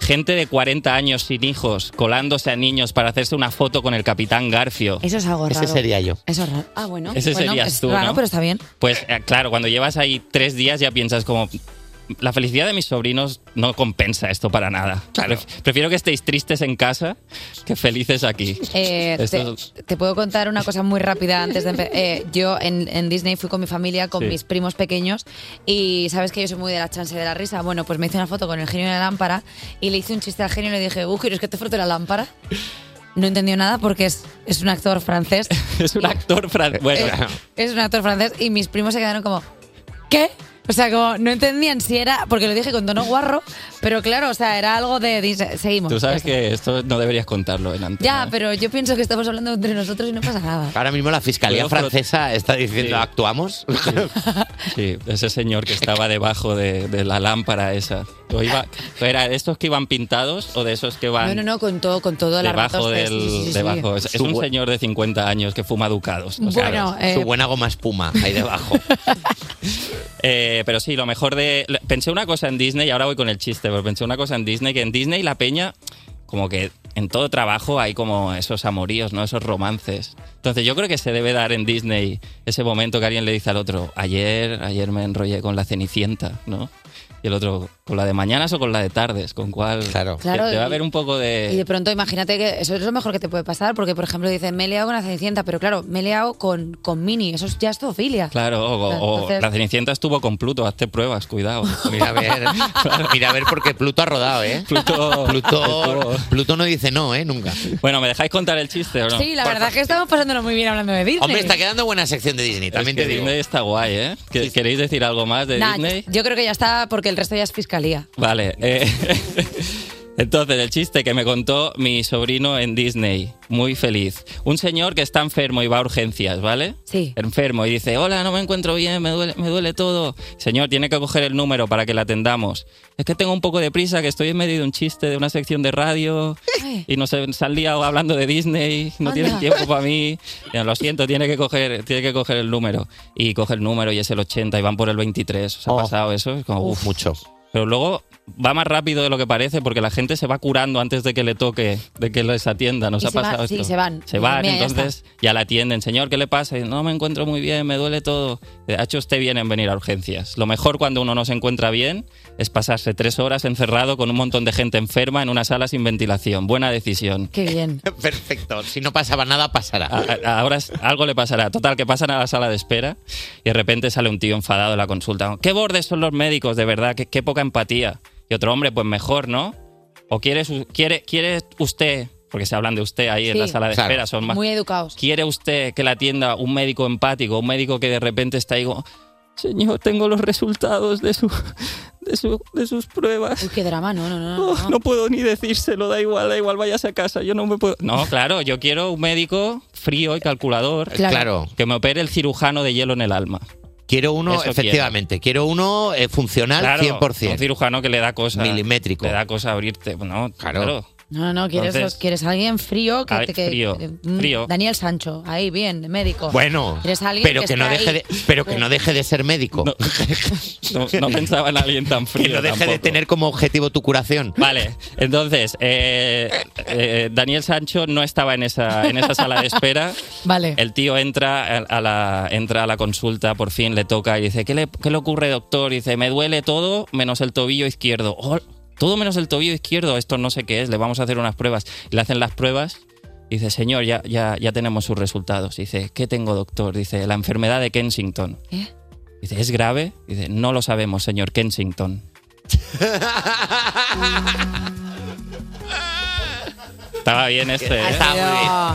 Speaker 13: Gente de 40 años sin hijos colándose a niños para hacerse una foto con el capitán Garfio.
Speaker 3: Eso es algo raro.
Speaker 13: Ese sería yo.
Speaker 3: Eso es raro. Ah, bueno.
Speaker 13: Ese
Speaker 3: Bueno,
Speaker 13: serías
Speaker 3: es
Speaker 13: tú,
Speaker 3: raro,
Speaker 13: ¿no?
Speaker 3: pero está bien.
Speaker 13: Pues eh, claro, cuando llevas ahí tres días ya piensas como... La felicidad de mis sobrinos no compensa esto para nada. Pref- Prefiero que estéis tristes en casa que felices aquí.
Speaker 3: Eh,
Speaker 13: Esto-
Speaker 3: te, te puedo contar una cosa muy rápida antes de empe- eh, Yo en, en Disney fui con mi familia, con
Speaker 13: Sí.
Speaker 3: mis primos pequeños, y sabes que yo soy muy de la chance de la risa. Bueno, pues me hice una foto con el genio de la lámpara y le hice un chiste al genio y le dije, ¿quieres que te frote la lámpara? No entendió nada porque es, es un actor francés.
Speaker 13: Es un actor francés. Bueno,
Speaker 4: eh,
Speaker 3: Es un actor francés y mis primos se quedaron como, ¿qué? O sea, como no entendían si era, porque lo dije con tono guarro, pero claro, o sea, era algo de... Disney. Seguimos.
Speaker 13: tú sabes
Speaker 3: Ya
Speaker 13: que esto no deberías contarlo en antes.
Speaker 3: Ya, pero yo pienso que estamos hablando entre nosotros y no pasa nada.
Speaker 4: Ahora mismo la Fiscalía Francesa está diciendo, ¿actuamos?
Speaker 13: Sí, ese señor que estaba debajo de, de la lámpara esa. O iba- ¿Era de estos que iban pintados o de esos que van
Speaker 3: No, no, no, con todo, con todo la
Speaker 13: debajo
Speaker 3: ratosfera,
Speaker 13: del...
Speaker 3: sí, sí, sí, sí.
Speaker 13: debajo? Es, es
Speaker 4: Su
Speaker 13: un
Speaker 4: bu-
Speaker 13: señor de 50 años que fuma ducados.
Speaker 3: Bueno, eh,
Speaker 4: Su buena goma espuma ahí debajo.
Speaker 13: Eh, pero sí, lo mejor de. lo- Pensé una cosa en Disney, y ahora voy con el chiste, pero pensé una cosa en Disney, que en Disney la peña, como que en todo trabajo hay como esos amoríos, ¿no? Esos romances. Entonces yo creo que se debe dar en Disney ese momento que alguien le dice al otro, ayer, ayer me enrollé con la Cenicienta, ¿no? Y el otro, ¿con la de mañanas o con la de tardes? ¿Con cuál? Claro.
Speaker 3: Claro,
Speaker 13: Te va a
Speaker 3: y-
Speaker 13: haber un poco
Speaker 3: Y de pronto imagínate que eso es lo mejor que te puede pasar, porque por ejemplo dicen, me he liado con la Cenicienta, pero claro, me he liado con, con Mini, eso es- ya es zoofilia.
Speaker 13: Claro, o, o- o
Speaker 3: Entonces-
Speaker 13: la Cenicienta estuvo con Pluto, hazte pruebas, cuidado.
Speaker 4: Mira a ver, mira a ver porque Pluto ha rodado, ¿eh?
Speaker 13: Pluto,
Speaker 4: Pluto, Pluto no dice no, ¿eh? Nunca.
Speaker 13: Bueno, ¿me dejáis contar el chiste o no?
Speaker 3: Sí, la verdad es que estamos pasándonos muy bien hablando de Disney.
Speaker 13: Hombre, está
Speaker 4: quedando buena sección de Disney,
Speaker 13: también te digo. Disney está guay, ¿eh? ¿Que- ¿Queréis decir algo más de
Speaker 3: Nah,
Speaker 13: Disney?
Speaker 3: yo creo que ya está porque el resto ya es fiscalía.
Speaker 13: Vale. eh, Entonces, el chiste que me contó mi sobrino en Disney, muy feliz. Un señor que está enfermo y va a urgencias, ¿vale?
Speaker 3: Sí.
Speaker 13: Enfermo y dice, hola, no me encuentro bien, me duele, me duele todo. Señor, tiene que coger el número para que le atendamos. Es que tengo un poco de prisa, que estoy en medio de un chiste de una sección de radio y nos se se han liado hablando de Disney, no
Speaker 20: Anda.
Speaker 13: tienen tiempo para mí. Ya, lo siento, tiene que coger, tiene que coger el número. Y coge el número y es el 80 y van por el 23. ¿Os ha pasado eso? Es como, uf,
Speaker 4: mucho.
Speaker 13: Pero luego va más rápido de lo que parece porque la gente se va curando antes de que le toque, de que les atienda. ¿Nos
Speaker 3: Y
Speaker 13: ha
Speaker 3: se va-
Speaker 13: pasado
Speaker 3: sí,
Speaker 13: esto?
Speaker 3: se van.
Speaker 13: Se van,
Speaker 3: Mira, ya
Speaker 13: entonces ya, la atienden. Señor, ¿qué le pasa? Y, no me encuentro muy bien, me duele todo. Ha hecho usted bien en venir a urgencias. Lo mejor cuando uno no se encuentra bien es pasarse tres horas encerrado con un montón de gente enferma en una sala sin ventilación. Buena decisión.
Speaker 3: Qué bien.
Speaker 4: Perfecto. Si no pasaba nada, pasará.
Speaker 13: A- a- Ahora es- algo le pasará. Total, que pasan a la sala de espera y de repente sale un tío enfadado de la consulta. Qué bordes son los médicos, de verdad, qué, qué poca empatía. Y otro hombre, pues mejor, ¿no? O quiere, su- quiere, quiere usted, porque se hablan de usted ahí en la
Speaker 3: Sí.
Speaker 13: sala de espera, son más...
Speaker 3: Muy educados.
Speaker 13: ¿Quiere usted que la atienda un médico empático, un médico que de repente está ahí como, señor, tengo los resultados de, su, de, su- de sus pruebas?
Speaker 3: Uy, qué drama, no, no, no.
Speaker 13: Oh, no puedo ni decírselo, da igual, da igual, váyase a casa, yo no me puedo... No, claro, yo quiero un médico frío y calculador.
Speaker 4: Claro. Eh, Claro.
Speaker 13: Que me opere el cirujano de hielo en el alma.
Speaker 4: Quiero uno, efectivamente, quiero, uno eh, funcional
Speaker 13: Claro,
Speaker 4: 100%.
Speaker 13: Un cirujano que le da cosa.
Speaker 4: Milimétrico.
Speaker 13: Le da cosa abrirte. No, claro.
Speaker 3: No, no, no, quieres,
Speaker 13: Entonces-
Speaker 3: quieres a alguien frío que
Speaker 13: A ver,
Speaker 3: te que-
Speaker 13: frío,
Speaker 3: que- mm,
Speaker 13: frío.
Speaker 3: Daniel Sancho, ahí bien, de médico.
Speaker 4: Bueno,
Speaker 3: Quieres a alguien
Speaker 4: pero
Speaker 3: que
Speaker 4: que,
Speaker 3: esté
Speaker 4: no
Speaker 3: ahí.
Speaker 4: deje de, pero que no deje de ser médico.
Speaker 13: No, no pensaba en alguien tan frío.
Speaker 4: que no deje de
Speaker 13: tampoco.
Speaker 4: tener como objetivo tu curación.
Speaker 13: Vale, entonces, eh, eh, Daniel Sancho no estaba en esa, en esa sala de espera.
Speaker 3: Vale.
Speaker 13: El tío entra a a la, entra a la consulta, por fin le toca y dice, ¿qué le, qué le ocurre, doctor? Y dice, me duele todo menos el tobillo izquierdo. "Oh, todo menos el tobillo izquierdo, esto no sé qué es, le vamos a hacer unas pruebas. Y Le hacen las pruebas. y Dice, señor, ya, ya, ya tenemos sus resultados. Y Dice, ¿qué tengo, doctor? Dice, la enfermedad de Kensington.
Speaker 3: ¿Eh?
Speaker 13: Dice, ¿es grave? Dice, no lo sabemos, señor Kensington. Estaba bien este, ¿eh?
Speaker 3: Ha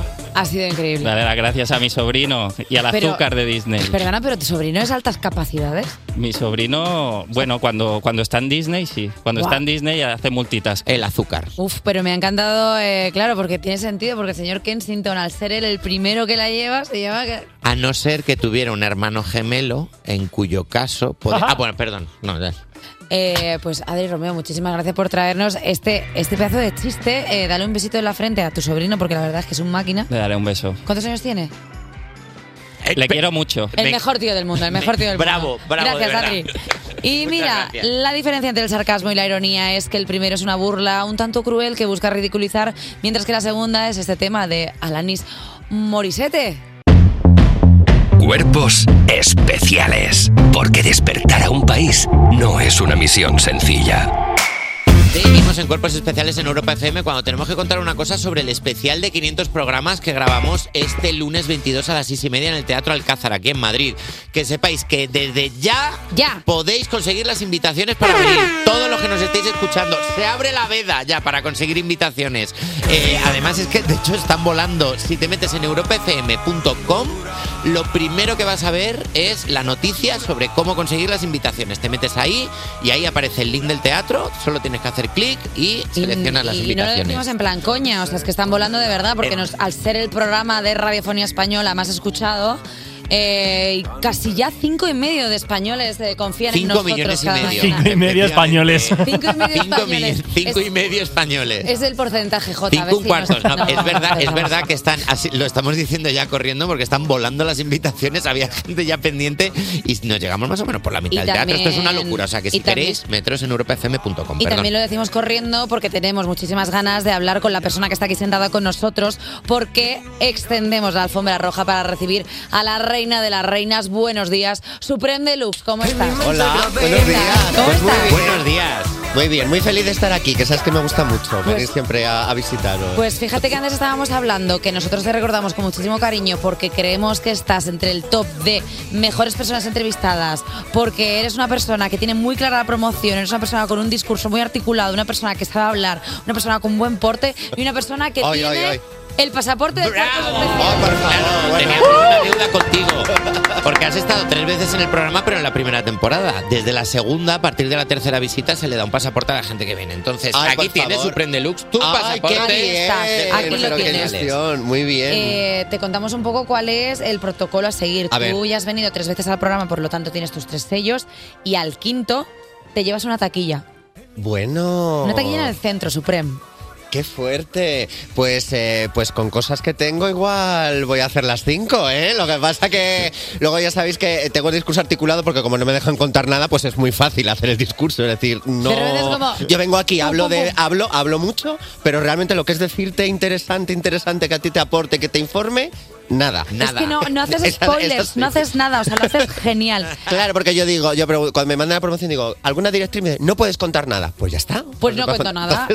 Speaker 3: sido, ha sido increíble.
Speaker 13: Dale las gracias a mi sobrino y al
Speaker 3: Pero-
Speaker 13: azúcar de Disney.
Speaker 3: Perdona, pero tu sobrino es altas capacidades.
Speaker 13: Mi sobrino, bueno, cuando, cuando está en Disney, sí. Cuando
Speaker 3: Guau.
Speaker 13: está en Disney hace multitasking.
Speaker 4: El azúcar.
Speaker 3: Uf, pero me ha encantado, eh, claro, porque tiene sentido, porque el señor Kensington, al ser él el primero que la lleva, se llama... que-
Speaker 4: A no ser que tuviera un hermano gemelo, en cuyo caso. pod-
Speaker 3: Ajá.
Speaker 4: Ah, bueno, perdón. No, ya.
Speaker 3: Eh, pues Adri Romeo, muchísimas gracias por traernos este, este pedazo de chiste. Eh, dale un besito en la frente a tu sobrino, porque la verdad es que es un máquina.
Speaker 13: Le daré un beso.
Speaker 3: ¿Cuántos años tiene?
Speaker 13: Le quiero mucho.
Speaker 3: El mejor tío del mundo, el mejor tío del
Speaker 13: Bravo,
Speaker 3: mundo.
Speaker 13: bravo, de
Speaker 3: Gracias,
Speaker 13: verdad.
Speaker 3: Adri. Y
Speaker 13: Muchas
Speaker 3: mira,
Speaker 13: gracias.
Speaker 3: la diferencia entre el sarcasmo y la ironía es que el primero es una burla un tanto cruel que busca ridiculizar, mientras que la segunda es este tema de Alanis Morisete.
Speaker 1: Cuerpos especiales. Porque despertar a un país no es una misión sencilla.
Speaker 4: Seguimos en Cuerpos Especiales en Europa FM cuando tenemos que contar una cosa sobre el especial de 500 programas que grabamos este lunes 22 a las 6 y media en el Teatro Alcázar, aquí en Madrid. Que sepáis que desde ya,
Speaker 3: ya.
Speaker 4: podéis conseguir las invitaciones para venir. Todos los que nos estéis escuchando, se abre la veda ya para conseguir invitaciones. Eh, además es que, de hecho, están volando. Si te metes en europafm.com, lo primero que vas a ver es la noticia sobre cómo conseguir las invitaciones. Te metes ahí y ahí aparece el link del teatro. Solo tienes que hacer clic y seleccionas las
Speaker 3: Y no lo
Speaker 4: invitaciones.
Speaker 3: decimos en plan coña, o sea, es que están volando de verdad, porque
Speaker 4: Eh.
Speaker 3: nos, al ser el programa de Radiofonía Española más escuchado, eh, y casi ya cinco y medio de españoles eh, confían en
Speaker 4: Cinco
Speaker 3: nosotros
Speaker 4: millones y
Speaker 3: cada
Speaker 4: medio.
Speaker 3: mañana.
Speaker 6: Y medio españoles.
Speaker 3: Cinco y medio
Speaker 4: Cinco, mi-
Speaker 3: españoles.
Speaker 4: cinco y medio españoles.
Speaker 3: Es el porcentaje, J. a ver
Speaker 4: Cinco un
Speaker 3: si nos-
Speaker 4: cuartos. No,
Speaker 3: no,
Speaker 4: es verdad, es
Speaker 3: perdón.
Speaker 4: verdad que están así, lo estamos diciendo ya corriendo porque están volando las invitaciones, había gente ya pendiente y nos llegamos más o menos por la mitad
Speaker 3: Y
Speaker 4: del teatro. Esto es una
Speaker 3: también-
Speaker 4: locura. O sea que
Speaker 3: y
Speaker 4: si
Speaker 3: también-
Speaker 4: queréis, metros en europafm.com.
Speaker 3: Y
Speaker 4: Perdón.
Speaker 3: también lo decimos corriendo porque tenemos muchísimas ganas de hablar con la persona que está aquí sentada con nosotros porque extendemos la alfombra roja para recibir a la reina de las reinas. Buenos días, Supreme Deluxe, ¿cómo estás?
Speaker 20: Hola, buenos días. Pues muy bien. Buenos
Speaker 4: días.
Speaker 20: Muy bien, muy feliz de estar aquí, que sabes que me gusta mucho venir
Speaker 3: Pues-
Speaker 20: siempre a, a visitaros.
Speaker 3: Pues fíjate que antes estábamos hablando que nosotros te recordamos con muchísimo cariño porque creemos que estás entre el top de mejores personas entrevistadas, porque eres una persona que tiene muy clara la promoción, eres una persona con un discurso muy articulado, una persona que sabe hablar, una persona con buen porte y una persona que
Speaker 20: Ay,
Speaker 3: tiene
Speaker 20: ay, Ah, ay.
Speaker 3: el pasaporte de
Speaker 4: Tenía una deuda contigo. Porque has estado tres veces en el programa, pero en la primera temporada. Desde la segunda, a partir de la tercera visita, se le da un pasaporte a la gente que viene. Entonces,
Speaker 20: Ay,
Speaker 4: aquí
Speaker 20: por
Speaker 4: tienes
Speaker 20: favor.
Speaker 4: su Prende Lux, tu
Speaker 20: Ay,
Speaker 4: pasaporte.
Speaker 20: qué bien.
Speaker 3: está, aquí
Speaker 20: Pero
Speaker 3: lo
Speaker 20: qué
Speaker 3: tienes.
Speaker 20: gestión, muy bien.
Speaker 3: Eh, te contamos un poco cuál es el protocolo a seguir.
Speaker 20: A
Speaker 3: Tú
Speaker 20: ver.
Speaker 3: ya has venido tres veces al programa, por lo tanto tienes tus tres sellos y al quinto te llevas una taquilla.
Speaker 20: bueno.
Speaker 3: Una taquilla en el centro, Supreme.
Speaker 20: Qué fuerte. Pues, eh, pues con cosas que tengo igual voy a hacer las cinco, ¿eh? Lo que pasa que luego ya sabéis que tengo el discurso articulado porque como no me dejan contar nada, pues es muy fácil hacer el discurso. Es decir, no.
Speaker 3: Pero eres como-
Speaker 20: Yo vengo aquí, hablo de,
Speaker 3: pum.
Speaker 20: hablo, hablo mucho, pero realmente lo que es decirte interesante, interesante, que a ti te aporte, que te informe, nada. Nada.
Speaker 3: Es que no, no haces
Speaker 20: Esa- esa
Speaker 3: spoilers,
Speaker 20: sí.
Speaker 3: no haces nada, o sea, lo haces genial.
Speaker 20: Claro, porque yo digo, yo pregun- cuando me mandan la promoción digo, alguna directriz me dice, no puedes contar nada. Pues ya está.
Speaker 3: Pues no cuento nada.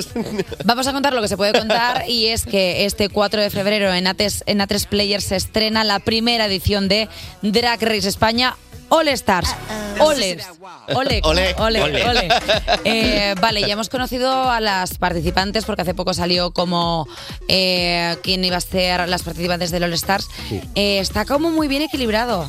Speaker 3: Vamos a contar lo que se puede contar y es que este 4 de febrero en A3, en A3 Player se estrena la primera edición de Drag Race España All Stars. Oles. Ole,
Speaker 20: Ole.
Speaker 3: ole,
Speaker 20: Ole.
Speaker 3: ole. Eh, vale, ya hemos conocido a las participantes porque hace poco salió como eh, quién iba a ser las participantes del All Stars.
Speaker 20: Sí.
Speaker 3: Eh, está como muy bien equilibrado.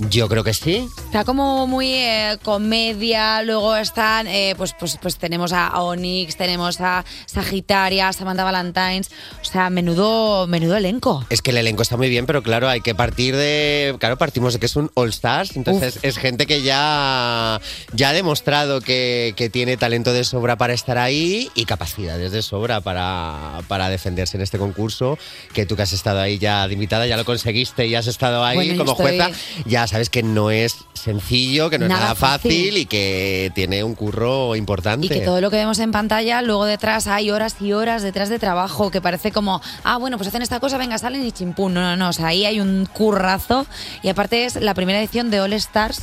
Speaker 20: Yo creo que sí.
Speaker 3: Está como muy eh, comedia, luego están, eh, pues, pues, pues tenemos a Onyx, tenemos a Sagitaria, Samantha Valentines, o sea, menudo, menudo elenco.
Speaker 20: Es que el elenco está muy bien, pero claro, hay que partir de. Claro, partimos de que es un All Stars. Entonces, es gente que ya, ya ha demostrado que, que tiene talento de sobra para estar ahí y capacidades de sobra para, para defenderse en este concurso. Que tú que has estado ahí ya de invitada, ya lo conseguiste y has estado ahí
Speaker 3: Bueno, yo
Speaker 20: como
Speaker 3: estoy-
Speaker 20: jueza, ya sabes que no es sencillo, que no
Speaker 3: Nada
Speaker 20: es nada fácil,
Speaker 3: fácil.
Speaker 20: y que tiene un curro importante.
Speaker 3: Y que todo lo que vemos en pantalla, luego detrás hay horas y horas detrás de trabajo, que parece como, ah, bueno, pues hacen esta cosa, venga, salen y chimpún. No, no, no, o sea, ahí hay un currazo. Y aparte es la primera edición de All Stars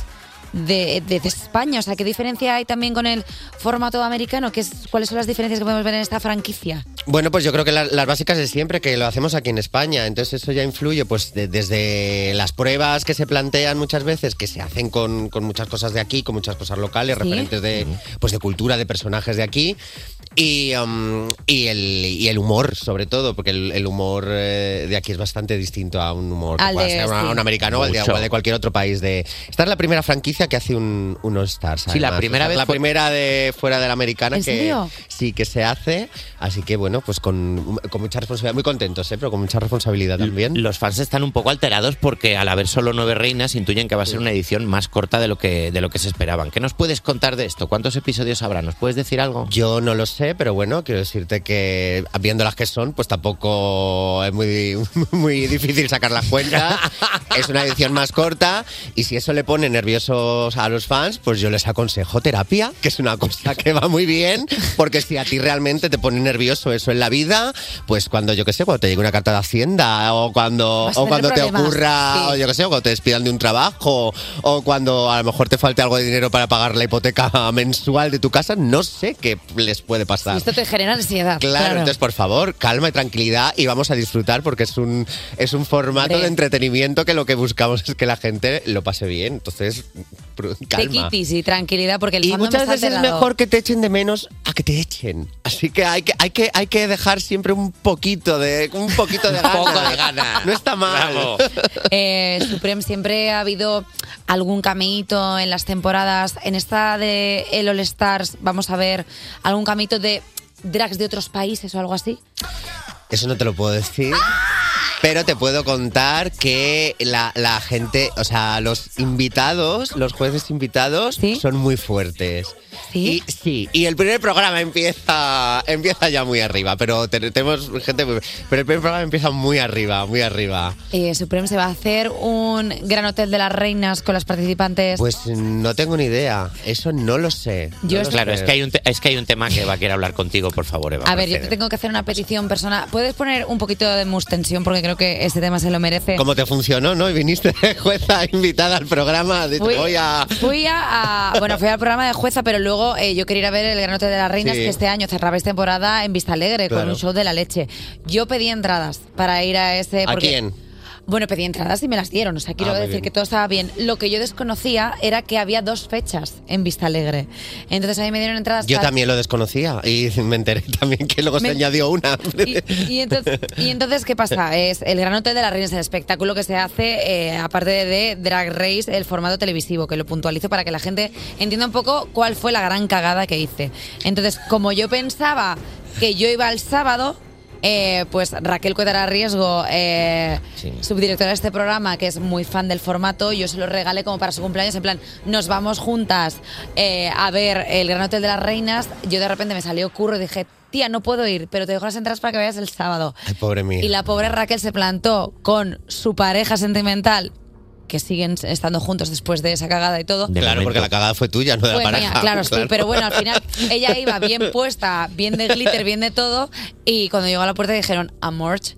Speaker 3: de, de- de España. O sea, ¿qué diferencia hay también con el formato americano? ¿Qué es, ¿Cuáles son las diferencias que podemos ver en esta franquicia?
Speaker 20: Bueno, pues yo creo que la- las básicas de siempre, que lo hacemos aquí en España, entonces eso ya influye pues de- desde las pruebas que se plantean muchas veces, que se hacen con, con muchas cosas de aquí, con muchas cosas locales,
Speaker 10: Sí.
Speaker 20: referentes de, pues, de cultura, de personajes de aquí, y, um, y, el, y el humor sobre todo, porque el, el humor eh, de aquí es bastante distinto a un humor
Speaker 10: Al
Speaker 20: que pueda
Speaker 10: de- este.
Speaker 20: ser a un,
Speaker 10: sí.
Speaker 20: a un americano o al de,
Speaker 10: Mucho.
Speaker 20: o al de cualquier otro país. de Esta es la primera franquicia que hace un, un All Stars.
Speaker 4: Sí, la
Speaker 20: además.
Speaker 4: primera
Speaker 20: O sea,
Speaker 4: vez
Speaker 20: La
Speaker 4: fue-
Speaker 20: primera de fuera de la americana
Speaker 4: Pues- ¿En
Speaker 20: que
Speaker 4: serio?
Speaker 20: sí que se hace. Así que bueno, pues con, con mucha responsabilidad, muy contentos, ¿eh? pero con mucha responsabilidad también.
Speaker 4: Los fans están un poco alterados porque al haber solo nueve reinas intuyen que va a ser una edición más corta de lo que, de lo que se esperaban. ¿Qué nos puedes contar de esto? ¿Cuántos episodios habrá? ¿Nos puedes decir algo?
Speaker 20: Yo no lo sé, pero bueno, quiero decirte que viendo las que son, pues tampoco es muy, muy difícil sacar las cuentas. es una edición más corta y si eso le pone nerviosos a los fans, pues yo les aconsejo terapia, que es una cosa que va muy bien, porque si a ti realmente te pone nervioso eso en la vida, pues cuando yo qué sé, cuando te llegue una carta de Hacienda o cuando,
Speaker 10: Vas a
Speaker 20: o
Speaker 10: tener
Speaker 20: cuando te
Speaker 10: problemas,
Speaker 20: ocurra,
Speaker 10: sí.
Speaker 20: o yo qué sé, o cuando te despidan de un trabajo o cuando a lo mejor te falte algo de dinero para pagar la hipoteca mensual de tu casa, no sé qué les puede pasar.
Speaker 3: Esto te genera ansiedad.
Speaker 20: Claro, entonces por favor, calma y tranquilidad y vamos a disfrutar porque es un, es un formato
Speaker 3: Hombre.
Speaker 20: de entretenimiento que lo que buscamos es que la gente lo pase bien. Entonces, pru-
Speaker 3: Te
Speaker 20: calma.
Speaker 3: quitis y tranquilidad porque el
Speaker 20: Y
Speaker 3: fandom
Speaker 20: muchas
Speaker 3: está
Speaker 20: veces es
Speaker 3: alterado.
Speaker 20: mejor que te echen de menos a que te echen. Así que hay que, hay que, hay que dejar siempre un poquito de, un poquito de ganas.
Speaker 4: poco de ganas.
Speaker 20: No está mal.
Speaker 4: Bravo.
Speaker 3: Eh, Supreme siempre ha habido algún cameíto en las temporadas. En esta de el All Stars vamos a ver algún cameíto de drags de otros países o algo así.
Speaker 20: Eso no te lo puedo decir. Pero te puedo contar que la, la gente, o sea, los invitados, los jueces invitados, son muy fuertes. ¿Sí? Y, sí. Y el primer programa empieza, empieza ya muy arriba, pero te- tenemos gente. muy- Pero el primer programa empieza muy arriba, muy arriba.
Speaker 3: Eh, Supreme se va a hacer un gran hotel de las reinas con las participantes.
Speaker 20: Pues no tengo ni idea. Eso no lo sé.
Speaker 3: Yo
Speaker 20: No lo
Speaker 3: estoy-
Speaker 4: Claro,
Speaker 20: sé.
Speaker 4: es que, hay un te- es que hay un tema que va a querer hablar contigo, por favor, Eva.
Speaker 3: A ver, yo te
Speaker 4: Mercedes.
Speaker 3: tengo que hacer una petición personal. ¿Puedes poner un poquito de mustensión? Porque creo que este tema se lo merece.
Speaker 20: ¿Cómo te funcionó, no? Y viniste de jueza invitada al programa. de-
Speaker 3: Fui-
Speaker 20: voy a.
Speaker 3: Fui a, a- bueno, fui al programa de jueza, pero luego eh, yo quería ir a ver el Gran Hotel de las Reinas
Speaker 20: Sí.
Speaker 3: que este año cerrabais temporada en Vista Alegre con
Speaker 20: Claro.
Speaker 3: un show de la leche. Yo pedí entradas para ir a ese.
Speaker 20: ¿A
Speaker 3: Eh, porque-
Speaker 20: quién?
Speaker 3: Bueno, pedí entradas y me las dieron. O sea, quiero
Speaker 20: Ah, muy
Speaker 3: decir
Speaker 20: bien.
Speaker 3: que todo estaba bien. Lo que yo desconocía era que había dos fechas en Vista Alegre. Entonces a mí me dieron entradas.
Speaker 20: Yo
Speaker 3: para-
Speaker 20: también lo desconocía y me enteré también que luego
Speaker 3: Me-
Speaker 20: se añadió una.
Speaker 3: Y entonces, y entonces, ¿qué pasa? Es el Gran Hotel de las Reinas, el espectáculo que se hace, eh, aparte de Drag Race, el formato televisivo, que lo puntualizo para que la gente entienda un poco cuál fue la gran cagada que hice. Entonces, como yo pensaba que yo iba el sábado, eh, pues Raquel Cuetara Riesgo, eh, subdirectora de este programa, que es muy fan del formato, yo se lo regalé como para su cumpleaños, en plan, nos vamos juntas eh, a ver el Gran Hotel de las Reinas. Yo de repente me salió curro y dije, tía, no puedo ir, pero te dejo las entradas para que vayas el sábado.
Speaker 20: Ay, pobre mío.
Speaker 3: Y la pobre Raquel se plantó con su pareja sentimental, que siguen estando juntos después de esa cagada y todo.
Speaker 20: claro, porque la cagada fue tuya, no de
Speaker 3: Fue
Speaker 20: la
Speaker 3: mía,
Speaker 20: pareja.
Speaker 3: claro, sí, pero bueno, al final ella iba bien puesta, bien de glitter, bien de todo, y cuando llegó a la puerta dijeron, Amorch,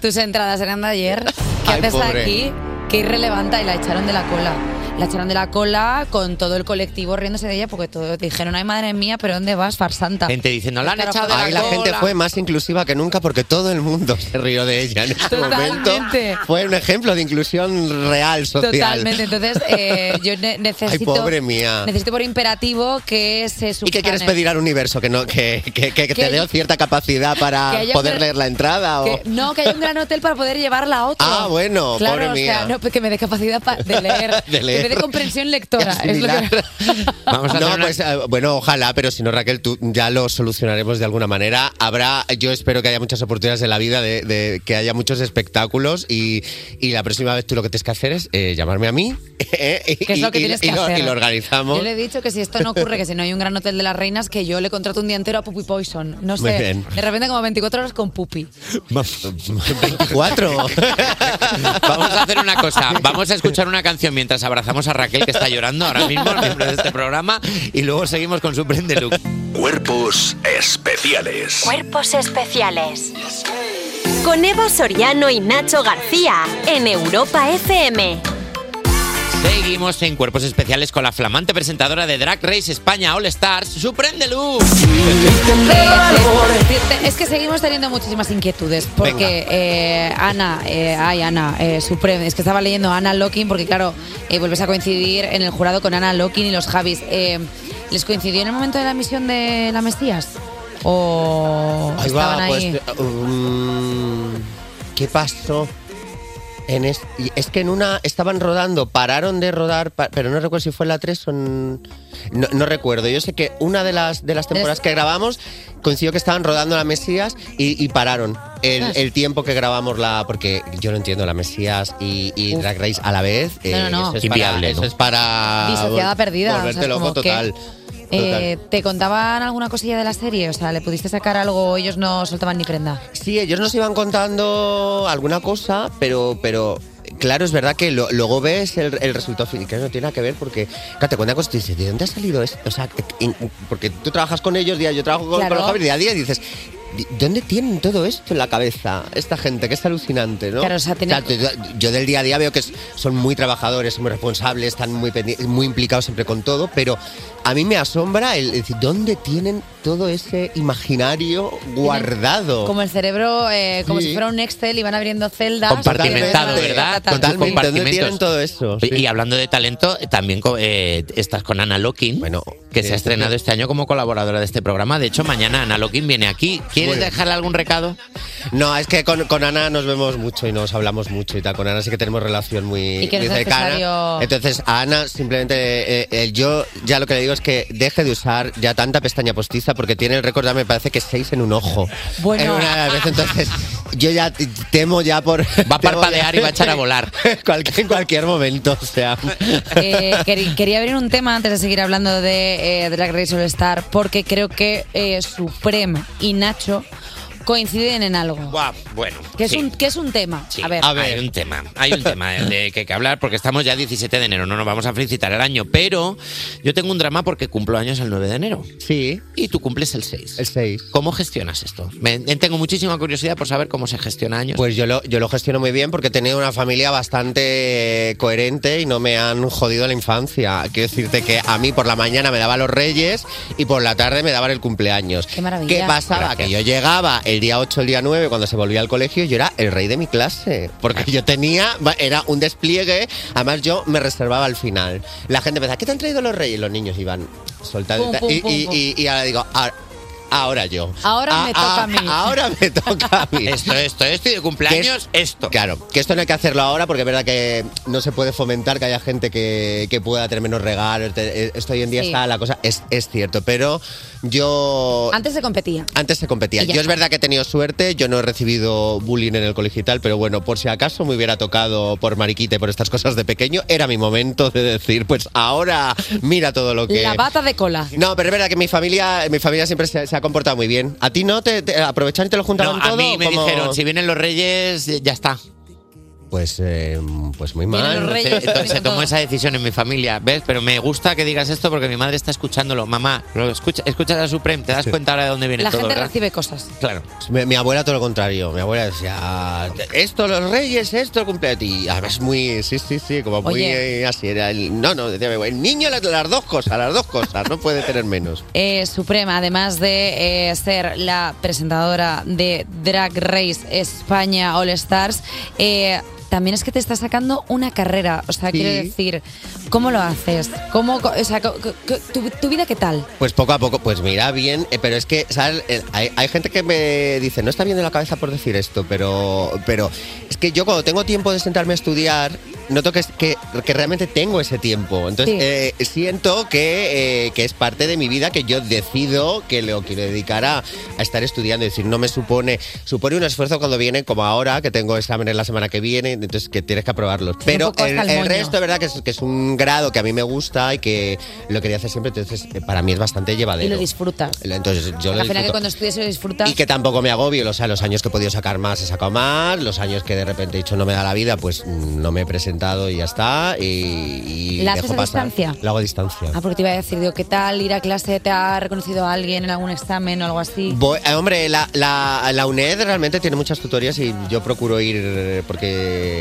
Speaker 3: tus entradas eran de ayer, ¿qué
Speaker 20: Ay,
Speaker 3: haces
Speaker 20: pobre.
Speaker 3: aquí? Qué irrelevante, y la echaron de la cola. La echaron de la cola con todo el colectivo riéndose de ella porque todos dijeron, ay madre mía, pero ¿dónde vas, farsanta?
Speaker 20: Gente dice, no la han
Speaker 3: Claro,
Speaker 20: echado de
Speaker 3: joder,
Speaker 20: la Ahí la
Speaker 3: cola.
Speaker 20: gente fue más inclusiva que nunca porque todo el mundo se rió de ella en ese momento.
Speaker 3: Totalmente.
Speaker 20: Fue un ejemplo de inclusión real, social.
Speaker 3: Totalmente, entonces eh, yo ne- necesito...
Speaker 20: pobre mía.
Speaker 3: Necesito por imperativo que se subsane.
Speaker 20: ¿Y qué quieres pedir al universo? ¿Que, no, que, que- que
Speaker 3: Que
Speaker 20: te dé
Speaker 3: haya-
Speaker 20: cierta capacidad
Speaker 3: que
Speaker 20: para
Speaker 3: haya
Speaker 20: poder
Speaker 3: un-
Speaker 20: leer la entrada? O...
Speaker 3: Que- no, que hay un gran hotel para poder llevarla a otro.
Speaker 20: Ah, bueno,
Speaker 3: claro,
Speaker 20: pobre
Speaker 3: o sea,
Speaker 20: mía.
Speaker 3: no, pues que me dé capacidad pa- de leer,
Speaker 20: De leer.
Speaker 3: que me dé comprensión lectora. Es lo que-
Speaker 4: Vamos a
Speaker 20: no,
Speaker 4: hacer una-
Speaker 20: pues eh, bueno, ojalá, pero si no, Raquel, tú, ya lo solucionaremos de alguna manera. Habrá, yo espero que haya muchas oportunidades en la vida, de, de- que haya muchos espectáculos y, y la próxima vez tú lo que tienes que hacer es eh, llamarme a mí ¿eh? y,
Speaker 3: Que es lo que
Speaker 20: y-
Speaker 3: tienes
Speaker 20: y
Speaker 3: que
Speaker 20: lo,
Speaker 3: hacer.
Speaker 20: y lo organizamos.
Speaker 3: Yo le he dicho que si esto no ocurre, que si no hay un gran hotel de las reinas, que yo le contrato un día entero a Puppy Poison. No
Speaker 20: Muy
Speaker 3: sé,
Speaker 20: bien.
Speaker 3: de repente como 24 horas con Puppy.
Speaker 20: 24.
Speaker 4: Vamos a hacer una cosa. Vamos a escuchar una canción mientras abrazamos a Raquel, que está llorando ahora mismo, miembro de este programa, y luego seguimos con su prende look.
Speaker 7: Cuerpos especiales.
Speaker 2: Cuerpos especiales. Con Evo Soriano y Nacho García en Europa FM.
Speaker 4: Seguimos en Cuerpos Especiales con la flamante presentadora de Drag Race España All Stars, su prende look.
Speaker 3: Te- te- Es que seguimos teniendo muchísimas inquietudes porque eh, Ana, eh, ay Ana, eh, Supreme, es que estaba leyendo Ana Locking porque claro, eh, vuelves a coincidir en el jurado con Ana Locking y los Javis. Eh, ¿Les coincidió en el momento de la emisión de La Mesías? ¿O
Speaker 20: Ahí va,
Speaker 3: estaban ahí?
Speaker 20: pues, um, ¿Qué pasó? En es, y es que en una estaban rodando, pararon de rodar, pa- pero no recuerdo si fue en la 3 o en- no, no recuerdo. Yo sé que una de las, de las temporadas que grabamos coincidió que estaban rodando la Mesías y, y pararon el,
Speaker 3: Ah.
Speaker 20: el tiempo que grabamos la. Porque yo no entiendo la Mesías y, y Drag Race a la vez. eh,
Speaker 3: No, no, no.
Speaker 20: Eso es
Speaker 4: Inviable,
Speaker 20: para, eso
Speaker 4: ¿no?
Speaker 20: es para
Speaker 3: Disociada
Speaker 20: vol-
Speaker 3: perdida, o sea,
Speaker 20: Volverte
Speaker 3: es
Speaker 20: loco
Speaker 3: como que,
Speaker 20: total.
Speaker 3: Eh, ¿Te contaban alguna cosilla de la serie? O sea, ¿le pudiste sacar algo o ellos no soltaban ni prenda?
Speaker 20: Sí, ellos nos iban contando alguna cosa, pero, pero claro, es verdad que lo- luego ves el, el resultado final, que no tiene nada que ver porque claro, te cuentan cosas y dices, ¿de dónde ha salido esto? O sea, en- porque tú trabajas con ellos, día, yo trabajo con,
Speaker 3: Claro.
Speaker 20: con los jóvenes día a día y dices... "¿De ¿Dónde tienen todo esto en la cabeza? Esta gente, que es alucinante, ¿no?
Speaker 3: Claro, o sea, tienen-
Speaker 20: te- yo del día a día veo que es- son muy trabajadores, muy responsables, están muy, pendi- muy implicados siempre con todo, pero a mí me asombra el, el decir, ¿dónde tienen todo ese imaginario guardado?
Speaker 3: Como el cerebro, eh, como
Speaker 20: Sí.
Speaker 3: si fuera un Excel y van abriendo celdas.
Speaker 4: Compartimentado,
Speaker 3: Totalmente.
Speaker 4: ¿verdad?
Speaker 3: Ta, ta, ta.
Speaker 20: Totalmente, ¿dónde tienen todo eso?
Speaker 4: Oye, Y hablando de talento, eh, también co- eh, estás con Ana Locking, que
Speaker 20: eh,
Speaker 4: se ha estrenado este año como colaboradora de este programa. De hecho, mañana Ana Locking viene aquí.
Speaker 3: Pues
Speaker 4: ¿Quieres
Speaker 20: Muy bien.
Speaker 4: dejarle algún recado?
Speaker 20: No, es que con, con Ana nos vemos mucho y nos hablamos mucho y tal. Con Ana sí que tenemos relación muy,
Speaker 3: Y que no
Speaker 20: muy
Speaker 3: es
Speaker 20: cercana.
Speaker 3: necesario-
Speaker 20: Entonces, a Ana simplemente eh, eh, yo ya lo que le digo es que deje de usar ya tanta pestaña postiza porque tiene el récord, ya me parece que seis en un ojo.
Speaker 3: Bueno.
Speaker 20: En una de las veces, entonces yo ya te- temo ya por... Va a
Speaker 4: parpadear y va a echar a volar.
Speaker 20: en cualquier momento, o sea...
Speaker 3: Eh, quer- quería abrir un tema antes de seguir hablando de eh, Drag Race All Star, porque creo que eh, Supreme y Nacho coinciden en algo.
Speaker 4: Guau, bueno.
Speaker 3: Que es,
Speaker 4: sí.
Speaker 3: un, que es un tema.
Speaker 4: Sí.
Speaker 3: A ver.
Speaker 4: hay un tema, hay un tema de que hay que hablar porque estamos ya 17 de enero, no nos vamos a felicitar el año, pero yo tengo un drama porque cumplo años el 9 de enero.
Speaker 20: Sí.
Speaker 4: Y tú cumples el 6.
Speaker 20: El 6.
Speaker 4: ¿Cómo gestionas esto? Me- tengo muchísima curiosidad por saber cómo se gestiona años.
Speaker 20: Pues yo lo, yo lo gestiono muy bien porque he tenido una familia bastante eh, coherente y no me han jodido la infancia. Quiero decirte que a mí por la mañana me daban los reyes y por la tarde me daban el cumpleaños.
Speaker 3: Qué maravilla.
Speaker 20: ¿Qué pasaba?
Speaker 3: Gracias.
Speaker 20: Que yo llegaba el día 8, el día 9, cuando se volvía al colegio, yo era el rey de mi clase. Porque yo tenía, va- era un despliegue, además yo me reservaba al final. La gente pensaba, ¿qué te han traído los reyes? Los niños iban soltando.
Speaker 3: Pum, pum,
Speaker 20: y,
Speaker 3: pum,
Speaker 20: y-
Speaker 3: pum.
Speaker 20: y- y ahora digo, ahora, ahora yo.
Speaker 3: Ahora me
Speaker 20: Ah,
Speaker 3: toca a mí.
Speaker 20: Ahora me toca a mí.
Speaker 4: Esto, esto, esto y de cumpleaños,
Speaker 20: Que
Speaker 4: esto.
Speaker 20: Claro, que esto no hay que hacerlo ahora porque es verdad que no se puede fomentar que haya gente que, que pueda tener menos regalos. te- eh, Esto hoy en día
Speaker 3: Sí.
Speaker 20: está la cosa, es, es cierto, pero yo...
Speaker 3: Antes se competía.
Speaker 20: Antes se competía.
Speaker 3: Y ya
Speaker 20: Yo es
Speaker 3: está.
Speaker 20: verdad que he tenido suerte, yo no he recibido bullying en el colegio y tal, pero bueno, por si acaso me hubiera tocado por mariquita y por estas cosas de pequeño, era mi momento de decir, pues ahora mira todo lo que...
Speaker 3: La bata de cola.
Speaker 20: No, pero es verdad que mi familia, mi familia siempre se, se ha comportado muy bien. ¿A ti no? ¿Te, te aprovecharon y te lo juntaron
Speaker 4: No, a
Speaker 20: todo?
Speaker 4: mí
Speaker 20: o
Speaker 4: me
Speaker 20: cómo?
Speaker 4: dijeron, si vienen los reyes, eh, ya está.
Speaker 20: Pues, eh, pues muy
Speaker 4: Mal,
Speaker 20: mal.
Speaker 4: entonces- entonces se tomó esa decisión en mi familia, ¿ves? Pero me gusta que digas esto porque mi madre está escuchándolo. Mamá, lo escucha, escuchas a Supreme, te das cuenta ahora de dónde viene
Speaker 3: La
Speaker 4: todo,
Speaker 3: gente
Speaker 4: ¿verdad?
Speaker 3: recibe cosas.
Speaker 4: Claro.
Speaker 20: Mi, mi abuela todo lo contrario. Mi abuela decía, esto los reyes, esto el cumpleaños. Y además muy, sí, sí, sí, como muy
Speaker 3: Oye.
Speaker 20: eh, así. Era el- no, no, decía, mi abuela, el niño las, las dos cosas, las dos cosas, no puede tener menos.
Speaker 3: Eh, Suprema, además de eh, ser la presentadora de Drag Race España All Stars, eh, también es que te está sacando una carrera. O sea,
Speaker 20: Sí.
Speaker 3: quiero decir, ¿cómo lo haces? ¿Cómo, co- o sea, co- co- co- tu, tu vida qué tal?
Speaker 20: Pues poco a poco, pues mira bien, eh, pero es que, ¿sabes? Eh, Hay, hay gente que me dice, no está bien de la cabeza por decir esto, pero, pero es que yo cuando tengo tiempo de sentarme a estudiar, noto que, es- que, que realmente tengo ese tiempo.
Speaker 10: Sí.
Speaker 20: Entonces, eh, siento que, eh, que es parte de mi vida que yo decido que lo quiero dedicar a, a estar estudiando. Es decir, no me supone, supone un esfuerzo cuando viene, como ahora, que tengo exámenes la semana que viene, entonces que tienes que aprobarlos. Pero
Speaker 10: poco
Speaker 20: el,
Speaker 10: hasta el
Speaker 20: el
Speaker 10: moño.
Speaker 20: resto, es verdad que es, que es un grado que a mí me gusta y que lo quería hacer siempre, entonces eh, para mí es bastante llevadero.
Speaker 3: Y lo disfrutas.
Speaker 20: Entonces yo lo
Speaker 3: Al final que
Speaker 20: disfruto.
Speaker 3: cuando estudias lo disfrutas.
Speaker 20: Y que tampoco me agobio, o sea, los años que he podido sacar más he sacado más, los años que de repente he dicho no me da la vida, pues mm, no me he presentado y ya está. Y, y
Speaker 3: ¿La haces
Speaker 20: dejo
Speaker 3: a
Speaker 20: pasar.
Speaker 3: distancia?
Speaker 20: Lo hago a distancia.
Speaker 3: Ah, porque te iba a decir, digo, ¿qué tal ir a clase? ¿Te ha reconocido alguien en algún examen o algo así?
Speaker 20: Voy- eh, hombre, la, la- la UNED realmente tiene muchas tutorías y yo procuro ir eh, porque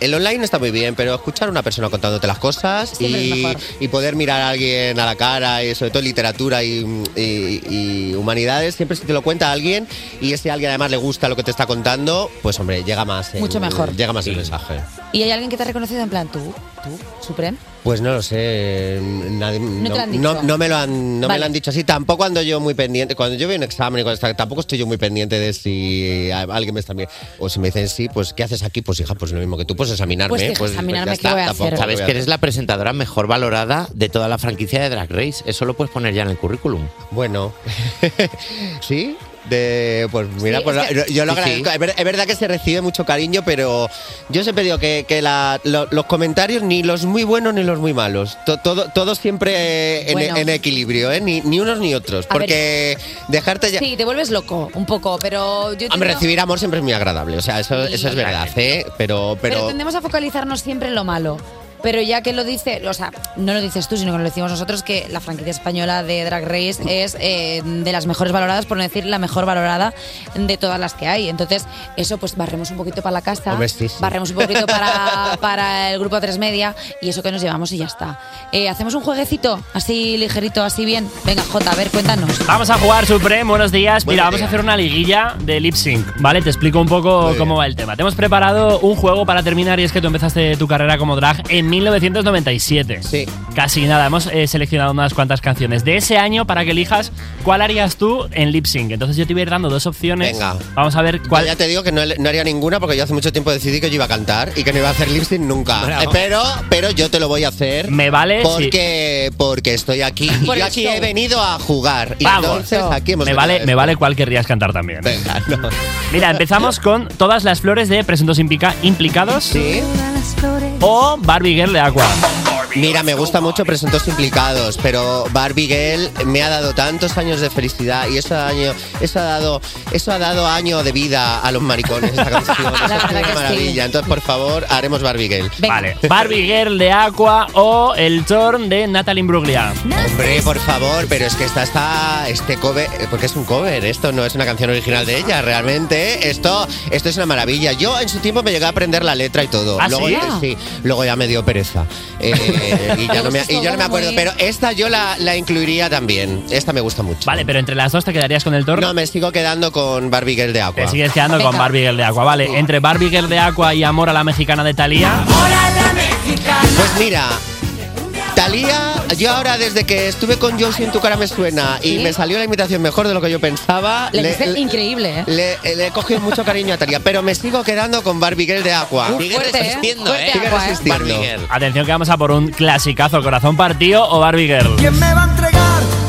Speaker 20: el online está muy bien, pero escuchar a una persona contándote las cosas
Speaker 10: Siempre es
Speaker 20: y,
Speaker 10: mejor.
Speaker 20: y poder mirar a alguien a la cara, y sobre todo literatura y, y- y humanidades, siempre si te lo cuenta alguien y ese alguien además le gusta lo que te está contando, pues hombre, llega más. el-
Speaker 3: Mucho mejor.
Speaker 20: Llega más el mensaje.
Speaker 3: ¿Y hay alguien que te ha reconocido en plan tú? ¿Tú? ¿Supreme?
Speaker 20: Pues no lo sé, mm, nadie-
Speaker 3: No te lo han dicho.
Speaker 20: no, no me lo han, no me
Speaker 3: Vale.
Speaker 20: lo han dicho así. Tampoco ando yo muy pendiente. Cuando yo veo un examen, y cosas, tal, tampoco estoy yo muy pendiente de si a- alguien me está mirando. O si me dicen sí, pues ¿qué haces aquí? Pues hija, pues lo mismo que tú, pues examinarme.
Speaker 3: Pues, hija, examinarme, ¿qué voy a hacer?
Speaker 4: Sabes que eres la presentadora mejor valorada de toda la franquicia de Drag Race. Eso lo puedes poner ya en el currículum.
Speaker 20: Bueno, sí. De, pues mira,
Speaker 4: Sí,
Speaker 20: pues
Speaker 4: es
Speaker 20: lo-
Speaker 4: que-
Speaker 20: yo lo
Speaker 4: Sí,
Speaker 20: agradezco.
Speaker 4: sí.
Speaker 20: Es ver- Es verdad que se recibe mucho cariño, pero yo siempre digo que, que la- lo- los comentarios, ni los muy buenos ni los muy malos, to- todo, todo siempre en,
Speaker 3: Bueno.
Speaker 20: en equilibrio, ¿eh? ni, ni unos ni otros.
Speaker 3: A ver.
Speaker 20: Porque dejarte ya.
Speaker 3: Sí, te vuelves loco un poco, pero yo
Speaker 20: Hombre,
Speaker 3: entiendo-
Speaker 20: recibir amor siempre es muy agradable, o sea, eso, eso es verdad, ¿eh? Pero,
Speaker 3: Pero,
Speaker 20: pero,
Speaker 3: tendemos a focalizarnos siempre en lo malo. Pero ya que lo dice, o sea, no lo dices tú, sino que lo decimos nosotros, que la franquicia española de Drag Race es eh, de las mejores valoradas, por no decir la mejor valorada de todas las que hay. Entonces, eso pues barremos un poquito para la casa,
Speaker 20: Hombre, sí, sí.
Speaker 3: barremos un poquito para, para el grupo 3 media y eso que nos llevamos y ya está. Eh, Hacemos un jueguecito, así ligerito, así bien. Venga, Jota, a ver, cuéntanos.
Speaker 6: Vamos a jugar, Supreme. Buenos días. Mira,
Speaker 3: Buenos
Speaker 6: vamos a
Speaker 3: días.
Speaker 6: hacer una liguilla de lip sync, ¿vale? Te explico un poco cómo va el tema. Te hemos preparado un juego para terminar y es que tú empezaste tu carrera como drag en 1997.
Speaker 20: Sí.
Speaker 6: Casi nada, hemos eh, seleccionado unas cuantas canciones de ese año para que elijas cuál harías tú en lip sync. Entonces yo te voy a ir dando dos opciones.
Speaker 20: Venga.
Speaker 6: Vamos a ver
Speaker 20: cuál. ya te digo que no, no haría ninguna porque yo hace mucho tiempo decidí que yo iba a cantar y que no iba a hacer lip sync nunca.
Speaker 6: Bravo.
Speaker 20: Eh, Pero, pero yo te lo voy a hacer.
Speaker 6: Me vale.
Speaker 20: Porque, porque estoy aquí. Y
Speaker 6: Por el
Speaker 20: yo aquí
Speaker 6: show.
Speaker 20: he venido a jugar. Y
Speaker 6: Vamos.
Speaker 20: entonces aquí hemos
Speaker 6: Me
Speaker 20: venido
Speaker 6: vale,
Speaker 20: a-
Speaker 6: me vale cuál querrías cantar también. Mira, empezamos con todas las flores de presuntos implica- implicados. O Barbie Girl de Aqua.
Speaker 20: Mira, me gusta mucho Presuntos Implicados, pero Barbie Girl me ha dado tantos años de felicidad y eso ha, año- eso ha dado eso ha dado año de vida a los maricones esta canción. Eso
Speaker 6: La
Speaker 20: es
Speaker 6: verdad
Speaker 20: una
Speaker 6: que sí.
Speaker 20: maravilla. Entonces, por favor, haremos Barbie Girl.
Speaker 6: Vale. Barbie Girl de Aqua o El Torn de Natalie Imbruglia.
Speaker 20: Hombre, por favor, pero es que esta está este cover, porque es un cover, esto no es una canción original de ella, realmente esto esto es una maravilla. Yo en su tiempo me llegué a aprender la letra y todo.
Speaker 4: ¿Ah,
Speaker 20: luego
Speaker 4: sí?
Speaker 20: luego ya me dio pereza. Eh, y ya no me, y ya no me acuerdo, pero esta yo la, la incluiría también. Esta me gusta mucho.
Speaker 6: Vale, pero entre las dos te quedarías con el torno.
Speaker 20: No, me sigo quedando con Barbie Girl de Aqua.
Speaker 6: Te sigues quedando con Barbie Girl de Aqua, vale. Entre Barbie Girl de Aqua y Amor a la Mexicana de Thalía.
Speaker 20: Pues mira, Talía, yo ahora desde que estuve con Josie en tu cara me suena y
Speaker 3: ¿Sí?
Speaker 20: me salió la imitación mejor de lo que yo pensaba.
Speaker 3: Le
Speaker 20: Le-
Speaker 3: dice increíble, ¿eh?
Speaker 20: Le, le he cogido mucho cariño a Talia, pero me sigo quedando con Barbie Girl de Aqua.
Speaker 3: Uf, Sigue fuerte, ¿eh? resistiendo, Fuerte ¿eh?
Speaker 20: Sigue
Speaker 3: Aqua, ¿eh?
Speaker 20: resistiendo.
Speaker 6: Atención que vamos a por un clasicazo, corazón partido o Barbie Girl.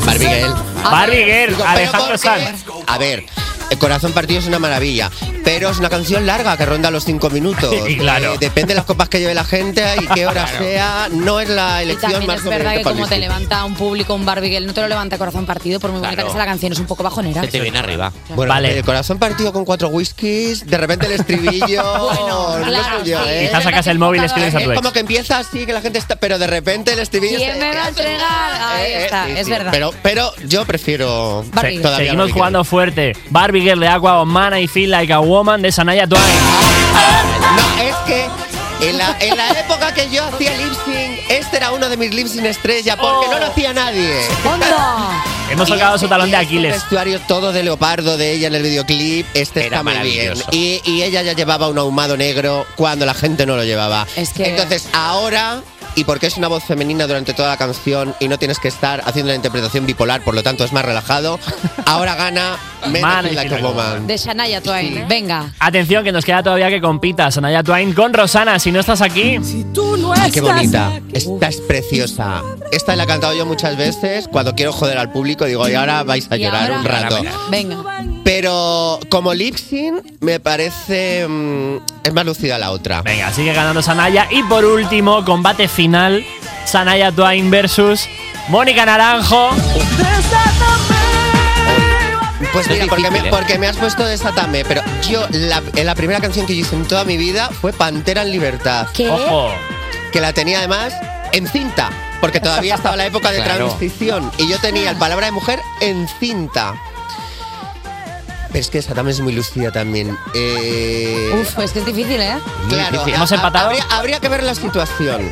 Speaker 20: Barbie Girl.
Speaker 6: Barbie Girl,
Speaker 20: Digo, pero
Speaker 6: Alejandro
Speaker 20: ¿por
Speaker 6: Sanz.
Speaker 20: qué? A ver, el Corazón Partido es una maravilla, pero es una canción larga que ronda los cinco minutos.
Speaker 6: Y claro.
Speaker 20: Eh, depende de las copas que lleve la gente y qué hora
Speaker 6: Claro.
Speaker 20: sea, no es la
Speaker 3: Y
Speaker 20: elección
Speaker 3: también
Speaker 20: más
Speaker 3: es verdad
Speaker 20: conveniente
Speaker 3: que
Speaker 20: para
Speaker 3: como te
Speaker 20: Luis.
Speaker 3: levanta un público un Barbie Girl, no te lo levanta corazón partido, por muy bonita
Speaker 20: Claro.
Speaker 3: que sea la canción, es un poco bajonera.
Speaker 20: arriba. Bueno,
Speaker 6: Vale.
Speaker 20: el corazón partido con cuatro whiskies, de repente el estribillo.
Speaker 3: Bueno,
Speaker 20: no
Speaker 3: claro,
Speaker 20: sé yo,
Speaker 3: sí.
Speaker 20: ¿eh?
Speaker 6: Quizás sacas el móvil y escribes a tu ex.
Speaker 20: Es como que empieza así, que la gente está. Pero de repente el estribillo.
Speaker 3: ¿Quién
Speaker 20: se-
Speaker 3: me va a entregar? Ahí
Speaker 20: Eh,
Speaker 3: está,
Speaker 20: sí,
Speaker 3: es
Speaker 20: sí.
Speaker 3: verdad.
Speaker 20: Pero, pero yo prefiero.
Speaker 3: Barbie
Speaker 20: se-
Speaker 3: Girl.
Speaker 20: todavía
Speaker 6: Seguimos
Speaker 20: Barbie Girl.
Speaker 6: jugando fuerte. Barbie Girl de Aqua o Mana y Feel Like a Woman de Sanaya Twain.
Speaker 20: No, es que. En la, en la época que yo hacía lip sync, este era uno de mis lip sync estrella porque no lo hacía nadie.
Speaker 6: Hemos tocado su talón de Aquiles.
Speaker 20: vestuario todo de leopardo de ella en el videoclip. Este
Speaker 4: Era
Speaker 20: está muy bien.
Speaker 4: maravilloso.
Speaker 20: Y, y ella ya llevaba un ahumado negro cuando la gente no lo llevaba. Entonces, ahora. Y porque es una voz femenina durante toda la canción y no tienes que estar haciendo la interpretación bipolar, por lo tanto es más relajado. Ahora gana Man
Speaker 6: Man
Speaker 20: y
Speaker 6: is
Speaker 20: Like a
Speaker 6: Like a
Speaker 20: Woman.
Speaker 3: De Shania Twain, venga.
Speaker 6: Atención que nos queda todavía que compita Sanaya Twain con Rosana. Si no estás aquí,
Speaker 20: Ay, qué bonita. Esta es preciosa. Esta la he cantado yo muchas veces. Cuando quiero joder al público, digo, y ahora vais a
Speaker 3: Y
Speaker 20: llorar
Speaker 3: ahora-
Speaker 20: un rato.
Speaker 3: Venga.
Speaker 20: Pero como lip sync, me parece. mm, es más lucida la otra.
Speaker 6: Venga, sigue ganando Sanaya. Y por último, combate final: Sanaya Twain versus Mónica Naranjo.
Speaker 20: Pues
Speaker 6: Esto es
Speaker 20: mira, porque,
Speaker 6: difícil,
Speaker 20: me,
Speaker 6: ¿eh?
Speaker 20: pues porque me has puesto Desatame, pero yo, la, en la primera canción que yo hice en toda mi vida fue Pantera en Libertad.
Speaker 3: ¿Qué? Ojo.
Speaker 20: Que la tenía además en cinta, porque todavía estaba la época de
Speaker 4: Claro.
Speaker 20: transición. Y yo tenía el palabra de mujer en cinta. Pero es que Desatame es muy lucida también. Eh,
Speaker 3: Uf, es que es difícil, ¿eh?
Speaker 20: claro,
Speaker 6: Hemos
Speaker 20: ha-
Speaker 6: empatado.
Speaker 20: Habría, habría que ver la situación.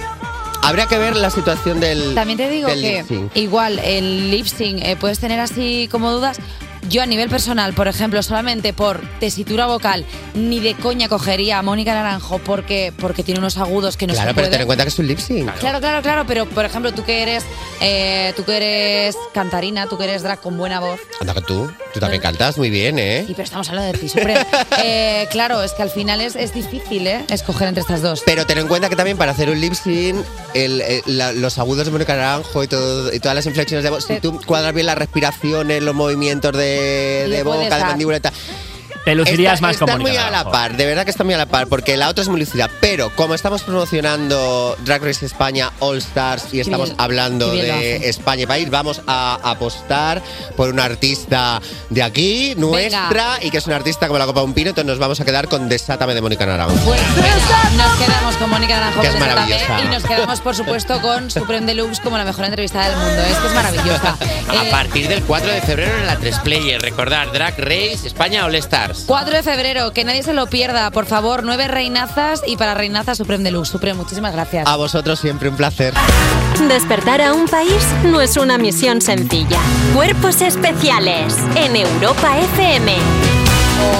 Speaker 20: Habría que ver la situación del.
Speaker 3: También te digo
Speaker 20: del
Speaker 3: que
Speaker 20: lip sync.
Speaker 3: igual el lip sync eh, puedes tener así como dudas. Yo a nivel personal, por ejemplo, solamente por tesitura vocal, ni de coña cogería a Mónica Naranjo porque, porque tiene unos agudos que no
Speaker 20: Claro,
Speaker 3: se
Speaker 20: pero
Speaker 3: pueden.
Speaker 20: ten en cuenta que es un lip sync.
Speaker 3: Claro, claro, claro, pero por ejemplo, tú que eres eh, tú que eres cantarina, tú que eres drag con buena voz,
Speaker 20: Anda que tú, tú también cantas muy bien, ¿eh?
Speaker 3: y pero estamos hablando de ti, Supreme. Eh, claro, es que al final es, es difícil, ¿eh? Escoger entre estas dos.
Speaker 20: Pero ten en cuenta que también para hacer un lip sync, el- el- la- los agudos de Mónica Naranjo y, todo, y todas las inflexiones de voz, si tú cuadras bien las respiraciones, los movimientos de,
Speaker 4: Le
Speaker 20: de
Speaker 4: puedes
Speaker 20: boca, de
Speaker 4: dar.
Speaker 20: mandíbula y tal.
Speaker 6: Te lucirías más
Speaker 20: está
Speaker 6: con Mónica
Speaker 20: muy a la
Speaker 6: Naranjo.
Speaker 20: par, de verdad que está muy a la par, porque la otra es muy lucida. Pero como estamos promocionando Drag Race España All Stars y estamos
Speaker 4: bien-
Speaker 20: hablando
Speaker 4: qué bien lo
Speaker 20: de
Speaker 4: hace.
Speaker 20: España y país, vamos a apostar por una artista de aquí, nuestra, y que es una artista como la Copa de un Pino, entonces nos vamos a quedar con Desátame de Mónica Naranjo.
Speaker 3: Nos quedamos con Mónica Naranjo
Speaker 20: Que es
Speaker 3: con esta también,
Speaker 20: maravillosa.
Speaker 3: y nos quedamos, por supuesto, con Supreme Deluxe como la mejor entrevistada del mundo. Es que es maravillosa. Eh,
Speaker 4: A partir del 4 de febrero en la 3 Player, recordar Drag Race España All Stars.
Speaker 3: 4 de febrero, que nadie se lo pierda, por favor. Nueve reinazas y para reinaza Supreme Deluxe. Supreme, muchísimas gracias.
Speaker 20: A vosotros siempre un placer.
Speaker 2: Despertar a un país no es una misión sencilla. Cuerpos especiales en Europa FM.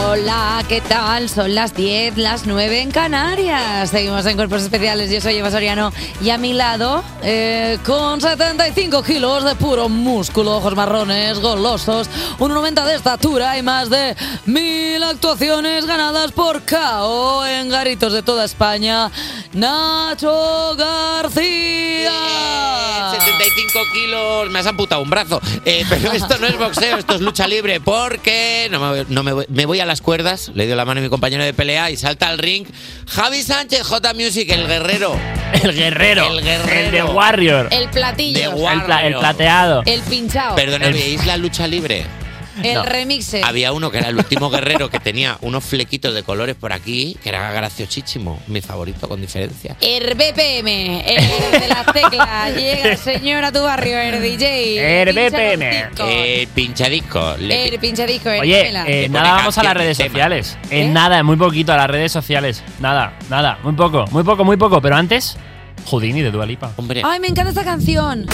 Speaker 3: Hola, ¿qué tal? Son las 10, las 9 en Canarias. Seguimos en Cuerpos Especiales. Yo soy Eva Soriano y a mi lado, eh, con 75 kilos de puro músculo, ojos marrones, golosos, un 90 de estatura y más de mil actuaciones ganadas por KO en garitos de toda España, Nacho García.
Speaker 4: 75 kilos, me has amputado un brazo. Eh, pero esto no es boxeo, esto es lucha libre, porque no me, no me voy- me voy a las cuerdas, le dio la mano a mi compañero de pelea y salta al ring. Javi Sánchez, J Music, el guerrero.
Speaker 6: El guerrero.
Speaker 4: El guerrero.
Speaker 6: El de Warrior.
Speaker 3: El platillo.
Speaker 4: De Warrior.
Speaker 6: El, pla- el plateado.
Speaker 3: El pinchao.
Speaker 4: Perdona,
Speaker 6: El-
Speaker 4: ¿veis la lucha libre?
Speaker 3: El
Speaker 4: No.
Speaker 3: remix.
Speaker 4: Había uno que era el último guerrero que tenía unos flequitos de colores por aquí, que era graciosísimo, mi favorito con diferencia.
Speaker 3: El BPM, el de las teclas, llega el señor a tu barrio, el DJ.
Speaker 6: Eh,
Speaker 3: pincha los discos.
Speaker 4: El pinchadisco. Eh, Le-
Speaker 3: El pinche disco, el
Speaker 6: Oye,
Speaker 3: Pamela.
Speaker 6: eh, nada, vamos a las redes sociales. En
Speaker 3: ¿Eh?
Speaker 6: nada, en muy poquito, a las redes sociales. Nada, nada, muy poco, muy poco, muy poco. Pero antes, Houdini de Dualipa.
Speaker 4: Hombre.
Speaker 3: Ay, me encanta esta canción.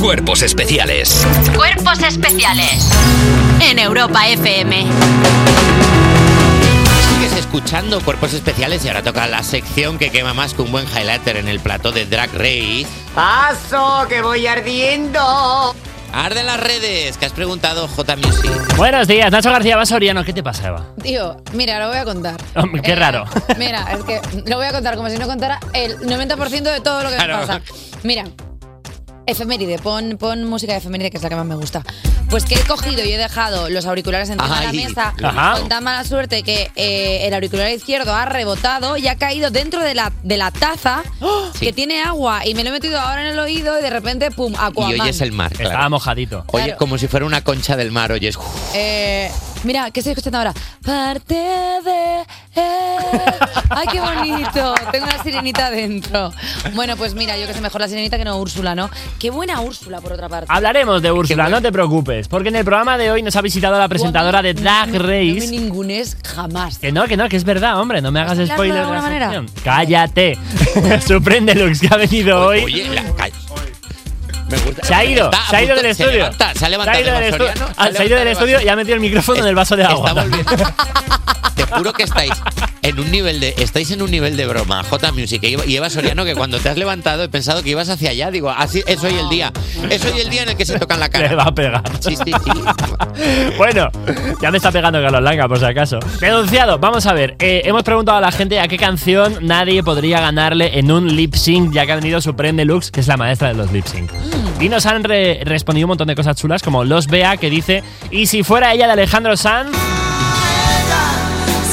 Speaker 1: Cuerpos especiales.
Speaker 2: Cuerpos especiales en Europa FM.
Speaker 4: Sigues escuchando Cuerpos Especiales y ahora toca la sección que quema más que un buen highlighter en el plató de Drag Race.
Speaker 5: Paso, que voy ardiendo.
Speaker 4: Arden las redes, que has preguntado J Music.
Speaker 6: Buenos días, Nacho García Basoriano. ¿Qué te pasa, Eva?
Speaker 9: Tío, mira, lo voy a contar.
Speaker 6: Hombre, Qué raro.
Speaker 9: Mira, es que lo voy a contar como si no contara el 90% de todo lo que me
Speaker 6: Claro.
Speaker 9: pasa. Mira, efeméride, pon, pon música de efeméride que es la que más me gusta. Pues que he cogido y he dejado los auriculares encima de la
Speaker 3: Ay,
Speaker 9: mesa
Speaker 3: ajá.
Speaker 9: con tan mala suerte que eh, el auricular izquierdo ha rebotado y ha caído dentro de la, de la taza que tiene agua y me lo he metido ahora en el oído y de repente, pum,
Speaker 4: Y
Speaker 9: Aquaman.
Speaker 4: hoy es el mar.
Speaker 6: Estaba mojadito.
Speaker 4: Oye, como si fuera una concha del mar, oyes.
Speaker 9: Eh, mira, ¿qué estoy escuchando ahora? Parte de... él. ¡Ay, qué bonito! Tengo una sirenita dentro. Bueno, pues mira, yo que sé, mejor la sirenita que no Úrsula, ¿no? Qué buena Úrsula, por otra parte.
Speaker 6: Hablaremos de Úrsula, no te preocupes, porque en el programa de hoy nos ha visitado la presentadora de Drag
Speaker 9: No me
Speaker 6: Race.
Speaker 9: ningunes jamás.
Speaker 6: Que no, que no, que es verdad, hombre, no me hagas
Speaker 9: ¿Hablarlo de
Speaker 6: spoiler. la
Speaker 9: alguna manera?
Speaker 6: sección. Cállate. Sorprende Lux que ha venido hoy.
Speaker 4: Oye, la ca- Me gusta-
Speaker 6: Se ha ido,
Speaker 4: Está a
Speaker 6: se ha ido
Speaker 4: punto-
Speaker 6: del
Speaker 4: se
Speaker 6: estudio.
Speaker 4: levanta, se ha levantado
Speaker 6: ido del
Speaker 4: Eva
Speaker 6: estudio.
Speaker 4: Soriano, se
Speaker 6: Ah,
Speaker 4: ha
Speaker 6: se ha ido del
Speaker 4: levantado Eva
Speaker 6: estudio y
Speaker 4: Soriano.
Speaker 6: ha metido el micrófono en el vaso de agua.
Speaker 4: Te juro que estáis en un nivel de. Estáis en un nivel de broma, J Music y Eva- y Eva Soriano, que cuando te has levantado he pensado que ibas hacia allá. Digo, así es hoy el día. Es hoy el día en el que se tocan la cara.
Speaker 6: Le va a pegar.
Speaker 4: Sí, sí, sí.
Speaker 6: Bueno, ya me está pegando Carlos Langa, por si acaso. Denunciado, vamos a ver. eh, hemos preguntado a la gente a qué canción nadie podría ganarle en un lip sync, ya que ha venido Supreme Deluxe, que es la maestra de los lip sync.
Speaker 3: Mm.
Speaker 6: Y nos han re- respondido un montón de cosas chulas, como Los Bea, que dice: ¿Y si fuera ella de Alejandro Sanz?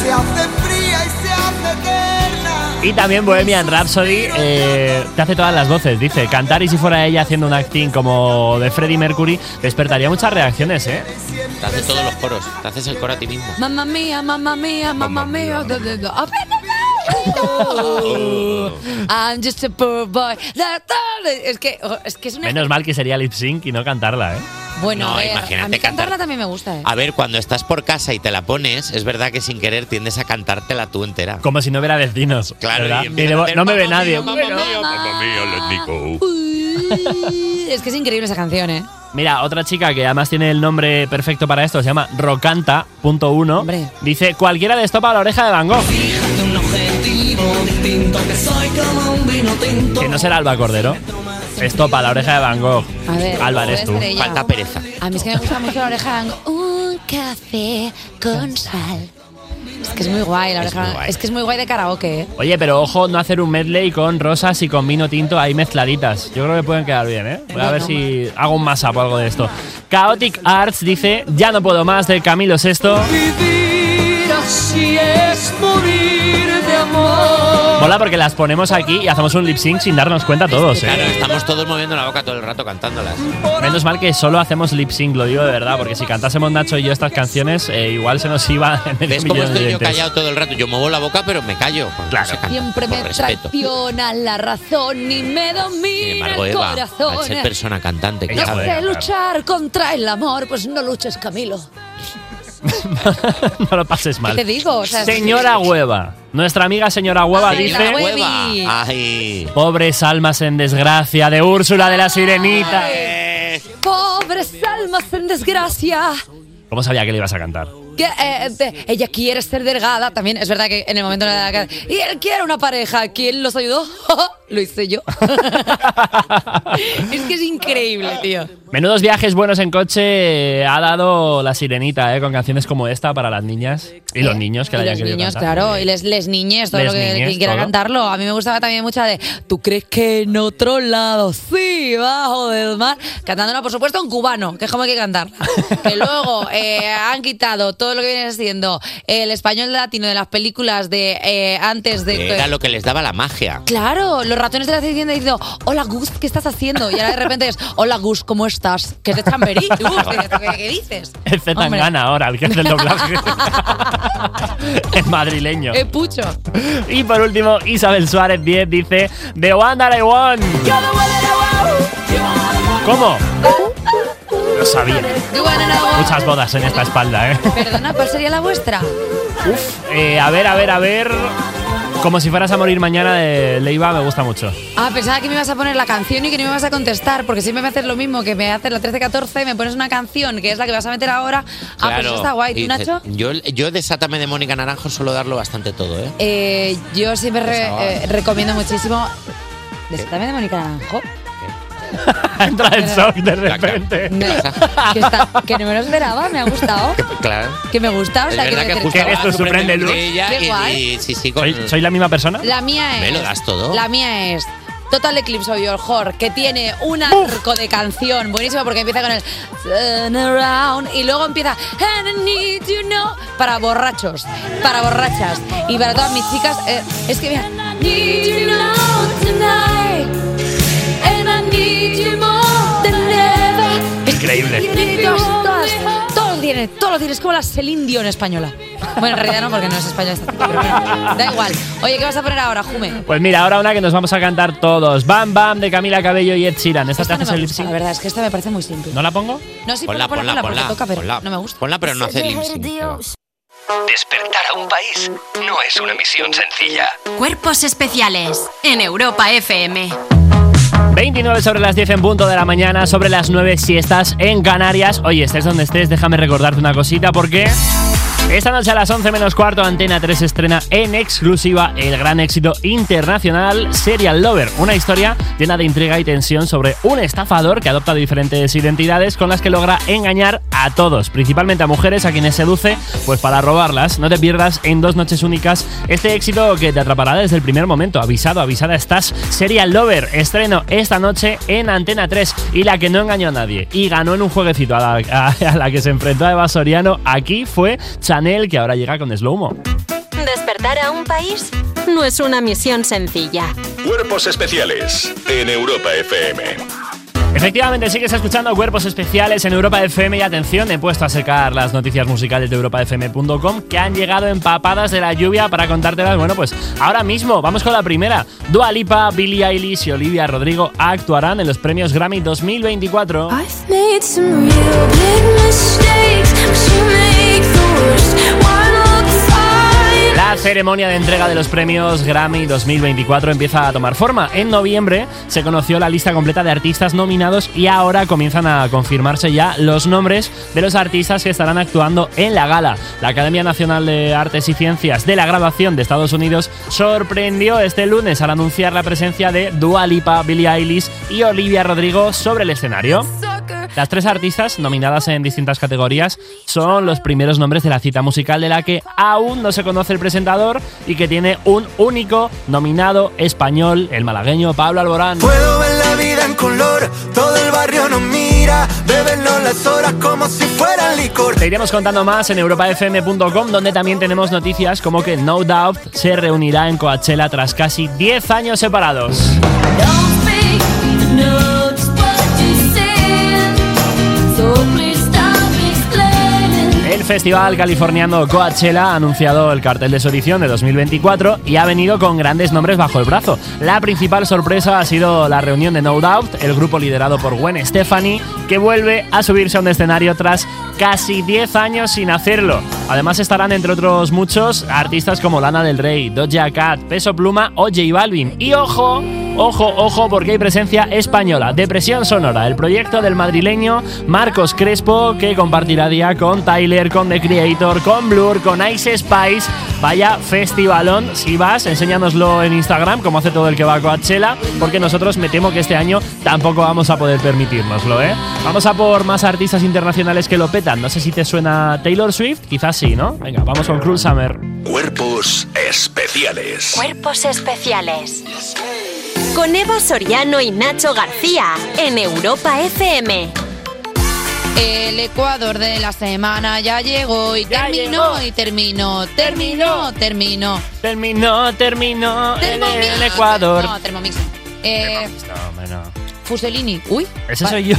Speaker 5: Se hace fría y se hace eterna.
Speaker 6: Y también Bohemian Rhapsody eh, te hace todas las voces, dice. Cantar y si fuera ella haciendo un acting como de Freddie Mercury despertaría muchas reacciones, ¿eh?
Speaker 4: Te haces todos los coros, te haces el coro a ti mismo.
Speaker 9: Mamma mía, mamma mía, mamma mía. da, da, da. A ver, da, da. I'm just a poor boy. Da, da. Es que oh, es, que es una...
Speaker 6: Menos mal que sería lip sync y no cantarla, ¿eh?
Speaker 9: Bueno,
Speaker 4: No,
Speaker 9: a ver,
Speaker 4: imagínate
Speaker 9: a mí
Speaker 4: cantar.
Speaker 9: cantarla también me gusta, ¿eh?
Speaker 4: A ver, cuando estás por casa y te la pones, es verdad que sin querer tiendes a cantártela tú entera.
Speaker 6: Como si no hubiera vecinos.
Speaker 4: Claro,
Speaker 6: ¿verdad?
Speaker 4: y
Speaker 6: Y luego, no me ve nadie.
Speaker 9: pues, Es que es increíble esa canción, ¿eh?
Speaker 6: Mira, otra chica que además tiene el nombre perfecto para esto, se llama Rocanta.1. Dice, cualquiera de esto para la oreja de Van Gogh.
Speaker 5: Un objetivo distinto que soy como un vino tinto.
Speaker 6: Que no será Alba Cordero. Estopa, la oreja de Van Gogh.
Speaker 9: A ver,
Speaker 6: Álvarez, tú.
Speaker 9: puede ser ella. Falta
Speaker 4: pereza.
Speaker 9: A mí es que me gusta mucho la oreja de Van Gogh. Un café con sal. Es que es muy guay la
Speaker 6: Es
Speaker 9: oreja.
Speaker 6: muy
Speaker 9: Es,
Speaker 6: guay.
Speaker 9: que es muy guay de karaoke, ¿eh?
Speaker 6: Oye, pero ojo, no hacer un medley con rosas y con vino tinto ahí mezcladitas. Yo creo que pueden quedar bien, ¿eh? Voy a ver si hago un mashup o algo de esto. Chaotic Arts dice, ya no puedo más de Camilo VI.
Speaker 5: Vivir así es morir de amor.
Speaker 6: Mola porque las ponemos aquí y hacemos un lip sync sin darnos cuenta todos,
Speaker 4: Claro,
Speaker 6: ¿eh?
Speaker 4: estamos todos moviendo la boca todo el rato cantándolas.
Speaker 6: Menos mal que solo hacemos lip sync, lo digo de verdad, porque si cantásemos Nacho y yo estas canciones, eh, igual se nos iba en el
Speaker 4: ¿Ves
Speaker 6: millón
Speaker 4: cómo
Speaker 6: de
Speaker 4: estoy yo
Speaker 6: oyentes.
Speaker 4: callado todo el rato? Yo muevo la boca, pero me callo. Claro.
Speaker 9: Siempre me
Speaker 4: respeto.
Speaker 9: traiciona la razón y me
Speaker 4: Sin
Speaker 9: domina
Speaker 4: embargo,
Speaker 9: el
Speaker 4: Eva,
Speaker 9: corazón.
Speaker 3: eh.
Speaker 4: al ser persona cantante, que
Speaker 9: no
Speaker 4: sabe.
Speaker 9: sé luchar contra el amor, pues no luches, Camilo.
Speaker 6: no lo pases mal.
Speaker 9: ¿Qué te digo? O sea,
Speaker 6: señora Hueva. Nuestra amiga señora Hueva
Speaker 9: Ay, la
Speaker 6: dice...
Speaker 9: huevi.
Speaker 6: Pobres almas en desgracia de Úrsula de la Sirenita.
Speaker 9: Pobres almas en desgracia.
Speaker 6: ¿Cómo sabía que le ibas a cantar?
Speaker 3: que, eh, de- ella quiere ser delgada. También es verdad que en el momento de la edad que- Y él quiere una pareja. ¿Quién los ayudó? Lo hice yo. es que es increíble, tío.
Speaker 6: Menudos viajes buenos en coche eh, ha dado la sirenita, ¿eh? Con canciones como esta para las niñas y los niños que la
Speaker 3: Y
Speaker 6: hayan
Speaker 3: los
Speaker 6: querido
Speaker 3: niños,
Speaker 6: cantar.
Speaker 3: claro, y les, les niñez, todo
Speaker 6: Les
Speaker 3: lo que
Speaker 6: niñez,
Speaker 3: quien quiera
Speaker 6: todo.
Speaker 3: cantarlo. A mí me gustaba también mucha de ¿Tú crees que en otro lado? Sí, bajo del mar. Cantándola, por supuesto, en cubano, que es como hay que cantarla. que luego eh, han quitado todo lo que viene siendo el español latino de las películas de eh, antes de.
Speaker 4: Era lo que les daba la magia.
Speaker 3: Claro, los ratones de la tienda diciendo, hola Gus, ¿qué estás haciendo? Y ahora de repente es, hola Gus, ¿cómo estás? Que es de Chamberí, Gus, ¿qué, qué dices?
Speaker 6: El Z
Speaker 3: Hombre.
Speaker 6: Tangana ahora, el que hace el doblaje. el madrileño.
Speaker 3: Eh, pucho.
Speaker 6: Y por último, Isabel Suárez 10 dice The One That I Want. ¿Cómo? Lo sabía. Muchas bodas en esta espalda, ¿eh?
Speaker 3: Perdona, ¿cuál sería la vuestra?
Speaker 6: Eh, A ver, a ver, a ver. Como si fueras a morir mañana de Leiva, me gusta mucho.
Speaker 3: Ah, pensaba que me ibas a poner la canción y que no me vas a contestar, porque siempre me haces lo mismo, que me haces la 13-14, me pones una canción, que es la que vas a meter ahora. Ah, pues eso está guay. ¿Tú,
Speaker 4: Y-
Speaker 3: Nacho?
Speaker 4: Yo, yo de Sátame de Mónica Naranjo suelo darlo bastante todo, ¿eh?
Speaker 3: Eh, yo siempre re-
Speaker 4: Esa va.
Speaker 3: eh, recomiendo muchísimo... Desátame de Mónica Naranjo.
Speaker 6: Entra el shock de repente.
Speaker 3: Que, está- que no me lo esperaba, me ha gustado.
Speaker 4: Claro.
Speaker 3: Que me gusta, o sea,
Speaker 4: es
Speaker 3: quiero
Speaker 4: verdad
Speaker 3: decir-
Speaker 4: que justo
Speaker 6: ¿Qué eres tú,
Speaker 4: ahora
Speaker 6: Sorprende
Speaker 4: sorprende
Speaker 6: Luz?
Speaker 4: de ella
Speaker 3: Qué
Speaker 4: y-
Speaker 3: guay.
Speaker 4: y, sí, sí, con-
Speaker 6: ¿Soy, soy la misma persona?
Speaker 3: La mía es...
Speaker 4: Me lo das todo.
Speaker 3: La mía es Total Eclipse of Your Heart, que tiene un arco de canción buenísimo porque empieza con el Turn Around y luego empieza And I Need You Now para borrachos, para borrachas y para todas mis chicas. eh, es que mira,
Speaker 5: Need you now tonight, and I need you more than ever.
Speaker 6: Increíble.
Speaker 3: todas, todas, todo lo tiene, todo lo tiene, es como la Celine Dion española. Bueno, en realidad no, porque no es española esta chica, pero bueno, da igual. Oye, ¿qué vas a poner ahora, Jume?
Speaker 6: Pues mira, ahora una que nos vamos a cantar todos. Bam Bam de Camila Cabello y Ed Sheeran. Esta te
Speaker 3: Esta no
Speaker 6: haces
Speaker 3: me
Speaker 6: el lip
Speaker 3: gusta, la
Speaker 6: sync.
Speaker 3: verdad, es que esta me parece muy simple.
Speaker 6: ¿No la pongo?
Speaker 3: No, sí, ponla, ponla, ponla, porque toca, pero no me gusta.
Speaker 4: Ponla, pero no hace lip sync.
Speaker 1: Despertar a un país no es una misión sencilla.
Speaker 21: Cuerpos especiales en Europa FM.
Speaker 6: 29 sobre las 10 en punto de la mañana, sobre las 9 si estás en Canarias. Oye, estés donde estés, déjame recordarte una cosita porque esta noche a las 11 menos cuarto Antena 3 estrena en exclusiva el gran éxito internacional Serial Lover, una historia llena de intriga y tensión sobre un estafador que adopta diferentes identidades con las que logra engañar a todos, principalmente a mujeres a quienes seduce pues para robarlas. No te pierdas en dos noches únicas este éxito que te atrapará desde el primer momento. Avisado, avisada estás. Serial Lover, estreno esta noche en Antena 3 y la que no engañó a nadie y ganó en un jueguecito a la, a- a la que se enfrentó a Eva Soriano aquí fue Chanel que ahora llega con Slow Mo.
Speaker 2: Despertar a un país no es una misión sencilla.
Speaker 7: Cuerpos especiales en Europa FM.
Speaker 6: Efectivamente, sigues escuchando Cuerpos Especiales en Europa FM y atención, he puesto a secar las noticias musicales de europafm.com que han llegado empapadas de la lluvia para contártelas. Bueno, pues ahora mismo vamos con la primera. Dua Lipa, Billie Eilish y Olivia Rodrigo actuarán en los premios Grammy 2024.
Speaker 5: Made some real big mistakes, but you make the worst one look fine.
Speaker 6: La ceremonia de entrega de los premios Grammy 2024 empieza a tomar forma. En noviembre se conoció la lista completa de artistas nominados y ahora comienzan a confirmarse ya los nombres de los artistas que estarán actuando en la gala. La Academia Nacional de Artes y Ciencias de la Grabación de Estados Unidos sorprendió este lunes al anunciar la presencia de Dua Lipa, Billie Eilish y Olivia Rodrigo sobre el escenario. Las tres artistas nominadas en distintas categorías son los primeros nombres de la cita musical de la que aún no se conoce el presentador y que tiene un único nominado español, el malagueño Pablo Alborán.
Speaker 22: Puedo ver la vida en color, todo el barrio nos mira, bebenlo las horas como si fueran licor.
Speaker 6: Te iremos contando más en europafm.com, donde también tenemos noticias como que No Doubt se reunirá en Coachella tras casi 10 años separados.
Speaker 5: Notes what you said, so please stop explaining.
Speaker 6: El festival californiano Coachella ha anunciado el cartel de su edición de 2024 y ha venido con grandes nombres bajo el brazo. La principal sorpresa ha sido la reunión de No Doubt, el grupo liderado por Gwen Stefani, que vuelve a subirse a un escenario tras casi 10 años sin hacerlo. Además estarán entre otros muchos artistas como Lana del Rey, Doja Cat, Peso Pluma o J Balvin. Y ojo, Ojo, ojo, porque hay presencia española. Depresión Sonora, el proyecto del madrileño Marcos Crespo, que compartirá día con Tyler, con The Creator, con Blur, con Ice Spice. Vaya festivalón, si vas, enséñanoslo en Instagram, como hace todo el que va a Coachella, porque nosotros me temo que este año tampoco vamos a poder permitirnoslo, ¿eh? Vamos a por más artistas internacionales que lo petan. No sé si te suena Taylor Swift, quizás sí, ¿no? Venga, vamos con Cruel Summer.
Speaker 1: Cuerpos especiales.
Speaker 2: Cuerpos especiales. Con Evo Soriano y Nacho García en Europa FM.
Speaker 3: El Ecuador de la semana ya llegó y terminó y terminó, terminó, terminó.
Speaker 6: Terminó, terminó el,
Speaker 3: Thermomix.
Speaker 6: el Ecuador.
Speaker 3: No, Thermomix. Eh,
Speaker 6: No, hombre, no.
Speaker 3: Fuselini. Uy.
Speaker 6: Ese
Speaker 3: va-
Speaker 6: soy yo.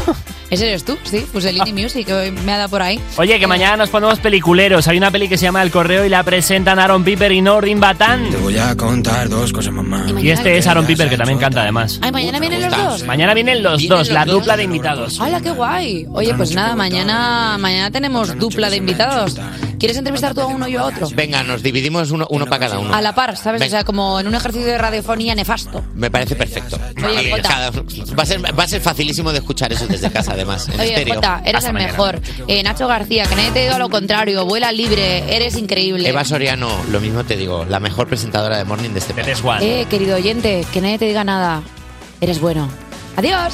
Speaker 3: Ese eres tú, sí. Fuselini Music, hoy me ha dado por ahí.
Speaker 6: Oye, que mañana nos ponemos peliculeros. Hay una peli que se llama El Correo y la presentan Aaron Piper y Nordin Batán. Te voy a contar dos cosas, mamá. Y este es Aaron Piper, que también canta además.
Speaker 3: Ay, mañana vienen los dos.
Speaker 6: Mañana vienen los
Speaker 3: Vienen
Speaker 6: dos,
Speaker 3: los
Speaker 6: la
Speaker 3: dos.
Speaker 6: dupla de invitados.
Speaker 3: Hola, qué guay. Oye, pues nada, mañana, mañana tenemos dupla de invitados. ¿Quieres entrevistar tú a uno y yo a otro?
Speaker 4: Venga, nos dividimos uno, uno para cada uno.
Speaker 3: A la par, ¿sabes? O sea, como en un ejercicio de radiofonía nefasto.
Speaker 4: Me parece perfecto.
Speaker 3: Oye,
Speaker 4: Y
Speaker 3: Jota.
Speaker 4: cada- va, a ser, va a ser facilísimo de escuchar eso desde casa, además. en
Speaker 3: Oye,
Speaker 4: estéreo.
Speaker 3: Jota, eres
Speaker 4: Hasta
Speaker 3: el
Speaker 4: mañana.
Speaker 3: mejor. Eh, Nacho García, que nadie te diga lo contrario. Vuela libre, eres increíble.
Speaker 4: Eva Soriano, lo mismo te digo, la mejor presentadora de Morning de este país.
Speaker 3: Eh, querido oyente, que nadie te diga nada. Eres bueno. Adiós.